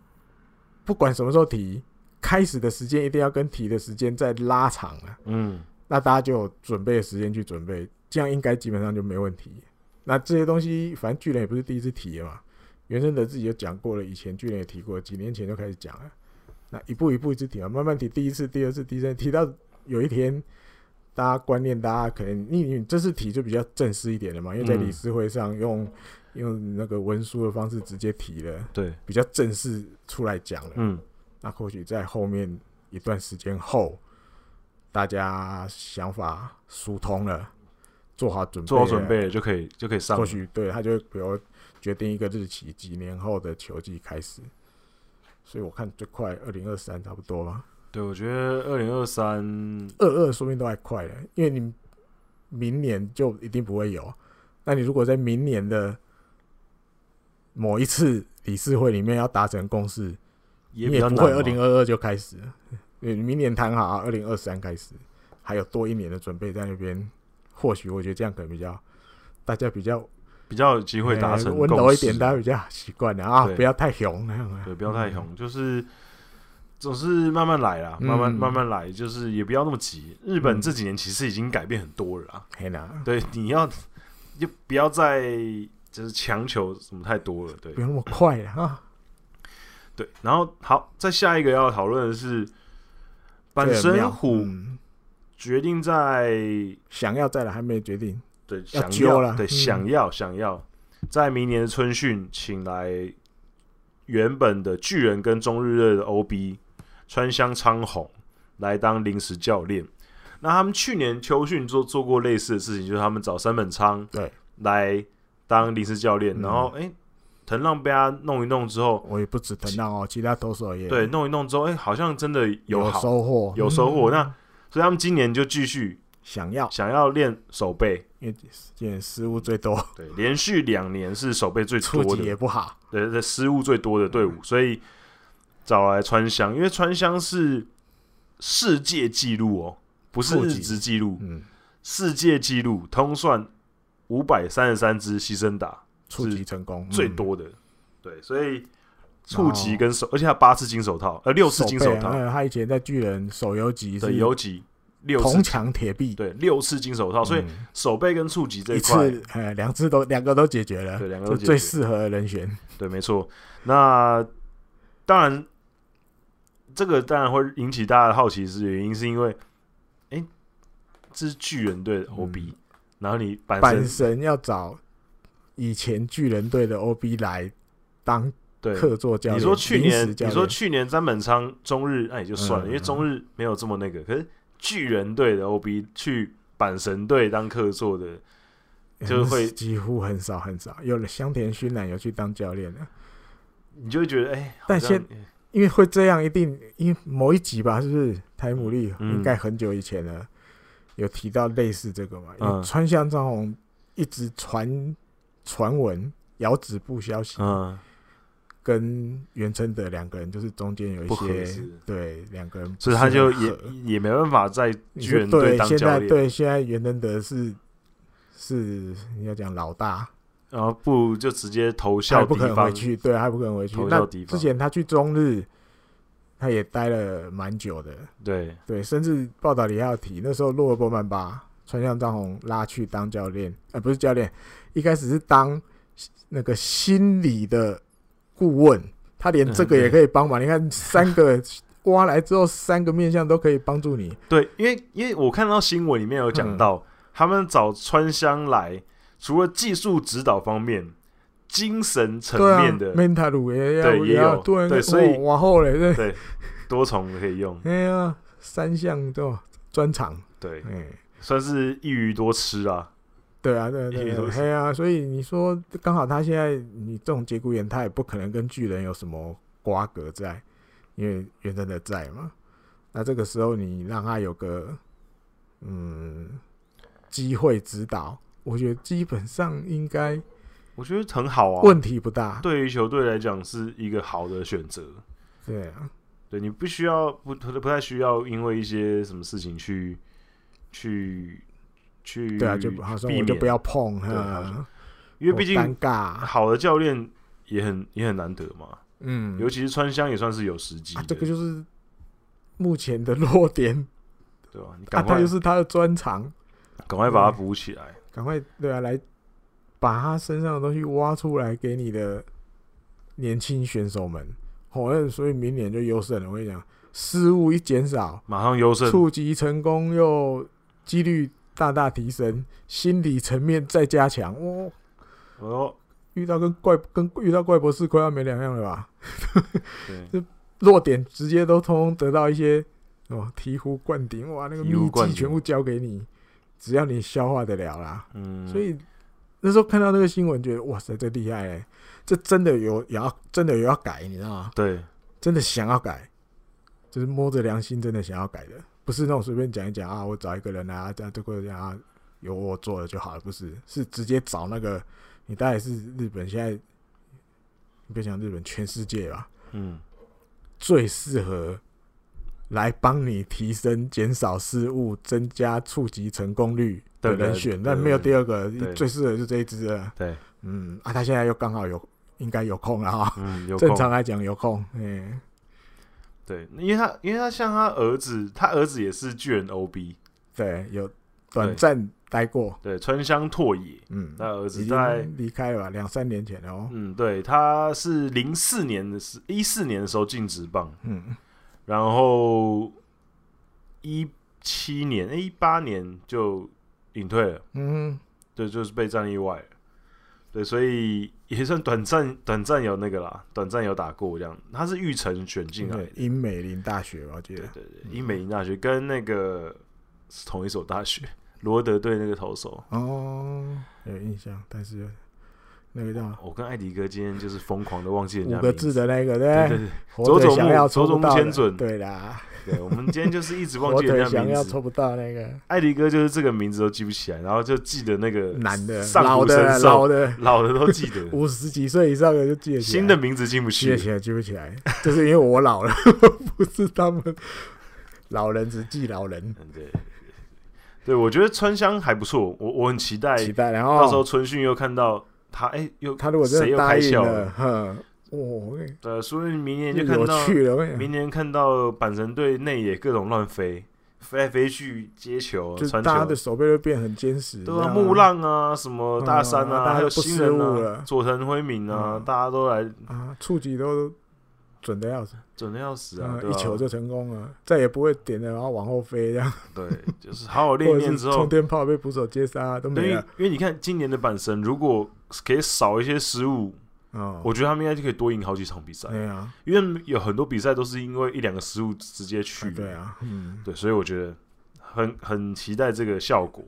S1: 不管什么时候提，开始的时间一定要跟提的时间再拉长啊了。
S2: 嗯
S1: 那大家就有准备的时间去准备，这样应该基本上就没问题。那这些东西，反正巨人也不是第一次提了嘛，原生德自己就讲过了，以前巨人也提过，几年前就开始讲了。那一步一步一直提嘛，慢慢提，第一次、第二次、第三次，提到有一天，大家观念，大家可能你你这次提就比较正式一点了嘛，因为在
S2: 嗯
S1: 理事会上用、用那个文书的方式直接提了，
S2: 对，
S1: 比较正式出来讲了。
S2: 嗯
S1: 那或许在后面一段时间后，大家想法疏通了，做好准备，
S2: 做好准，备了就可以就可以上
S1: 或
S2: 了，
S1: 许对他就会比如决定一个日期，几年后的球季开始。所以我看最快二零二三差不多吧，
S2: 对我觉得二零二三
S1: 二二说不定都还快了，因为你明年就一定不会有。那你如果在明年的某一次理事会里面要达成共识，
S2: 也
S1: 你
S2: 比
S1: 也
S2: 较
S1: 不
S2: 难
S1: 会
S2: 嘛，
S1: 二零二二就开始了，你明年谈好，啊二零二三开始，还有多一年的准备在那边，或许我觉得这样可能比较大家比较
S2: 比较有机会达
S1: 呃
S2: 成
S1: 温
S2: 共
S1: 柔一
S2: 识
S1: 点，大家比较习惯了啊，
S2: 对
S1: 不要太熊那样啊，
S2: 对，不要太凶，就是总是慢慢来啦，慢慢
S1: 嗯
S2: 慢慢来，就是也不要那么急。日
S1: 嗯
S2: 本这几年其实已经改变很多了啦，
S1: 嘿啦，
S2: 对，你要就不要再就是强求什么太多了，对
S1: 不用那么快了啊，
S2: 对。然后好，再下一个要讨论的是
S1: 这
S2: 板
S1: 个很妙
S2: 神虎
S1: 嗯
S2: 决定在
S1: 想要再来还没决定，
S2: 对
S1: 要
S2: 想
S1: 揪了
S2: 对
S1: 嗯
S2: 想要想要在明年的春训请来原本的巨人跟中日队的 OB 川乡昌宏来当临时教练。那他们去年秋训做做过类似的事情，就是他们找山本昌
S1: 对
S2: 来当临时教练，
S1: 嗯
S2: 然后哎、诶藤浪被他弄一弄之后，
S1: 我也不止藤浪哦，其他投手也
S2: 对，弄一弄之后，哎、好像真的有
S1: 有
S2: 好，
S1: 收获，
S2: 有收获。
S1: 嗯
S2: 那所以他们今年就继续
S1: 想要，
S2: 想要练手背，
S1: 因为今年失误最多，
S2: 对，连续两年是手背最
S1: 触
S2: 多
S1: 及
S2: 的，
S1: 也不好。
S2: 呃，的失误最多的队
S1: 嗯
S2: 伍，所以找来川香，因为川香是世界纪录哦，不是
S1: 触
S2: 日
S1: 及
S2: 职纪录，
S1: 嗯，
S2: 世界纪录通算五百三十三支牺牲打
S1: 触及成功
S2: 最
S1: 嗯
S2: 多的，对，所以触及跟手，而且他八次金手套，呃，六次金手
S1: 背
S2: 套
S1: 嗯，他以前在巨人手游级
S2: 的
S1: 是
S2: 游击，六次
S1: 铜墙铁壁，
S2: 对六次金手套，所以
S1: 嗯
S2: 手背跟触及这
S1: 一
S2: 块，
S1: 次呃两次都两个都解决了，
S2: 对两个都
S1: 是
S2: 解
S1: 最
S2: 决
S1: 适合的人选。
S2: 对，没错。那当然，这个当然会引起大家的好奇，是原因是因为，哎、这是巨人队的
S1: 嗯
S2: OB，、然后你板
S1: 阪
S2: 神
S1: 神要找以前巨人队的 OB 来当
S2: 对，
S1: 客座教练，
S2: 你说去
S1: 临
S2: 年
S1: 时教练
S2: 你说去年詹本昌中日那也就算了，
S1: 嗯
S2: 因为中日没有这么那个，可是巨人队的 OB 去阪神队当客座的，就是 会
S1: 几乎很少很少，有了香田勋男有去当教练的，
S2: 你就会觉得哎、好
S1: 但
S2: 像
S1: 现因为会这样，一定因为某一集吧，是不是台姆利
S2: 嗯
S1: 应该很久以前了，有提到类似这个嘛？
S2: 嗯
S1: 因为川相张宏一直传传闻遥指不消息，
S2: 嗯
S1: 跟袁成德两个人就是中间有一
S2: 不合
S1: 些
S2: 适
S1: 对两个人不
S2: 所以
S1: 是
S2: 他
S1: 很合，
S2: 就也也没办法在
S1: 你
S2: 巨
S1: 说
S2: 人队
S1: 对
S2: 当
S1: 现
S2: 教
S1: 在
S2: 练，
S1: 对现在袁成德是是你要讲老大，
S2: 然后不如就直接投
S1: 他
S2: 效
S1: 也不
S2: 敌
S1: 可能
S2: 方
S1: 回。去，对，他也不可能回去
S2: 投。
S1: 那
S2: 效敌
S1: 之
S2: 方
S1: 前他去中日，他也待了蛮久的，
S2: 对，
S1: 对，甚至报道里还有提，那时候洛尔伯曼把川上张宏拉去当教练，呃，不是教练，一开始是当那个心理的顾问，他连这
S2: 嗯
S1: 个也可以帮忙。你看三个挖来之后，三个面向都可以帮助你。
S2: 对，因为因为我看到新闻里面有
S1: 嗯
S2: 讲到，他们找川香来，除了技术指导方面，精神层
S1: 对啊
S2: 面的、
S1: ，mental 也要
S2: 对也
S1: 要
S2: 有
S1: 对
S2: 对所以
S1: 往后嘞，对，
S2: 对多重可以用，
S1: 哎呀，三项都专长，
S2: 对，
S1: 哎。
S2: 算是一鱼多吃啊。
S1: 对啊，对啊
S2: 也
S1: 对
S2: 有
S1: 啊，嘿啊，所以你说刚好他现在你这种节骨眼，他也不可能跟巨人有什么瓜葛在，因为原真的在嘛。那这个时候你让他有个嗯机会指导，我觉得基本上应该
S2: 我觉得很好啊，
S1: 问题不大。
S2: 对于球队来讲是一个好的选择。
S1: 对啊，
S2: 对你不需要不不不太需要因为一些什么事情去去去
S1: 对啊，就好像
S2: 避
S1: 我就
S2: 免
S1: 不要碰
S2: 对好像
S1: 哈，
S2: 因为毕
S1: 我尴
S2: 竟
S1: 尬，
S2: 好的教练也很也很难得嘛，
S1: 嗯，
S2: 尤其是川香也算是有时机的、
S1: 啊，这个就是目前的弱点
S2: 对吧？你
S1: 啊，
S2: 赶快
S1: 他
S2: 赶、
S1: 就是他的专长。
S2: 快把它补起来，
S1: 赶快对啊，来把他身上的东西挖出来给你的年轻选手们。好、那所以明年就优胜了。我跟你讲，失误一减少，
S2: 马上优胜。
S1: 触及成功又几率大大提升，心理层面再加强。哦，
S2: 哦，
S1: 遇到跟怪跟遇到怪博士快要没两样了吧？
S2: 对，
S1: 弱点直接都通通得到一些哦醍醐灌顶，哇，那个
S2: 醍醐
S1: 秘
S2: 灌
S1: 籍
S2: 顶
S1: 全部教给你，只要你消化得了啦。
S2: 嗯，
S1: 所以那时候看到那个新闻，觉得哇塞，这厉害、欸，这真的有也要真的有要改，你知道吗？
S2: 对
S1: 真的想要改，就是摸着良心真的想要改的，不是那种随便讲一讲啊，我找一个人啊，这样这个人啊，有我做了就好了，不是，是直接找那个，你大概是日本现在，你别讲日本，全世界吧，
S2: 嗯，
S1: 最适合。来帮你提升、减少失误、增加触及成功率的
S2: 对对
S1: 人选，
S2: 对
S1: 那没有
S2: 对
S1: 第二个
S2: 对，
S1: 最适合就这一支了。
S2: 对，
S1: 嗯啊，他现在又刚好有应该有空了哈、
S2: 嗯，有
S1: 正
S2: 空。
S1: 常来讲有空，嗯，
S2: 对，因为他因为他像他儿子，他儿子也是巨人 OB，
S1: 对，有短暂待过，
S2: 对，川香拓也，
S1: 嗯，
S2: 他儿
S1: 已
S2: 子在
S1: 经离开了吧，两三年前了哦，
S2: 嗯，对，他是零四年的时，一四年的时候进职棒，
S1: 嗯，
S2: 然后一七年、一八年就隐退了，
S1: 嗯，
S2: 对，就是备战意外了，对，所以 也算短暂短暂有那个啦，短暂有打过这样。他是玉成选进来的
S1: 对，，英美林大学吧，我记
S2: 对
S1: 得，
S2: 对对，英美林大学跟那个是同一所大学，罗德队那个投手。
S1: 哦，有印象，但是那个叫
S2: 我跟艾迪哥今天就是疯狂的忘记人家
S1: 五
S2: 名
S1: 个
S2: 字
S1: 字的那个，哎
S2: 对对
S1: 对，
S2: 对，
S1: 活着
S2: 佐佐木
S1: 想要抽
S2: 佐
S1: 不
S2: 佐木
S1: 到的
S2: 千准
S1: 对啦，
S2: 对，我们今天就是一直忘
S1: 火
S2: 记
S1: 腿
S2: 人家
S1: 想
S2: 名
S1: 要
S2: 字。
S1: 抽不到那个
S2: 艾迪哥就是这个名字都记不起来，然后就记得那个
S1: 男的、
S2: 上
S1: 老
S2: 古
S1: 的、
S2: 神
S1: 老
S2: 兽，
S1: 的，
S2: 老的 都记得，
S1: 五十几岁以上的就记得起来
S2: 新的名字记不
S1: 记得
S2: 起。
S1: 起来，记不起来，就是因为我老了， 不是他们老人只记老人。
S2: 嗯对，对我觉得川香还不错，我我很期待
S1: 期待，然
S2: 哎到时
S1: 后
S2: 候春训又看到他，哎，又
S1: 他如果真
S2: 谁
S1: 的
S2: 又
S1: 答
S2: 开
S1: 应
S2: 校
S1: 了，
S2: 了，
S1: 哼，哦，哎
S2: 呃，说不定明年就看
S1: 有
S2: 到，
S1: 趣了，喂
S2: 明年看到板神队内野各种乱飞，飞来飞去接球、啊
S1: 就是
S2: 传
S1: 大家的
S2: 球，
S1: 手背都变很坚实，
S2: 对
S1: 你
S2: 啊，
S1: 知道吗
S2: 木浪啊，什么大山啊
S1: 嗯大家
S2: 还有
S1: 都不
S2: 新
S1: 失
S2: 人
S1: 误
S2: 啊
S1: 了，
S2: 佐藤辉明啊
S1: 嗯，
S2: 大家都来
S1: 啊，触及都准的要死，
S2: 准的要死啊
S1: 啊，
S2: 对
S1: 一
S2: 吧
S1: 球就成功了，再也不会点了，然后往后飞这样，
S2: 对，就是好好 练
S1: 或者
S2: 练
S1: 是
S2: 之
S1: 冲啊
S2: 后，
S1: 天炮被捕手接杀都
S2: 对，
S1: 没
S2: 因为
S1: 了。
S2: 因为你看今年的板神，如果可以少一些失误，
S1: 哦，
S2: 我觉得他们应该就可以多赢好几场比赛，
S1: 对啊，
S2: 因为有很多比赛都是因为一两个失误直接去
S1: 啊，对啊，嗯，
S2: 对，所以我觉得很很期待这个效果。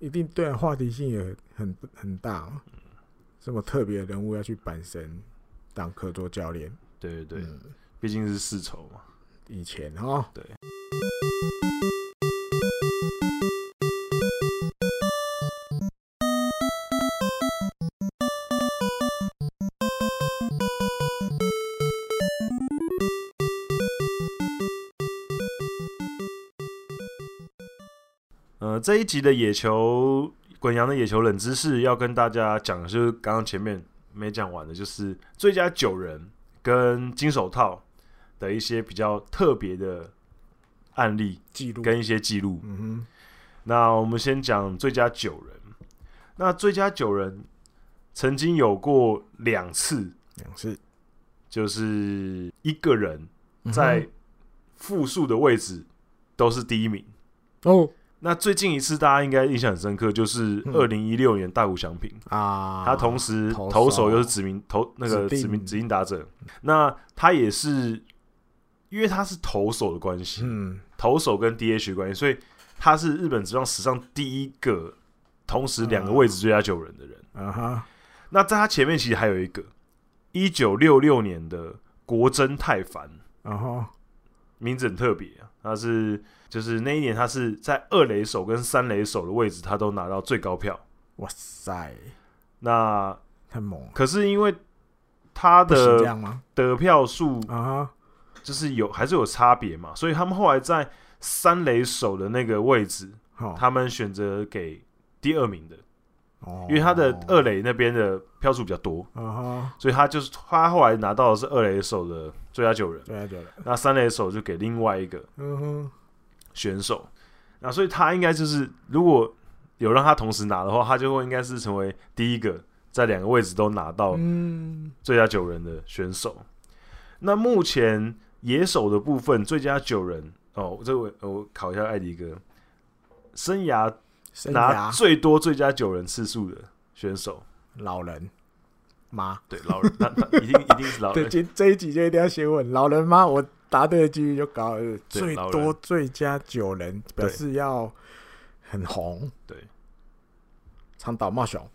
S1: 一定对啊话题性也很很大、哦，什么特别的人物要去板神当客座教练，
S2: 对对对，
S1: 嗯
S2: 毕竟是世仇嘛。
S1: 以前哦，
S2: 对。呃，这一集的野球滚羊的野球冷知识要跟大家讲的，就是刚刚前面没讲完的，就是最佳九人跟金手套的一些比较特别的案例
S1: 记录，
S2: 跟一些记录。
S1: 嗯
S2: 那我们先讲最佳九人。那最佳九人曾经有过两次，
S1: 哼，两次
S2: 就是一个人
S1: 嗯
S2: 在复数的位置都是第一名。
S1: 哦
S2: 那最近一次大家应该印象很深刻，就是
S1: 嗯
S2: 二零一六年大谷翔平，
S1: 啊，
S2: 他同时
S1: 投手
S2: 投手又是指名投那个
S1: 指定
S2: 指名指定打者，那他也是因为他是投手的关系，
S1: 嗯
S2: 投手跟 DH 关系，所以他是日本职棒史上第一个同时两个位置最佳九人的人。
S1: 啊哈，
S2: 那在他前面其实还有一个一九六六年的国珍泰凡，
S1: 然后
S2: 名字很特别啊，他是就是那一年他是在二垒手跟三垒手的位置他都拿到最高票。
S1: 哇塞，
S2: 那
S1: 太猛了，
S2: 可是因为他
S1: 不行这
S2: 的
S1: 样吗？
S2: 得票数
S1: 啊哈，
S2: 就是有还是有差别嘛，所以他们后来在三垒手的那个位置，
S1: 好、
S2: 他们选择给第二名的，
S1: 哦
S2: 因为他的二垒那边的票数比较多，
S1: 啊哈，
S2: 所以他就是他后来拿到的是二垒手的最佳九人，
S1: 对啊对了，
S2: 那三垒手就给另外一个
S1: 嗯哼，
S2: 选手，那所以他应该就是如果有让他同时拿的话，他就会应该是成为第一个在两个位置都拿到
S1: 嗯，
S2: 最佳九人的选手。那目前野手的部分最佳九人哦，这位呃我考一下艾迪哥，生涯
S1: 生
S2: 拿
S1: 涯
S2: 最多最佳九人次数的选手，
S1: 老人妈，
S2: 对老人，那那一定一定是老
S1: 对，
S2: 人，
S1: 今这一集就一定要先问老人妈，我答对的几率就高了，最
S2: 老人
S1: 多最佳九人，表
S2: 对
S1: 示要很红。
S2: 对，
S1: 长岛茂雄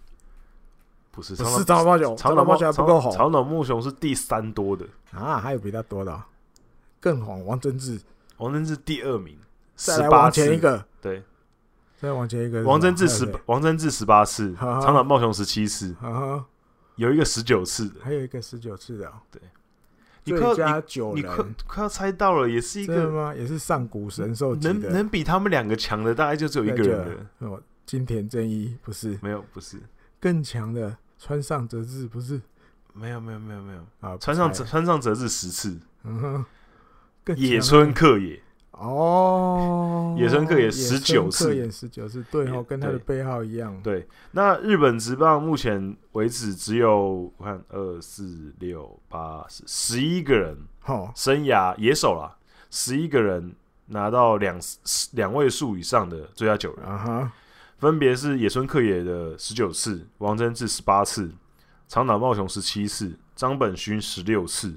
S2: 不是
S1: 不
S2: 长
S1: 是
S2: 岛
S1: 长岛茂雄，
S2: 长
S1: 岛
S2: 茂
S1: 茂雄还不够
S2: 长
S1: 红
S2: 长岛木雄是第三多的，
S1: 啊，还有比他多的哦，更红。王贞治，
S2: 王贞治第二名，
S1: 再
S2: 十
S1: 来
S2: 八
S1: 往前一
S2: 次，
S1: 个，
S2: 对，
S1: 再往前一个是什么，
S2: 王贞治
S1: 还有
S2: 十
S1: 谁，
S2: 王贞治十八次，
S1: 好好
S2: 长岛茂雄十七次，
S1: 啊哈，
S2: 有一个十九次的，
S1: 还有一个十九次的哦，
S2: 你
S1: 最
S2: 快
S1: 佳
S2: 你
S1: 九
S2: 你快
S1: 人，
S2: 快要猜到了，也是一
S1: 真的
S2: 个
S1: 吗？也是上古神兽级
S2: 能
S1: 的，
S2: 能比他们两个强的，大概就只有一个人了，
S1: 哦，金田正一不是
S2: 没有，不是，
S1: 更强的川上哲治不是
S2: 没有，没有，没有，没有，
S1: 啊，
S2: 川上
S1: 不
S2: 哲
S1: 猜了
S2: 川上哲治 十次，
S1: 嗯哼，更强
S2: 野
S1: 的
S2: 村克也
S1: 哦，
S2: 野村克也
S1: 野
S2: 19次
S1: 也十九次，对
S2: 也
S1: 哦，跟他的
S2: 对
S1: 背号一样，
S2: 对，那日本职棒目前为止只有我看二四六八十十一个人
S1: 哦，
S2: 生涯野手啦，十一个人拿到两两位数以上的最佳九人，
S1: 啊哈，
S2: 分别是野村克也的十九次，王贞治十八次，长岛茂雄十七次，张本勋十六次，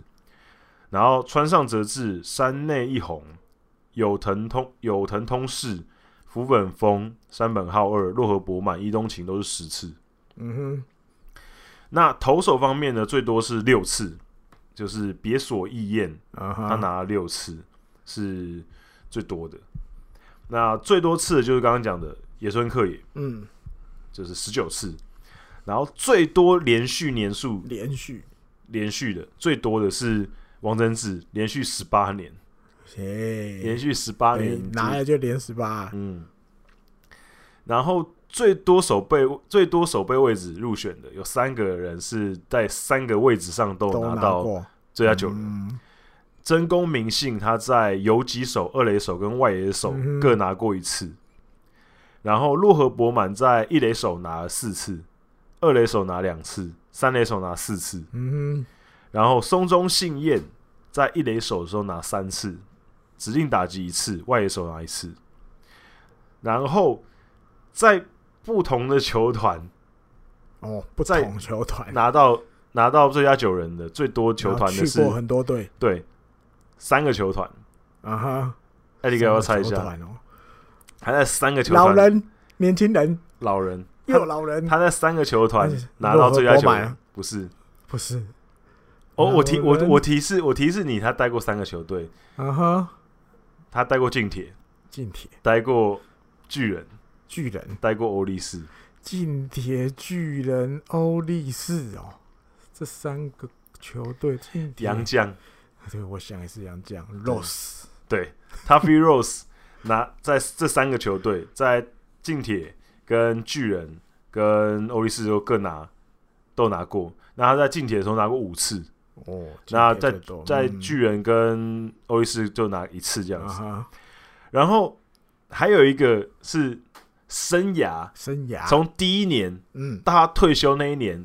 S2: 然后川上哲治、山内一红、有藤通、有藤通士、福本丰、山本浩二、洛河博满、伊东晴都是十次。
S1: 嗯哼，
S2: 那投手方面呢，最多是六次，就是别所义彦，
S1: 啊哈，
S2: 他拿了六次，是最多的。那最多次的就是刚刚讲的野村克也，
S1: 嗯，
S2: 就是十九次，然后最多连续年数
S1: 连续，
S2: 连续的最多的是王贞治，连续十八年，
S1: 嘿，
S2: 连续十八
S1: 哎
S2: 年
S1: 拿了就连十八、
S2: 嗯，然后最多守备最多守备位置入选的有三个人是在三个位置上都有
S1: 都
S2: 拿
S1: 拿
S2: 到
S1: 过，
S2: 最佳球员。
S1: 嗯，
S2: 真宫明信他在游击手、二垒手跟外野手
S1: 嗯哼
S2: 各拿过一次，然后洛河博满在一垒手拿了四次，二垒手拿两次，三垒手拿四次，
S1: 嗯
S2: 然后松中信彦在一垒手的时候拿三次，指定打击一次，外野手拿一次。然后在不同的球团
S1: 哼，哦，不
S2: 在
S1: 同球团，
S2: 拿到拿到最佳九人的最多球团
S1: 然
S2: 的
S1: 后啊去
S2: 是
S1: 过很多队，
S2: 对三个球团，
S1: 啊哈，
S2: 艾利
S1: 这
S2: 给
S1: 个
S2: 我猜一
S1: 球
S2: 下，
S1: 团哦，
S2: 还在三个球
S1: 老
S2: 团
S1: 人、年轻人
S2: 老人
S1: 又老人，
S2: 他在三个球团
S1: 那是
S2: 拿到最佳
S1: 洛河
S2: 球
S1: 博满
S2: 员
S1: 啊，嗯
S2: 不是
S1: 不是，
S2: 哦，我提我
S1: 老人
S2: 我提示我提示你，他带过三个球队，
S1: 啊哈，
S2: 他带过近铁，
S1: 近铁
S2: 带过巨人，
S1: 巨人，
S2: 带过欧力
S1: 嗯
S2: 士，
S1: 近铁巨人、欧力士哦，这三个球队，近铁
S2: 杨将。
S1: 对，我想也是杨将 Rose，
S2: 对 t u f f y Rose 拿在这三个球队，在近铁、跟巨人、跟欧力士都各拿都拿过。那他在近铁的时候拿过五次，
S1: 哦，
S2: 那
S1: 近铁最多
S2: 在
S1: 嗯
S2: 巨人跟欧力士就拿一次这样
S1: 啊
S2: 子。
S1: 哈，
S2: 然后还有一个是生涯，
S1: 生涯
S2: 从第一年
S1: 嗯，
S2: 到他退休那一年，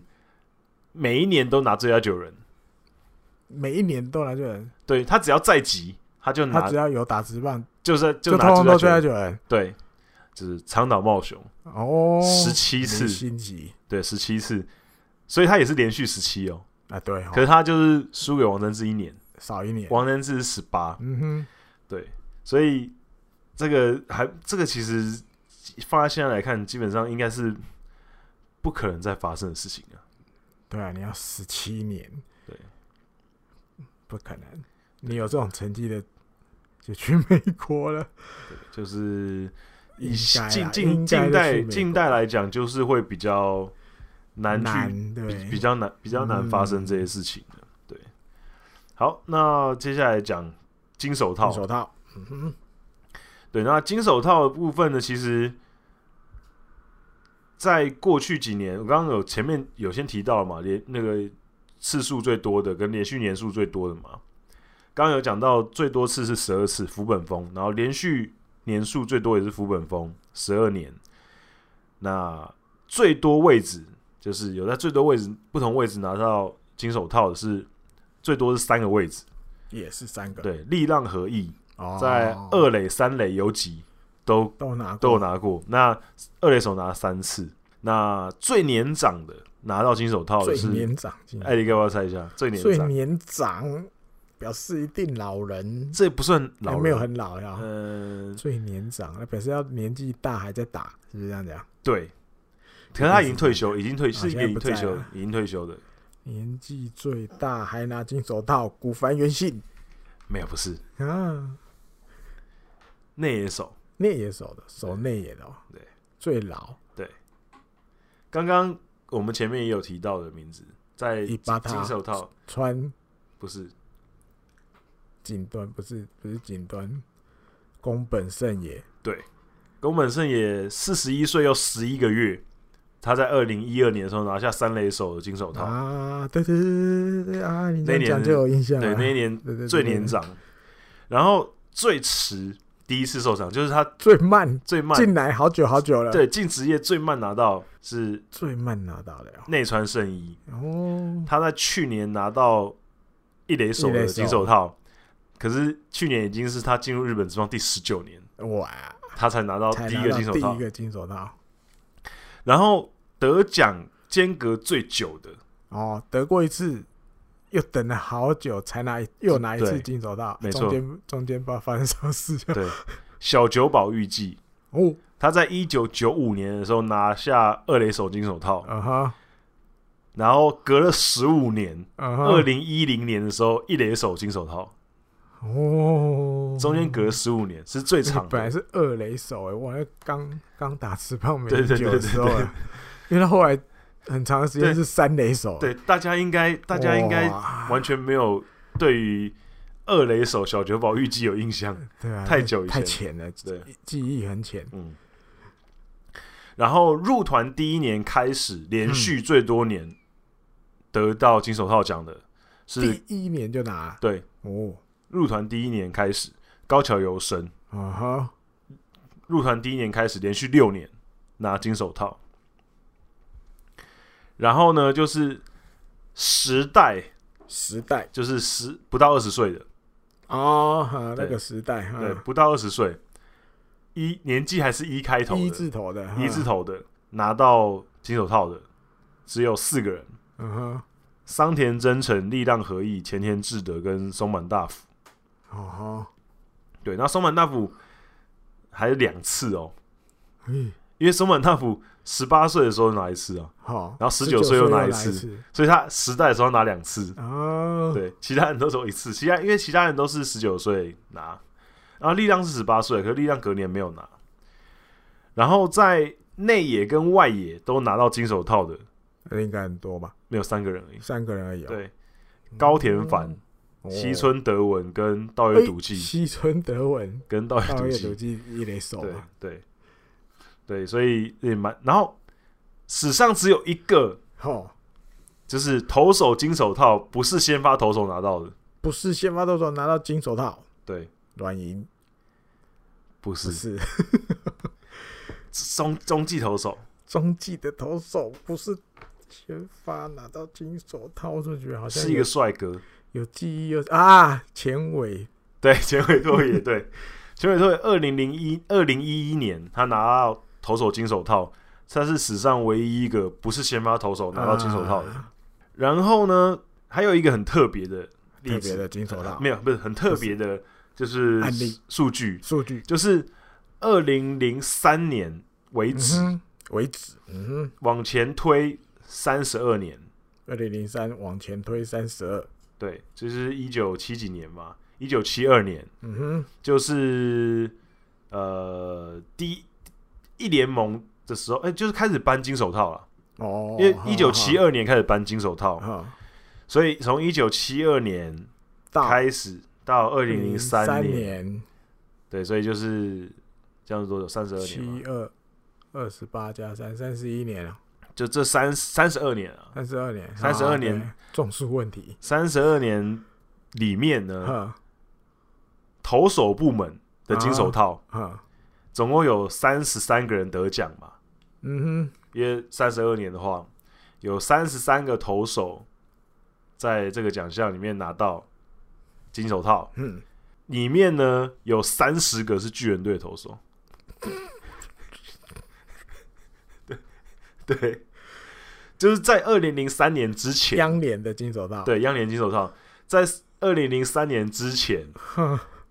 S2: 每一年都拿最佳九人。
S1: 每一年都来这人，
S2: 对他只要在籍，他就
S1: 他
S2: 拿
S1: 只，要有打直棒，
S2: 就是
S1: 就
S2: 就
S1: 通
S2: 拿
S1: 通
S2: 最佳
S1: 都
S2: 九
S1: 最佳
S2: 人。
S1: 球员
S2: 对，就是长岛茂雄。
S1: 哦，
S2: 十七次
S1: 明，星级
S2: 对，十七次，所以他也是连续十七哦。
S1: 啊，对哦，
S2: 可是他就是输给王贞治一年，
S1: 少一年，
S2: 王贞治是十八，
S1: 嗯哼，
S2: 对，所以这个还这个其实放在现在来看，基本上应该是不可能再发生的事情了。
S1: 对啊，你要十七年，
S2: 对，
S1: 不可能，你有这种成绩的就去美国了，
S2: 对，就是
S1: 应
S2: 以
S1: 该啦
S2: 近
S1: 应
S2: 近
S1: 该
S2: 近
S1: 就
S2: 代
S1: 去美国
S2: 近代来讲，就是会比较 难去
S1: 难嗯
S2: 比
S1: 对，
S2: 比较难比较难发生这些事情的。对，好，那接下来讲金手套
S1: 金，手套，嗯哼，
S2: 对，那金手套的部分呢，其实，在过去几年，我刚刚有前面有先提到了嘛，连那个次数最多的跟连续年数最多的嘛，刚刚有讲到最多次是十二次福本丰，然后连续年数最多也是福本丰十二年，那最多位置就是有在最多位置不同位置拿到金手套的是最多是三个位置，
S1: 也是三个，，
S2: 对，力浪合意
S1: 哦，
S2: 在二垒、三垒游击都
S1: 都拿过
S2: 都有拿过。那二垒手拿了三次，那最年长的拿到金手套的
S1: 最
S2: 是
S1: 年长进，
S2: 艾利，给我猜一下，最年
S1: 最
S2: 长，
S1: 年长表示一定老人，
S2: 这不算老
S1: 也
S2: 人，
S1: 没有很老呀。
S2: 嗯、
S1: 最年长，那表示要年纪大还在打，是不是这样讲？
S2: 对。可是他已经退休，已经退
S1: 啊
S2: 是一个
S1: 现在
S2: 已经
S1: 不
S2: 退
S1: 在
S2: 休
S1: 了，
S2: 已经退休的，
S1: 年纪最大还拿金手套，古凡元信
S2: 没有不是
S1: 啊，
S2: 内野手。
S1: 内野手的，守内野的、哦，
S2: 对，
S1: 最老
S2: 刚刚我们前面也有提到的名字，在
S1: 伊巴塔
S2: 金手套
S1: 穿
S2: 不是
S1: 锦缎，不是不是锦缎，宫本胜也，啊，对对对对对啊，你这样啊
S2: 那年
S1: 讲就有印象
S2: 对
S1: 了，
S2: 那一年
S1: 对对对
S2: 最年长，然后最迟第一次受伤，就是他
S1: 最慢，
S2: 最慢，
S1: 进来好久好久了，
S2: 对进职业最慢拿到是
S1: 最慢拿到的哦
S2: 内川圣一，
S1: 哦，
S2: 他在去年拿到一垒手
S1: 一垒
S2: 的
S1: 手
S2: 金手套，可是去年已经是他进入日本职棒第十九年，
S1: 哇，
S2: 他才拿到
S1: 才
S2: 第一
S1: 拿
S2: 个
S1: 到
S2: 金手
S1: 第
S2: 套
S1: 一，个金手套
S2: 然后得奖间隔最久的，
S1: 哦，得过一次，又等了好久才拿一又拿一次
S2: 对
S1: 金手套，
S2: 没错
S1: 中间中间不知道发生什么事情
S2: 对， 小久保预计。
S1: 哦，
S2: 他在一九九五年的时候拿下二垒手金手套，
S1: 啊哈，
S2: 然后隔了十五年，
S1: 啊哈，
S2: 二零一零年的时候，一垒手金手套，
S1: 哦，
S2: 中间隔十五年是最
S1: 你
S2: 长
S1: 本来
S2: 的。
S1: 是二垒手哎、欸，我那刚刚打持棒没
S2: 对对
S1: 久
S2: 对
S1: 的
S2: 对
S1: 时候、
S2: 对
S1: 啊，因为他后来很长的时间
S2: 对
S1: 是三垒手、欸，
S2: 对，大家应该大家应该
S1: 哇
S2: 完全没有对于二垒手小九保玉姬有印象。
S1: 对啊，
S2: 太久以
S1: 太
S2: 前
S1: 浅了，
S2: 对，
S1: 记忆很浅，
S2: 嗯。然后入团第一年开始，连续最多年得到金手套奖的是，
S1: 第一年就拿了
S2: 对，
S1: 哦，
S2: 入团第一年开始高桥由伸，
S1: 啊哈，
S2: 入团第一年开始连续六年拿金手套。然后呢，就是时代，
S1: 时代
S2: 就是十不到二十岁的，
S1: 哦，哈，那
S2: 对
S1: 个时代，啊
S2: 对，
S1: 哈，
S2: 不到二十岁，一年纪还是一开头的，
S1: 一字头的，啊哈
S2: 一字，头的拿到金手套的只有四个人，
S1: 嗯哼，
S2: 桑田真诚、力量合意、前田智德跟松满大辅。
S1: 哦哈，
S2: 对，那松满大辅还有两次哦，
S1: 嗯，
S2: 因为松满大辅十八岁的时候拿一次啊，
S1: 好，
S2: 然后19
S1: 19
S2: 岁又拿
S1: 一
S2: 一次所以他时代的时候拿两次，
S1: 哦，
S2: 对，其他人都只有一次，其他因为其他人都是十九岁拿，然后力量是十八岁，可是力量隔年没有拿，然后在内野跟外野都拿到金手套的
S1: 那应该很多吧，
S2: 没有三个人而已，
S1: 三个人而已哦，
S2: 对，高田
S1: 嗯
S2: 凡、
S1: 哦，
S2: 西村德文跟道约笃
S1: 哎
S2: 纪
S1: 西村德文，
S2: 跟道约
S1: 大
S2: 笃
S1: 哎月
S2: 纪
S1: 毒，记一垒手
S2: 对
S1: 嘛，
S2: 对对，所以也蛮，然后史上只有一个
S1: 哦，
S2: 就是投手金手套不是先发投手拿到的，
S1: 不是先发投手拿到金手套，
S2: 对，
S1: 软银
S2: 不
S1: 不
S2: 是
S1: 是
S2: 中中继投手，
S1: 中继的投手，不是先发拿到金手套，我就觉得好像
S2: 是一个帅哥，
S1: 有有记忆又啊前尾
S2: 对，前尾拓也对，前尾拓也二零零一二零一一年他拿到投手金手套，他是史上唯一一个不是先发投手拿到金手套的。
S1: 啊
S2: 然后呢，还有一个很特别的例
S1: 特
S2: 子，
S1: 别的金手套，
S2: 没有，不是很特别的，就是
S1: 案例
S2: 数据，
S1: 数据
S2: 就是二零零三年为止，
S1: 嗯哼为止，嗯哼，
S2: 往前推三十二年，
S1: 二零零三往前推三十二，
S2: 对，就是一九七几年嘛，一九七二年，
S1: 嗯哼，
S2: 就是呃第一联盟的时候，哎、就是开始颁金手套了，
S1: 哦，嗯
S2: 因为一九七
S1: 二
S2: 二年开始颁金手套，所以从一九七二年
S1: 到
S2: 开始到二
S1: 二
S2: 零零三
S1: 年
S2: 年，对，所以就是这样子多久？三十二年嘛，
S1: 七二二十八加三三十一年了，啊
S2: 就这三三十二年啊，
S1: 三十二年，
S2: 32
S1: 啊
S2: 年
S1: 对种树问题，
S2: 三十二年里面呢，
S1: 呵
S2: 投手部门的金手套、
S1: 呵，
S2: 总共有三十三个人得奖嘛，
S1: 嗯哼，
S2: 因为三十二年的话，有三十三个投手在这个奖项里面拿到金手套，
S1: 嗯。
S2: 里面呢有三十个是巨人队投手， 对对，就是在二零零三年之前，
S1: 央联的金手套，，
S2: 对，央联金手套，在二零零三年之前，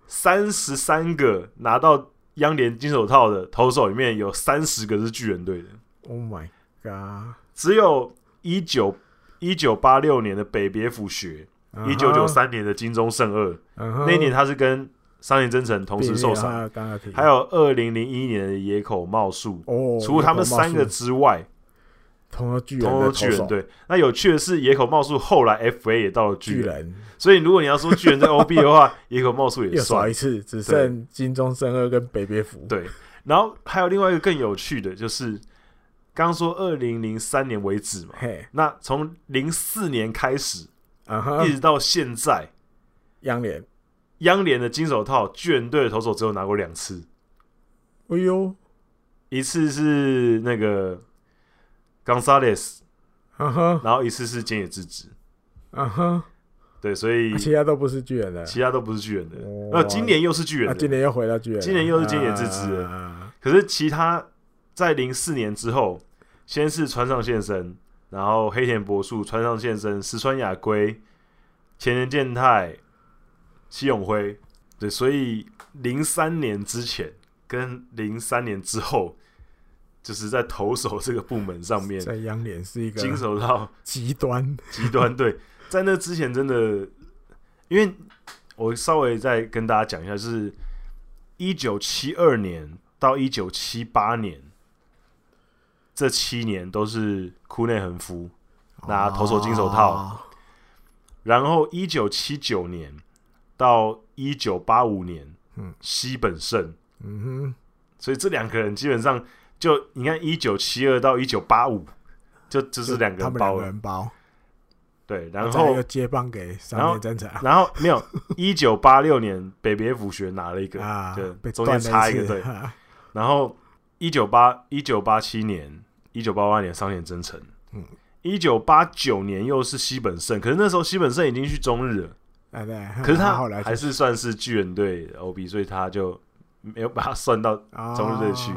S2: 三十三个拿到央联金手套的投手里面有三十个是巨人队的，
S1: Oh my god！啊
S2: 只有一九一九八六年的北别府学，一九九三年的金钟圣二，
S1: 嗯哼，
S2: 那一年他是跟桑田真诚同时受伤，
S1: 比利亚刚刚提，
S2: 还有二零零一年的野口茂树。
S1: 啊哦，
S2: 除了他们三个之外，
S1: 同和巨人
S2: 通
S1: 的投
S2: 通都
S1: 手，
S2: 巨人队。那有趣的是，野口茂树后来 FA 也到了巨
S1: 巨
S2: 人，
S1: 人
S2: 所以如果你要说巨人在 OB 的话，野口茂树也
S1: 又少
S2: 算
S1: 一。次，只剩金钟圣二跟北别福，，
S2: 对，然后还有另外一个更有趣的，就是刚刚说二零零三年为止嘛，
S1: 嘿，
S2: 那从零四年开始
S1: 啊
S2: 一
S1: 哈，
S2: 直到现在，
S1: 央联，
S2: 央联的金手套巨人队的投手只有拿过两次，
S1: 哎呦，
S2: 一次是那个 Gonzalez，
S1: 啊哈，
S2: 然后一次是菅野智之。
S1: 啊哈，
S2: 对，所以
S1: 啊其他都不是巨人的，
S2: 其他都不是巨人的。
S1: 哇
S2: 那今年又是巨人
S1: 啊，
S2: 的，
S1: 今年又回到巨人了，
S2: 今年又是今野之之了
S1: 啊
S2: 可是其他在零四年之后，先是川上宪生，然后黑田博树、川上宪生、石川雅圭、前田健太、西永辉，对，所以零三年之前跟零三年之后，就是在投手这个部门上面，
S1: 在央联是一个
S2: 经手到
S1: 极端，
S2: 极端对，在那之前真的，因为我稍微再跟大家讲一下，就是一九七二年到一九七八年这七年都是库内恒夫 拿投手金手套，
S1: 哦
S2: 然后一九七九年到一九八五年，
S1: 嗯，
S2: 西本胜，
S1: 嗯
S2: 所以这两个人基本上就你看一九七二到一九八五，就就
S1: 哼，
S2: 是两个
S1: 他
S2: 人
S1: 们两个
S2: 包了，
S1: 人哦包，
S2: 对，然
S1: 再
S2: 后
S1: 又接棒给
S2: 然
S1: 三
S2: 后
S1: 年真才
S2: 然后没有，一九八六年北别府学拿了一个，
S1: 啊
S2: 对，
S1: 被
S2: 中
S1: 断
S2: 间
S1: 了
S2: 插一个
S1: 次 啊
S2: 对，
S1: 哈
S2: 然后一九八一九八七年、一九八八年桑田真诚，
S1: 嗯
S2: 一九八九年又是西本胜，可是那时候西本胜已经去中日了，
S1: 哎对，
S2: 可是他
S1: 后来
S2: 还是算是巨人队的 OB，所以他就没有把他算到
S1: 哦
S2: 中日队去。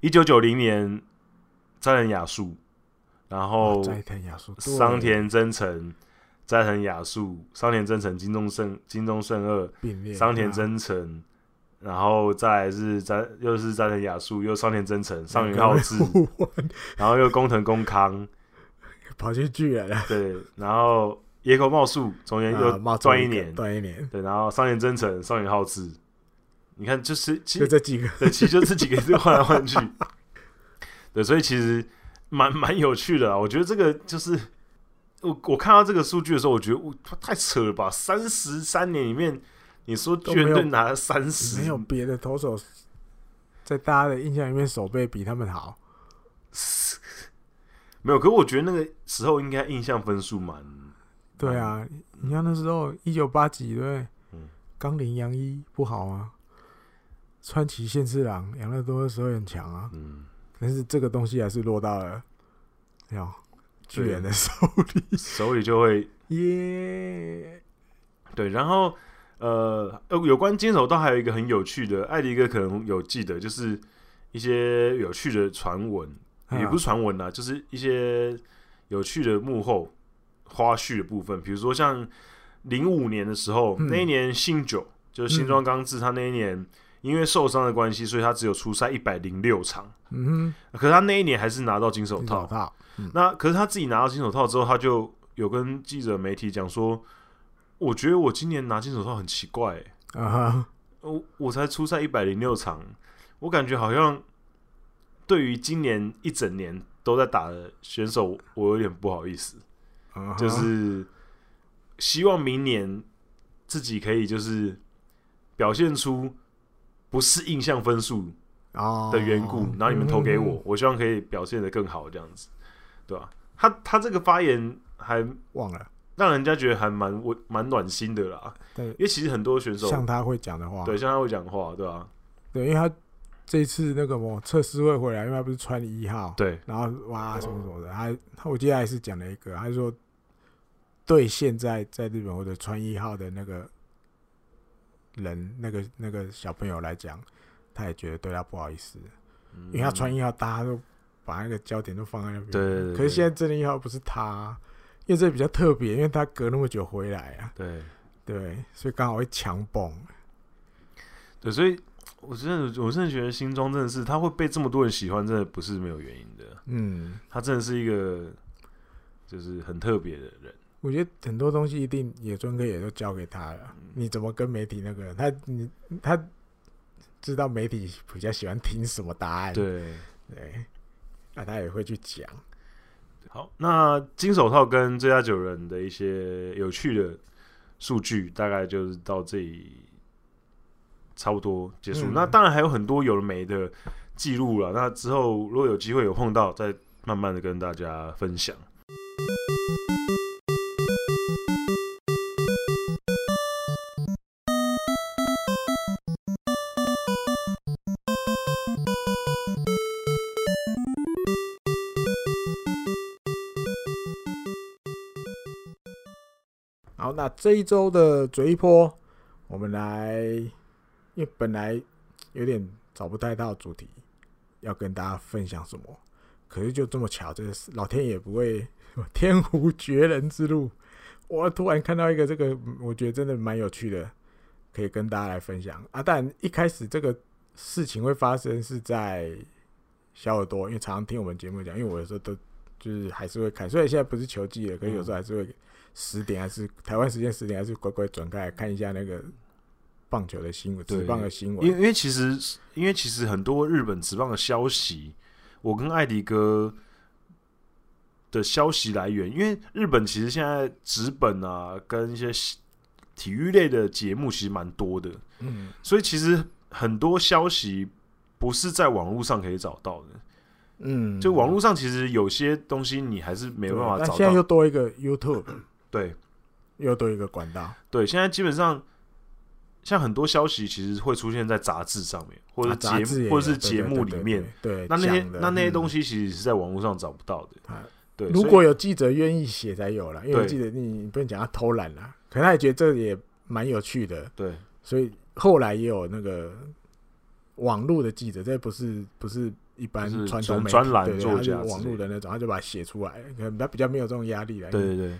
S2: 一九九零年斋藤雅树，然后
S1: 斋藤雅树、对
S2: 哦桑田真诚、斋藤雅树、桑田真诚、金钟胜、金钟胜二、
S1: 并列
S2: 桑田
S1: 啊
S2: 真诚，然后再来是斋又是斋藤雅树，又桑田真诚、上原
S1: 两
S2: 浩
S1: 个
S2: 志，
S1: 互换
S2: 然后又工藤公康，
S1: 跑去巨人了，
S2: 对，然后野口茂树，中间
S1: 啊
S2: 哎又
S1: 冒出
S2: 断一
S1: 个
S2: 年，
S1: 断一年，
S2: 对，然后桑田真诚、上原浩志，你看就是其
S1: 就这几个
S2: 对，其实就自己给自己换来 换去。对，所以其实蛮蛮有趣的啊。我觉得这个就是我我看到这个数据的时候，我觉得我太扯了吧！三十三年里面，你说巨人
S1: 都没
S2: 队
S1: 有
S2: 拿了三十，
S1: 没有别的投手在大家的印象里面手背比他们好，
S2: 没有。可是我觉得那个时候应该印象分数蛮
S1: 对啊，你看那时候一九八几对不对
S2: 嗯，
S1: 冈林洋一不好啊，川崎宪次郎、养乐多的时候也很强啊，
S2: 嗯，
S1: 但是这个东西还是落到了要巨人的手
S2: 啊
S1: 里，
S2: 手里就会
S1: 耶！
S2: 对。然后呃，呃有关金手道还有一个很有趣的，艾迪哥可能有记得，就是一些有趣的传闻。也不
S1: 是
S2: 是传闻啦，就是一些有趣的幕后花絮的部分，比如说像零五年的时候，
S1: 嗯
S2: 那一年信九就是新庄刚志，他那一年因为受伤的关系，所以他只有出赛一百零六场，
S1: 嗯
S2: 可是他那一年还是拿到金手
S1: 哼，
S2: 套。
S1: 套，
S2: 那可是他自己拿到金手套之后，他就有跟记者媒体讲说，我觉得我今年拿金手套很奇怪、欸
S1: 啊哈，
S2: 我呃我才出赛一百零六场，我感觉好像对于今年一整年都在打的选手，我有点不好意思，
S1: 啊哈
S2: 就是希望明年自己可以就是表现出不是印象分数
S1: 哦
S2: 的缘故，然后你们投给我，，
S1: 嗯
S2: 我希望可以表现的更好，这样子，对吧、他他这个发言还
S1: 忘了，
S2: 让人家觉得还蛮温蛮暖心的啦，
S1: 对
S2: 因为其实很多选手
S1: 像他会讲的话，
S2: 对像他会讲话，对吧、
S1: 对，因为他这次那个么测试会回来，因为他不是穿一号，
S2: 对，啊
S1: 然后哇什么什么的，他他我记得还是讲了一个，他说对现在在日本或者穿一号的那个人，那个那个小朋友来讲，他也觉得对他不好意思，
S2: 嗯
S1: 因为他穿一号，大家都把那个焦点都放在那边。
S2: 对对对
S1: 可是现在真的一号不是他，因为这比较特别，因为他隔那么久回来啊，
S2: 对
S1: 对，所以刚好会强蹦。
S2: 对，所以我真的我真的觉得新庄真的是他会被这么多人喜欢，真的不是没有原因的。
S1: 嗯，
S2: 他真的是一个就是很特别的人，
S1: 我觉得很多东西一定野村哥也都交给他了。你怎么跟媒体那个他你他知道媒体比较喜欢听什么答案？
S2: 对。
S1: 对，那、他也会去讲。
S2: 好，那金手套跟最佳九人的一些有趣的数据，大概就是到这里差不多结束。
S1: 嗯
S2: 那当然还有很多有的没的记录了，那之后如果有机会有碰到，再慢慢的跟大家分享。
S1: 好，那这一周的嘴一波，我们来，因为本来有点找不太到主题要跟大家分享什么，可是就这么巧，这个是老天也不会 天无绝人之路，我突然看到一个这个，嗯我觉得真的蛮有趣的，可以跟大家来分享啊。但一开始这个事情会发生是在小耳朵，因为常常听我们节目讲，因为我有时候都就是还是会看，虽然现在不是球季了，可是有时候还是会十点还是台湾时间十点，还是乖乖转开来看一下那个棒球的新闻，
S2: 对
S1: 职棒的新
S2: 因为
S1: 闻。
S2: 因为其实因为其实很多日本职棒的消息，我跟艾迪哥的消息来源，因为日本其实现在职本啊跟一些西体育类的节目其实蛮多的，
S1: 嗯，
S2: 所以其实很多消息不是在网络上可以找到的。
S1: 嗯，
S2: 就网络上其实有些东西你还是
S1: 没
S2: 没办法
S1: 但
S2: 找
S1: 现在又
S2: 到。
S1: 多一个 YouTube，
S2: 对
S1: 又多一个管道，
S2: 对，现在基本上像很多消息其实会出现在杂志上面，或者
S1: 啊杂
S2: 节
S1: 志
S2: 目，
S1: 也
S2: 或
S1: 有
S2: 者是
S1: 对
S2: 节
S1: 对
S2: 目
S1: 对
S2: 里面。
S1: 对，对
S2: 那那些
S1: 讲的
S2: 那那些
S1: 嗯
S2: 东西其实是在网络上找不到的。
S1: 啊
S2: 对，
S1: 如
S2: 所以
S1: 果有记者愿意写才有了，因为
S2: 对
S1: 我记得你你不能讲他偷懒啦，可能他也觉得这也蛮有趣的，
S2: 对
S1: 所以后来也有那个网络的记者，这不是不是一般
S2: 就是
S1: 传统媒体
S2: 专栏
S1: 对对
S2: 作
S1: 他是
S2: 家之
S1: 网
S2: 类
S1: 络的那种，他就把它写出来，可能他比较没有这种压力了。
S2: 对，对对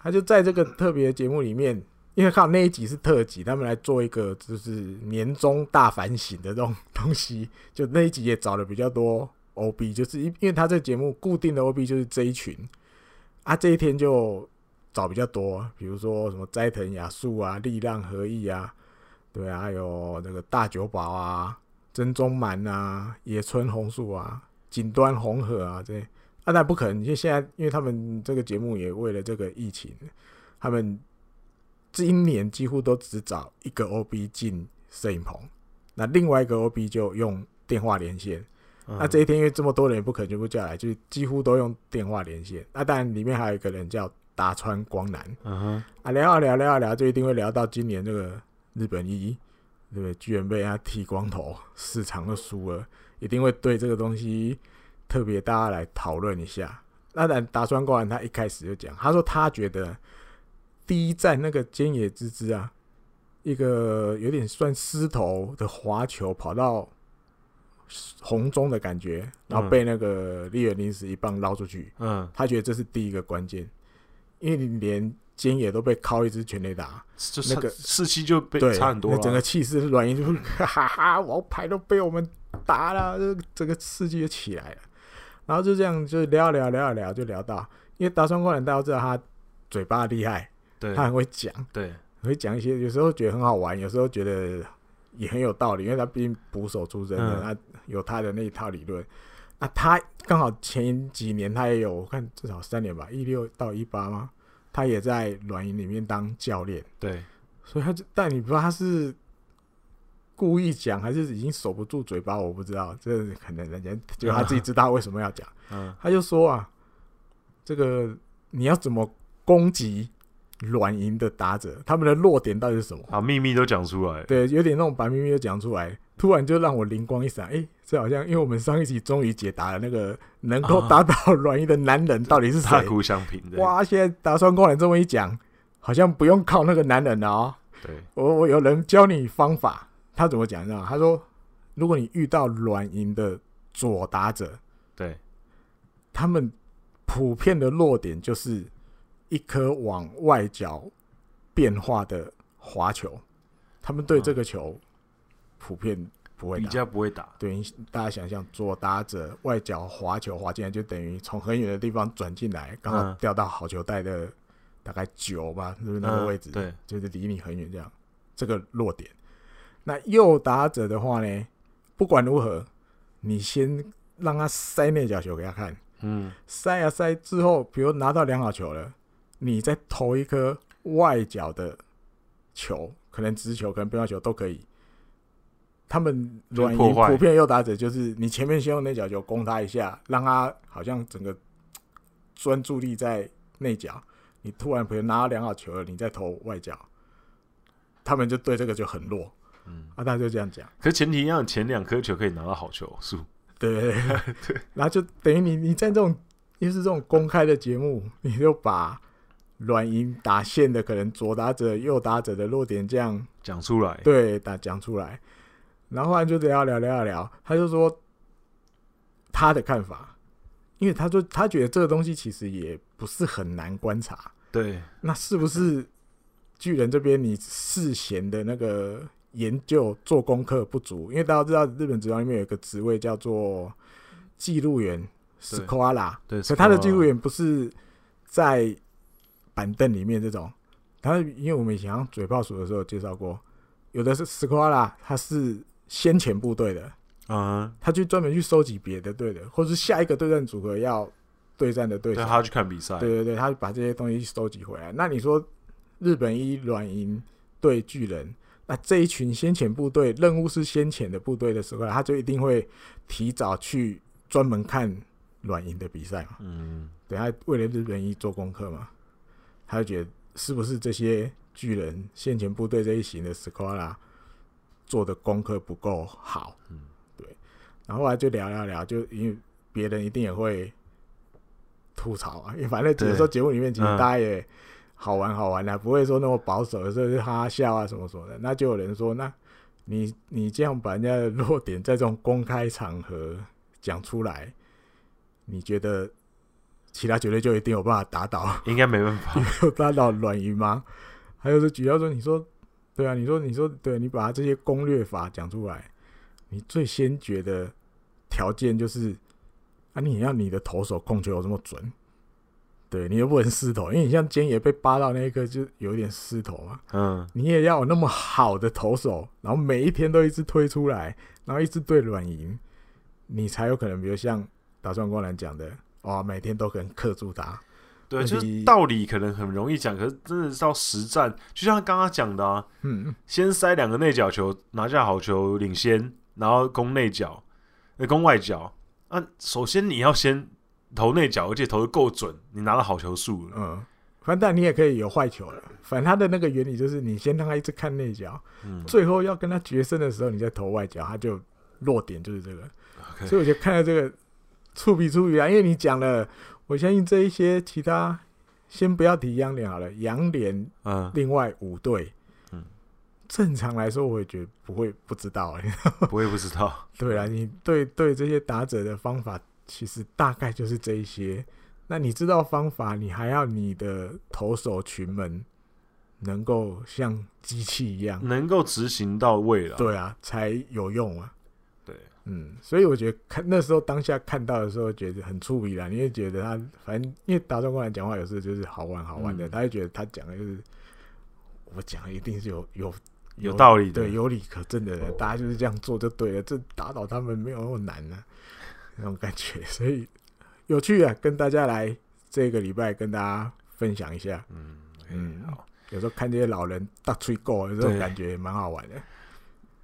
S1: 他就在这个特别节目里面，因为看那一集是特辑，他们来做一个就是年终大反省的这种东西，就那一集也找了比较多 OB，就是因因为他这个节目固定的 OB 就是这一群，啊这一天就找比较多，比如说什么斋藤雅树啊、力浪合意啊，对啊，还有那个大久保啊、真宗满啊、野村红树啊、锦端红河啊这些。啊，那不可能！因为现在，因为他们这个节目也为了这个疫情，他们今年几乎都只找一个 OB 进摄影棚，那另外一个 OB 就用电话连线。
S2: 嗯
S1: 那这一天因为这么多人，也不可能全部叫来，就是几乎都用电话连线。那当然里面还有一个人叫达川光男
S2: 嗯哼，
S1: 啊，聊啊聊聊啊聊，就一定会聊到今年这个日本一，对不对？居然被他剃光头，市场都输了，一定会对这个东西特别大家来讨论一下。那然，达川光男他一开始就讲，他说他觉得第一站那个菅野之之啊，一个有点算狮头的滑球跑到红中的感觉，然后被那个利原临时一棒捞出去，
S2: 嗯，
S1: 他觉得这是第一个关键，因为你连菅野都被敲一支全垒打，
S2: 就
S1: 那个
S2: 差士气就被
S1: 对，
S2: 差很多啊
S1: 那
S2: 了。
S1: 整个气势是软硬，就是哈哈哈，王牌都被我们打了，这整个士气就起来了。然后就这样就聊啊聊啊聊啊聊，就聊到，因为达川光人大家都知道他嘴巴厉害，
S2: 对
S1: 他很会讲，
S2: 对
S1: 很会讲一些，有时候觉得很好玩，有时候觉得也很有道理，因为他毕竟捕手出身的，
S2: 嗯
S1: 他有他的那一套理论。啊，他刚好前几年他也有，我看至少三年吧，一六到一八吗？他也在软银里面当教练。
S2: 对，
S1: 所以他就，但你不知道他是故意讲还是已经守不住嘴巴，我不知道，这可能人家就他自己知道为什么要讲。
S2: 嗯
S1: 他就说啊，这个你要怎么攻击软银的打者，他们的弱点到底是什么？
S2: 把秘密都讲出来。
S1: 对，有点那种白咪咪就讲出来，突然就让我灵光一闪，诶，这好像因为我们上一集终于解答了那个能够
S2: 啊
S1: 打倒软银的男人到底是谁
S2: 大。鼓相平的，
S1: 哇，现在打算过来这么一讲，好像不用靠那个男人了哦。
S2: 对，
S1: 我我有人教你方法，他怎么讲？你知道吗？他说，如果你遇到软银的左打者，
S2: 对，
S1: 他们普遍的弱点就是一颗往外角变化的滑球，他们对这个球普遍不会
S2: 比
S1: 打。
S2: 较不会打。
S1: 对，你大家想象左打者外角滑球滑进来，就等于从很远的地方转进来，刚好
S2: 嗯
S1: 掉到好球带的大概九吧，是不是那个
S2: 嗯
S1: 位置？
S2: 对，
S1: 就是离你很远这样，这个落点。那右打者的话呢，不管如何，你先让他塞内角球给他看，
S2: 嗯，
S1: 塞啊塞之后，比如拿到两好球了，你再投一颗外角的球，可能直球，可能变化球都可以。他们软
S2: 就是
S1: 银
S2: 破坏
S1: 普遍右打者就是你前面先用内角球攻他一下，让他好像整个专注力在内角，你突然比如拿到两好球了，你再投外角，他们就对这个就很弱。
S2: 嗯，
S1: 啊，大家就这样讲。
S2: 可前提要前两颗球可以拿到好球数。
S1: 对对 然后就等于你你在这种又是这种公开的节目，你就把软银打线的可能左打者、右打者的弱点这样
S2: 讲出来，
S1: 对打讲出来，然后后来就聊聊聊聊聊，他就说他的看法，因为他说他觉得这个东西其实也不是很难观察，
S2: 对
S1: 那是不是巨人这边你事前的那个研究做功课不足？因为大家知道日本职棒里面有一个职位叫做记录员 s
S2: 对
S1: c o a l a
S2: 对，
S1: 所以他的记录
S2: 也
S1: 员不是在板凳里面这种。然后因为我们以前好像嘴炮鼠的时候有介绍过，有的是斯夸拉，他是先遣部队的，
S2: 嗯，
S1: 他去专门去收集别的队的，或是下一个对战组合要对战的对
S2: 对，
S1: 手。
S2: 他要去看比赛，
S1: 对对对，他把这些东西收集回来。那你说日本一软银对巨人，那这一群先遣部队任务是先遣的部队的时候，他就一定会提早去专门看软银的比赛嘛？
S2: 嗯，
S1: 对，他为了日本一做功课嘛，他就觉得是不是这些巨人先遣部队这一型的 s q u a d 做的功课不够好？
S2: 嗯，
S1: 对。然后后来就聊聊聊，就因为别人一定也会吐槽啊，因为反正有时候节目里面其实
S2: 嗯
S1: 大家也好玩好玩的、不会说那么保守，有时候就哈哈笑啊什么什么的。那就有人说，那你你这样把人家的弱点在这种公开场合讲出来，你觉得其他球队就一定有办法打倒
S2: 应该没办法，
S1: 有打倒软银吗？还有是举例说，你说对啊，你说你说对，你把这些攻略法讲出来，你最先决的条件就是啊，你也要你的投手控球有这么准，对你又不能失投，因为你像菅野被扒到那一刻就有一点失投嘛，
S2: 嗯，
S1: 你也要有那么好的投手，然后每一天都一直推出来，然后一直对软银，你才有可能，比如像打算光南讲的，哇，每天都可能克住他，
S2: 对，
S1: 问
S2: 就
S1: 题
S2: 是道理可能很容易讲，可是真的是到实战，就像刚刚讲的啊，
S1: 嗯，
S2: 先塞两个内角球，拿下好球领先，然后攻内角，呃，攻外角。那、首先你要先投内角，而且投的够准，你拿到好球数了。
S1: 嗯，反正但你也可以有坏球了。反正他的那个原理就是，你先让他一直看内角，
S2: 嗯，
S1: 最后要跟他决胜的时候，你再投外角，他就弱点就是这个。
S2: OK
S1: 所以我就看到这个触笔触笔啊，因为你讲了，我相信这一些其他先不要提杨脸好了，杨脸
S2: 嗯，
S1: 另外五队，
S2: 嗯，
S1: 正常来说我也觉得不会不知道、欸，
S2: 我呃也不知道。
S1: 对啦，你对对这些打者的方法，其实大概就是这一些。那你知道方法，你还要你的投手群们能够像机器一样，
S2: 能够执行到位了。
S1: 嗯对啊，才有用啊。
S2: 对，
S1: 嗯，所以我觉得看那时候当下看到的时候，觉得很触鼻啦。你会觉得他反正因为打算过来讲话，有时候就是好玩好玩的，
S2: 嗯
S1: 他就觉得他讲的就是我讲的一定是有有
S2: 有道理的
S1: 对，有理可证的人，大家就是这样做就对了，这打倒他们没有那么难呢、啊那种感觉， 所以有趣啊，跟大家来这个礼拜跟大家分享一下，
S2: 嗯，嗯
S1: 嗯，
S2: 好。
S1: 有时候看这些老人大吹够，有时候
S2: 对
S1: 感觉也蛮好玩的，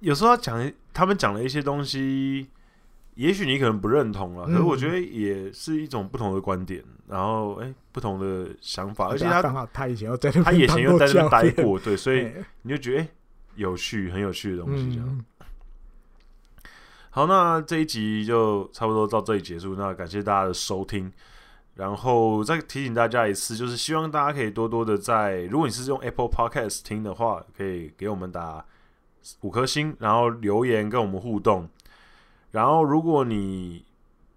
S2: 有时候他讲他们讲的一些东西，也许你可能不认同啊了，可是
S1: 嗯
S2: 我觉得也是一种不同的观点，然后哎、不同的想法，而且
S1: 他
S2: 他
S1: 啊刚好他以前又在那
S2: 他
S1: 边
S2: 以前又在那边
S1: 当教
S2: 待
S1: 练，
S2: 过，对，所以
S1: 哎
S2: 你就觉得哎、有趣，很有趣的东西这样。
S1: 嗯，
S2: 好，那这一集就差不多到这里结束。那感谢大家的收听，然后再提醒大家一次，就是希望大家可以多多的在，如果你是用 Apple Podcast 听的话，可以给我们打五颗星，然后留言跟我们互动。然后，如果你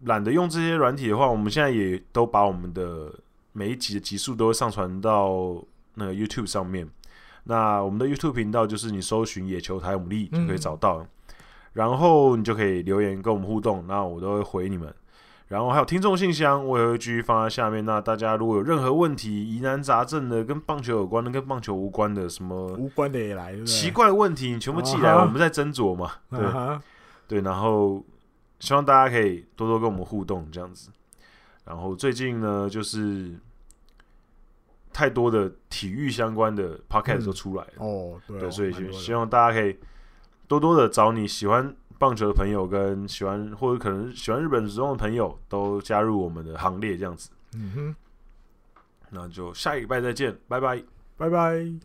S2: 懒得用这些软体的话，我们现在也都把我们的每一集的集数都会上传到那个 YouTube 上面。那我们的 YouTube 频道就是你搜寻“野球台牡蛎”就可以找到了。然后你就可以留言跟我们互动，那我都会回你们。然后还有听众信箱，我也会继续放在下面。那大家如果有任何问题、疑难杂症的、跟棒球有关的、跟棒球无关的，什么
S1: 无关的也哦来，对不对
S2: 奇怪的问题，你全部寄来，
S1: 啊哈
S2: 我们再斟酌 嘛。对
S1: 啊哈
S2: 对，然后希望大家可以多多跟我们互动这样子。然后最近呢，就是太多的体育相关的 podcast
S1: 嗯
S2: 都出来了，
S1: 哦，对
S2: 对，
S1: 哦，
S2: 所以
S1: 蛮
S2: 就
S1: 多的
S2: 希望大家可以多多的找你喜欢棒球的朋友，跟喜欢或者可能喜欢日本职棒的朋友，都加入我们的行列这样子。
S1: 嗯哼，
S2: 那就下一个礼拜再见，拜拜。
S1: 拜拜。